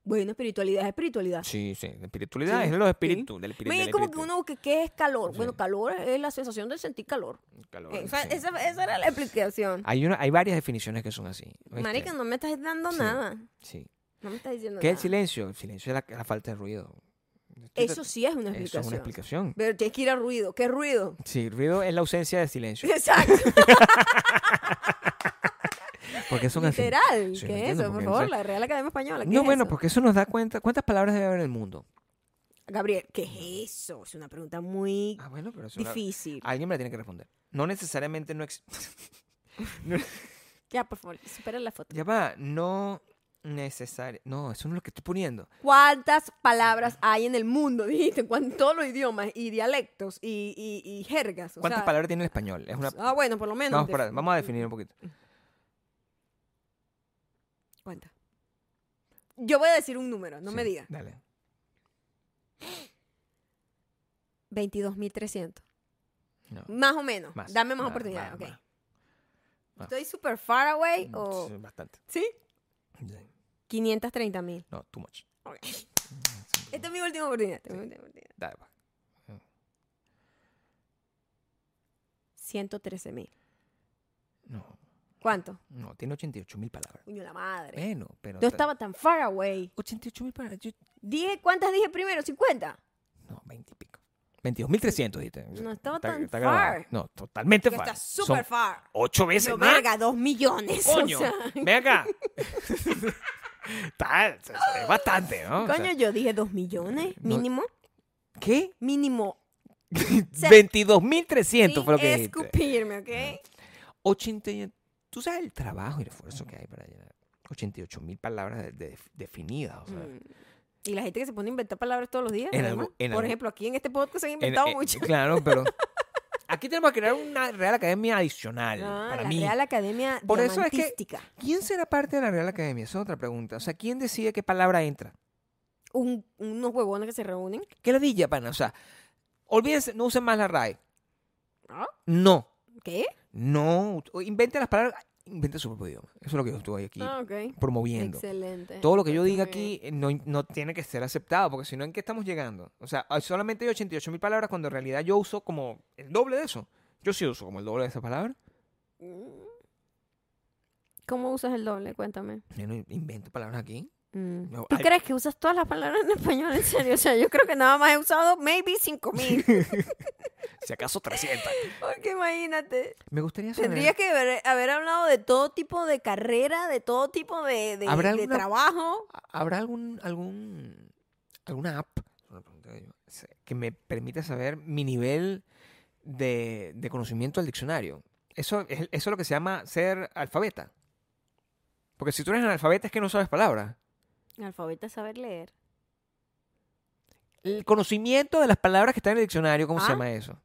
Speaker 1: bueno, espiritualidad es espiritualidad.
Speaker 2: Sí, sí, la espiritualidad
Speaker 1: Ah. Sí,
Speaker 2: es los espíritus, del espíritu.
Speaker 1: Oye,
Speaker 2: del
Speaker 1: es como que
Speaker 2: espíritu.
Speaker 1: uno busca qué es calor.
Speaker 2: Sí.
Speaker 1: Bueno, calor es la sensación de sentir calor.
Speaker 2: Calor,
Speaker 1: Eh, o sea,
Speaker 2: sí.
Speaker 1: esa, esa era la explicación.
Speaker 2: Hay, una, hay varias definiciones que son así. ¿oíste?
Speaker 1: Marica, no me estás dando
Speaker 2: Este, Sí.
Speaker 1: nada.
Speaker 2: Sí.
Speaker 1: No me estás diciendo
Speaker 2: ¿Qué es el
Speaker 1: nada.
Speaker 2: silencio? El silencio es la, la falta de ruido.
Speaker 1: Eso sí es una
Speaker 2: Eso
Speaker 1: explicación.
Speaker 2: es una explicación.
Speaker 1: Pero tienes que ir a ruido. ¿Qué ruido?
Speaker 2: Sí, ruido es la ausencia de silencio.
Speaker 1: Exacto.
Speaker 2: Porque son así.
Speaker 1: Literal.
Speaker 2: Sí, no
Speaker 1: ¿Qué es
Speaker 2: entiendo
Speaker 1: eso?
Speaker 2: por
Speaker 1: Por
Speaker 2: qué,
Speaker 1: favor,
Speaker 2: no sé.
Speaker 1: la Real Academia Española. ¿qué
Speaker 2: No,
Speaker 1: es
Speaker 2: bueno,
Speaker 1: eso?
Speaker 2: porque eso nos da cuenta. ¿Cuántas palabras debe haber en el mundo?
Speaker 1: Gabriel, ¿qué es eso? Es una pregunta muy
Speaker 2: Ah, bueno, pero eso la-
Speaker 1: difícil.
Speaker 2: alguien me la tiene que responder. No necesariamente no ex-
Speaker 1: Ya, por favor, supera la foto.
Speaker 2: Ya va, no necesario. No, eso no es lo que estoy poniendo.
Speaker 1: ¿Cuántas palabras hay en el mundo? Dijiste, ¿cuán- todos los idiomas y dialectos y, y- y jergas. o
Speaker 2: ¿Cuántas
Speaker 1: sea,
Speaker 2: palabras tiene el español? Es una...
Speaker 1: Ah, bueno, por lo menos.
Speaker 2: vamos,
Speaker 1: de-
Speaker 2: para- vamos a definir un poquito.
Speaker 1: ¿Cuántas? Yo voy a decir un número, no
Speaker 2: Sí,
Speaker 1: me digas.
Speaker 2: Dale.
Speaker 1: 22.300.
Speaker 2: No,
Speaker 1: Más o menos.
Speaker 2: más,
Speaker 1: Mm, Dame más
Speaker 2: más,
Speaker 1: oportunidades.
Speaker 2: más,
Speaker 1: ok.
Speaker 2: más. más.
Speaker 1: ¿Estoy super far away
Speaker 2: Mm,
Speaker 1: o...?
Speaker 2: sí, Bastante.
Speaker 1: ¿Sí?
Speaker 2: Sí.
Speaker 1: 530.000.
Speaker 2: No, too much.
Speaker 1: Ok. Esta es mi última oportunidad. esta es mi última oportunidad.
Speaker 2: Dale, va.
Speaker 1: 113.000.
Speaker 2: No,
Speaker 1: ¿Cuánto?
Speaker 2: no, tiene 88 mil palabras.
Speaker 1: Coño, la madre.
Speaker 2: Bueno, pero.
Speaker 1: Yo estaba tan far away.
Speaker 2: 88 mil palabras. yo-
Speaker 1: Dije, ¿cuántas dije primero? ¿50?
Speaker 2: No, 20 y pico. 22.300, dijiste. O sea,
Speaker 1: No estaba tan
Speaker 2: grabado.
Speaker 1: far.
Speaker 2: No, totalmente
Speaker 1: Que
Speaker 2: far.
Speaker 1: está super
Speaker 2: Son
Speaker 1: far.
Speaker 2: ocho veces
Speaker 1: Yo,
Speaker 2: más.
Speaker 1: verga, dos millones. o
Speaker 2: Coño,
Speaker 1: sea,
Speaker 2: ven acá. Tal, o sea, es bastante, ¿no? O sea,
Speaker 1: coño, yo dije dos millones,
Speaker 2: no-
Speaker 1: mínimo,
Speaker 2: ¿Qué?
Speaker 1: mínimo. sea,
Speaker 2: 22.300
Speaker 1: sin
Speaker 2: fue lo que dijiste.
Speaker 1: escupirme, ¿ok?
Speaker 2: 80 y- Tú sabes el trabajo y el esfuerzo que hay para llenar 88.000 palabras de- de- definidas. O sea,
Speaker 1: Mm. Y la gente que se pone a inventar palabras todos los días.
Speaker 2: En
Speaker 1: además.
Speaker 2: algún- en
Speaker 1: Por
Speaker 2: algún-
Speaker 1: ejemplo, aquí en este podcast se han
Speaker 2: en-
Speaker 1: inventado
Speaker 2: en-
Speaker 1: muchas.
Speaker 2: Claro, pero aquí tenemos que crear una Real Academia adicional
Speaker 1: Ah,
Speaker 2: para
Speaker 1: la
Speaker 2: mí.
Speaker 1: Real Academia
Speaker 2: Por eso es que-
Speaker 1: Diamantística.
Speaker 2: ¿Quién será parte de la Real Academia? Esa es otra pregunta. O sea, ¿quién decide qué palabra entra?
Speaker 1: Un- unos huevones que se reúnen.
Speaker 2: ¿Qué ladilla, pana? O sea, olvídense, no usen más la RAE.
Speaker 1: Ah.
Speaker 2: No,
Speaker 1: ¿Qué?
Speaker 2: no. o Inventen las palabras, inventen su propio idioma. Eso es lo que yo estoy aquí
Speaker 1: Ah, ok.
Speaker 2: promoviendo.
Speaker 1: Excelente.
Speaker 2: Todo lo que yo diga
Speaker 1: Muy bien.
Speaker 2: aquí eh, no, no tiene que ser aceptado, porque si no, ¿en qué estamos llegando? O sea, hay- solamente hay 88 mil palabras cuando en realidad yo uso como el doble de eso. Yo sí uso como el doble de esa palabra.
Speaker 1: Mm. ¿Cómo usas el doble? Cuéntame.
Speaker 2: Yo no invento palabras aquí.
Speaker 1: Mm.
Speaker 2: No,
Speaker 1: ¿Tú
Speaker 2: hay-
Speaker 1: crees que usas todas las palabras en español? En serio, o sea, yo creo que nada más he usado maybe 5000.
Speaker 2: Si acaso 300.
Speaker 1: Porque imagínate,
Speaker 2: Me gustaría saber.
Speaker 1: tendrías que haber, haber hablado de todo tipo de carrera, de todo tipo de, de-
Speaker 2: ¿Habrá
Speaker 1: de
Speaker 2: alguna-
Speaker 1: trabajo.
Speaker 2: ¿Habrá algún, algún, alguna app una pregunta que yo- se- que me permita saber mi nivel de, de conocimiento del diccionario? Eso es, eso es lo que se llama ser alfabeta. Porque si tú eres analfabeta es que no sabes palabras.
Speaker 1: Alfabeta saber leer.
Speaker 2: El conocimiento de las palabras que están en el diccionario, ¿cómo se
Speaker 1: Ah.
Speaker 2: llama eso?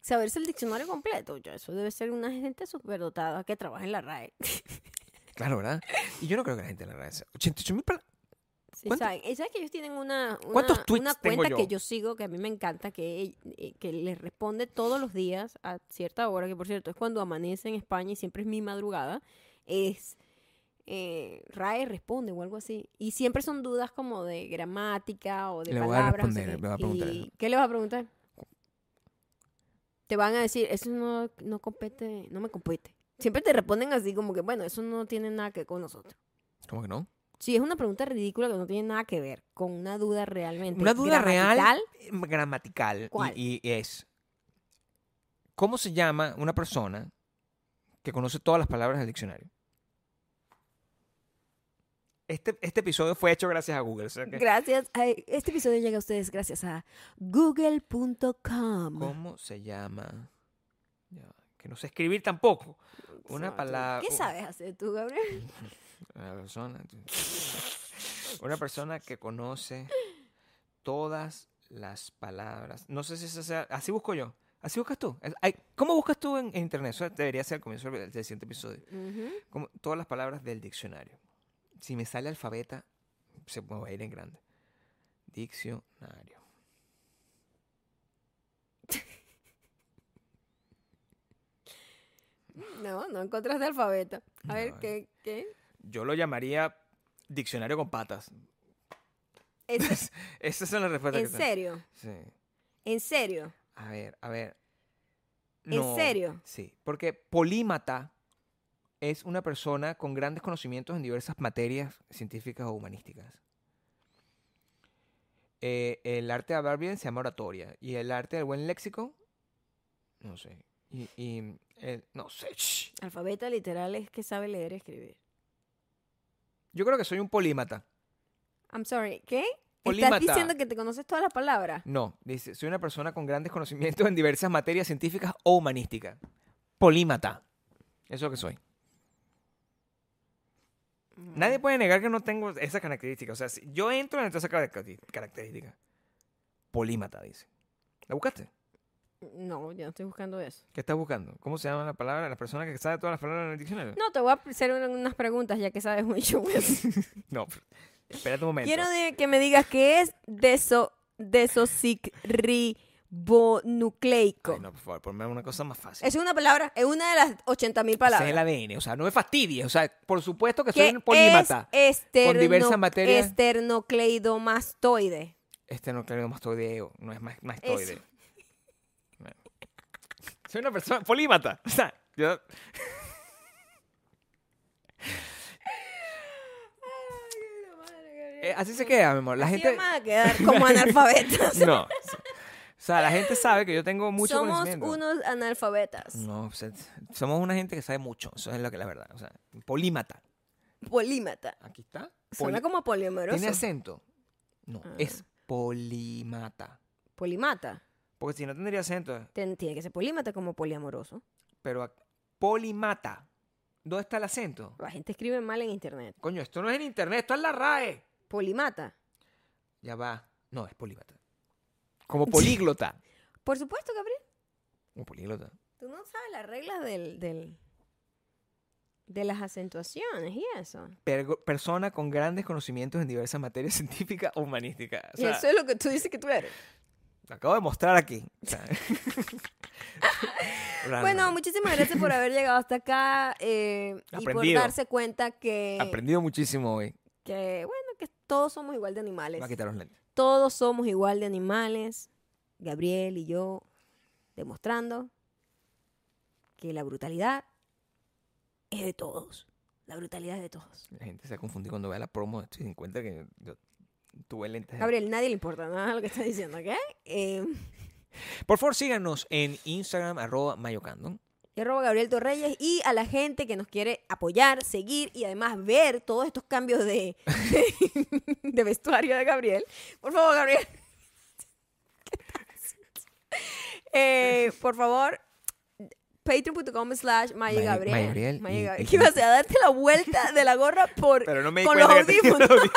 Speaker 1: Saberse el diccionario completo. Ya, eso debe ser una gente superdotada que trabaja en la RAE.
Speaker 2: Claro, ¿verdad? Y yo no creo que la gente la agradezca. 88 mil palabras.
Speaker 1: Sí,
Speaker 2: ¿Cuánto-
Speaker 1: saben. Y sabes que ellos tienen una, una-
Speaker 2: ¿Cuántos tweets
Speaker 1: una
Speaker 2: tengo
Speaker 1: cuenta que yo
Speaker 2: yo?
Speaker 1: sigo, que a mí me encanta, que, eh, que les responde todos los días a cierta hora, que por cierto es cuando amanece en España y siempre es mi madrugada, es eh, RAE responde o algo así. Y siempre son dudas como de gramática o de
Speaker 2: Le voy a
Speaker 1: palabras. no sé
Speaker 2: responder,
Speaker 1: qué.
Speaker 2: le voy a preguntar
Speaker 1: ¿Y
Speaker 2: eso.
Speaker 1: qué le vas a preguntar? Te van a decir, eso no, no compete, no me compete. Siempre te responden así como que, bueno, eso no tiene nada que ver con nosotros.
Speaker 2: ¿Cómo que no?
Speaker 1: Sí, es una pregunta ridícula que no tiene nada que ver con una duda realmente.
Speaker 2: Una duda
Speaker 1: gramatical.
Speaker 2: real eh, gramatical. y-
Speaker 1: ¿Cuál?
Speaker 2: Y, es, ¿cómo se llama una persona que conoce todas las palabras del diccionario? Este, este episodio fue hecho gracias a Google. o sea que-
Speaker 1: Gracias. a- este episodio llega a ustedes gracias a google.com.
Speaker 2: ¿Cómo se llama? Ya, que no sé escribir tampoco. Una
Speaker 1: No, tú-
Speaker 2: palabra.
Speaker 1: ¿Qué sabes hacer tú, Gabriel?
Speaker 2: Una persona. Una persona que conoce todas las palabras. No sé si eso sea. Así busco yo. Así buscas tú. Es- ay, ¿Cómo buscas tú en, en internet? Eso debería ser el comienzo del, del siguiente episodio.
Speaker 1: Ujú.
Speaker 2: Como, todas las palabras del diccionario. Si me sale alfabeta, se me va a ir en grande. Diccionario.
Speaker 1: No, no encontraste alfabeto. A ver,
Speaker 2: No,
Speaker 1: ¿qué? qué?
Speaker 2: Yo lo llamaría diccionario con patas.
Speaker 1: Es-
Speaker 2: Esas son las respuestas
Speaker 1: ¿En
Speaker 2: que tengo.
Speaker 1: serio?
Speaker 2: Sí.
Speaker 1: ¿En serio?
Speaker 2: A ver, a ver.
Speaker 1: ¿En serio?
Speaker 2: Sí, porque polímata es una persona con grandes conocimientos en diversas materias científicas o humanísticas. Eh, el arte de hablar bien se llama oratoria. Y el arte del buen léxico, no sé. Y, y el- no sé. shh.
Speaker 1: Alfabeto literal es que sabe leer y escribir.
Speaker 2: Yo creo que soy un polímata.
Speaker 1: I'm sorry, ¿qué?
Speaker 2: Polímata.
Speaker 1: ¿Estás diciendo que te conoces todas las palabras?
Speaker 2: No, dice, soy una persona con grandes conocimientos en diversas materias científicas o humanísticas. Polímata. Eso es lo que soy. Nadie puede negar que no tengo esa característica. O sea, si yo entro en esa cara- característica. Polímata, dice. ¿La buscaste?
Speaker 1: No, yo no estoy buscando eso.
Speaker 2: ¿Qué estás buscando? ¿Cómo se llama la palabra? La persona que sabe todas las palabras en el diccionario.
Speaker 1: No, te voy a hacer un- unas preguntas ya que sabes mucho. güey.
Speaker 2: No, pero- espérate un momento.
Speaker 1: Quiero de- que me digas qué es deso, desocirribonucleico.
Speaker 2: Ay, no, por favor, ponme una cosa más fácil.
Speaker 1: Es una palabra, es una de las 80.000 palabras.
Speaker 2: Ese es el ADN. O sea, no me fastidies. O sea, por supuesto que soy
Speaker 1: ¿Qué
Speaker 2: un polímata.
Speaker 1: es esterno-
Speaker 2: Con diversas materias.
Speaker 1: esternocleidomastoide?
Speaker 2: Este no creo mastoideo. No es más mastoideo.
Speaker 1: Eso.
Speaker 2: Bueno. Soy una persona polímata. O sea, yo... Eh, así se queda, mi amor. La gente...
Speaker 1: Así vamos a quedar como analfabetos.
Speaker 2: No. O sea, o sea, la gente sabe que yo tengo mucho
Speaker 1: Somos
Speaker 2: conocimiento.
Speaker 1: unos analfabetas.
Speaker 2: No, o sea, somos una gente que sabe mucho. Eso es lo que la verdad. O sea, polímata.
Speaker 1: Polímata.
Speaker 2: Aquí está.
Speaker 1: Suena
Speaker 2: Poli-
Speaker 1: como poliomeroso.
Speaker 2: ¿Tiene acento? No,
Speaker 1: Ah.
Speaker 2: es polímata.
Speaker 1: Polimata.
Speaker 2: Porque si no tendría acento.
Speaker 1: Ten- tiene que ser polímata como poliamoroso.
Speaker 2: Pero a- polimata. ¿Dónde está el acento?
Speaker 1: La gente escribe mal en internet.
Speaker 2: Coño, esto no es en internet, esto es la RAE.
Speaker 1: Polimata.
Speaker 2: Ya va. No, es polímata. Como políglota.
Speaker 1: Por supuesto, Gabriel.
Speaker 2: Como políglota.
Speaker 1: Tú no sabes las reglas del, del- de las acentuaciones y eso.
Speaker 2: Pergo- persona con grandes conocimientos en diversas materias científicas o humanísticas. O sea,
Speaker 1: eso es lo que tú dices que tú eres.
Speaker 2: Lo acabo de mostrar aquí. o sea. Random.
Speaker 1: Bueno, muchísimas gracias por haber llegado hasta acá eh, y por
Speaker 2: Aprendido.
Speaker 1: darse cuenta que,
Speaker 2: aprendido muchísimo hoy.
Speaker 1: que, bueno, que todos somos igual de animales.
Speaker 2: Va a quitar los lentes.
Speaker 1: Todos somos igual de animales. Gabriel y yo demostrando que la brutalidad es de todos. La brutalidad es de todos.
Speaker 2: La gente se ha confundido cuando vea la promo de esto y se encuentra que yo tuve lentes.
Speaker 1: Gabriel, nadie le importa nada lo que estás diciendo, ¿ok? Eh,
Speaker 2: Por favor, síganos en Instagram, arroba mayocando.
Speaker 1: Y arroba Gabriel Torreyes y a la gente que nos quiere apoyar, seguir y además ver todos estos cambios de, de vestuario de Gabriel. Por favor, Gabriel. Eh, por favor, patreon.com slash Maya
Speaker 2: Maya-
Speaker 1: Gabriel.
Speaker 2: Maya Gabriel
Speaker 1: Maya
Speaker 2: y-
Speaker 1: Gabriel.
Speaker 2: y-
Speaker 1: ¿Qué ibas a hacer? ¿A darte la vuelta de la gorra por,
Speaker 2: Pero no me di
Speaker 1: con los
Speaker 2: cuenta que tenía
Speaker 1: audífonos.
Speaker 2: los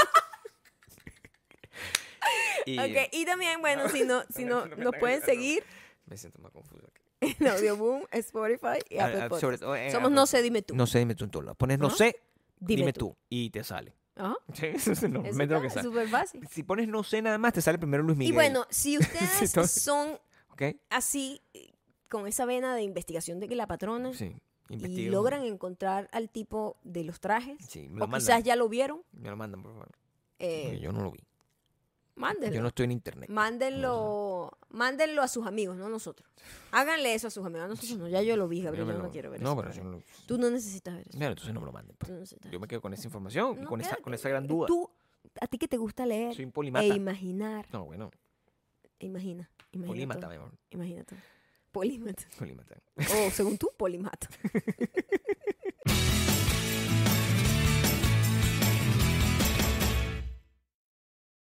Speaker 2: y
Speaker 1: Ok, Y también, bueno, si no, si no,
Speaker 2: No me
Speaker 1: nos
Speaker 2: hagas
Speaker 1: pueden
Speaker 2: eso.
Speaker 1: seguir
Speaker 2: me siento más confuso. aquí.
Speaker 1: en Audioboom, Spotify y
Speaker 2: Ah,
Speaker 1: Apple
Speaker 2: ah,
Speaker 1: Podcasts.
Speaker 2: sobre todo en
Speaker 1: Somos
Speaker 2: Apple.
Speaker 1: No sé, dime tú.
Speaker 2: No sé, dime tú en todo lado. Pones no
Speaker 1: Ajá.
Speaker 2: sé,
Speaker 1: Dime
Speaker 2: dime
Speaker 1: tú.
Speaker 2: tú. Y te sale.
Speaker 1: Ajá.
Speaker 2: Sí, eso es lo
Speaker 1: Eso
Speaker 2: primero que
Speaker 1: está
Speaker 2: sale.
Speaker 1: súper fácil.
Speaker 2: Si pones no sé nada más, te sale primero Luis Miguel.
Speaker 1: Y bueno, si ustedes
Speaker 2: Entonces-
Speaker 1: son
Speaker 2: ¿Ok?
Speaker 1: así, eh, con esa vena de investigación de que la patrona,
Speaker 2: Sí.
Speaker 1: y
Speaker 2: investiga.
Speaker 1: logran encontrar al tipo de los trajes,
Speaker 2: Sí, me
Speaker 1: o
Speaker 2: lo
Speaker 1: quizás
Speaker 2: mandan.
Speaker 1: ya lo vieron,
Speaker 2: Me lo mandan, por favor. Porque
Speaker 1: eh,
Speaker 2: yo no lo vi. Yo
Speaker 1: mándenlo.
Speaker 2: no estoy en internet.
Speaker 1: Mándenlo, mándenlo a sus amigos, no a nosotros. Háganle eso a sus amigos. A nosotros no, ya yo lo vi,
Speaker 2: Yo
Speaker 1: Gabriel,
Speaker 2: me
Speaker 1: yo
Speaker 2: lo-
Speaker 1: no quiero ver
Speaker 2: No,
Speaker 1: eso.
Speaker 2: pero yo
Speaker 1: Gabriel.
Speaker 2: no lo-
Speaker 1: Tú no necesitas ver eso.
Speaker 2: Claro, entonces no me lo manden. pues.
Speaker 1: tú no necesitas
Speaker 2: Yo
Speaker 1: ver
Speaker 2: me quedo con esa información, y
Speaker 1: No,
Speaker 2: con, esa,
Speaker 1: quédate.
Speaker 2: con esa gran
Speaker 1: eso.
Speaker 2: duda.
Speaker 1: Tú, a ti que te gusta leer
Speaker 2: Soy un
Speaker 1: e
Speaker 2: polimata.
Speaker 1: imaginar,
Speaker 2: No, bueno,
Speaker 1: e imagina, imagina
Speaker 2: polímata,
Speaker 1: todo,
Speaker 2: mi amor.
Speaker 1: imagina todo. Polímata.
Speaker 2: Polímata.
Speaker 1: O según tú, polimata.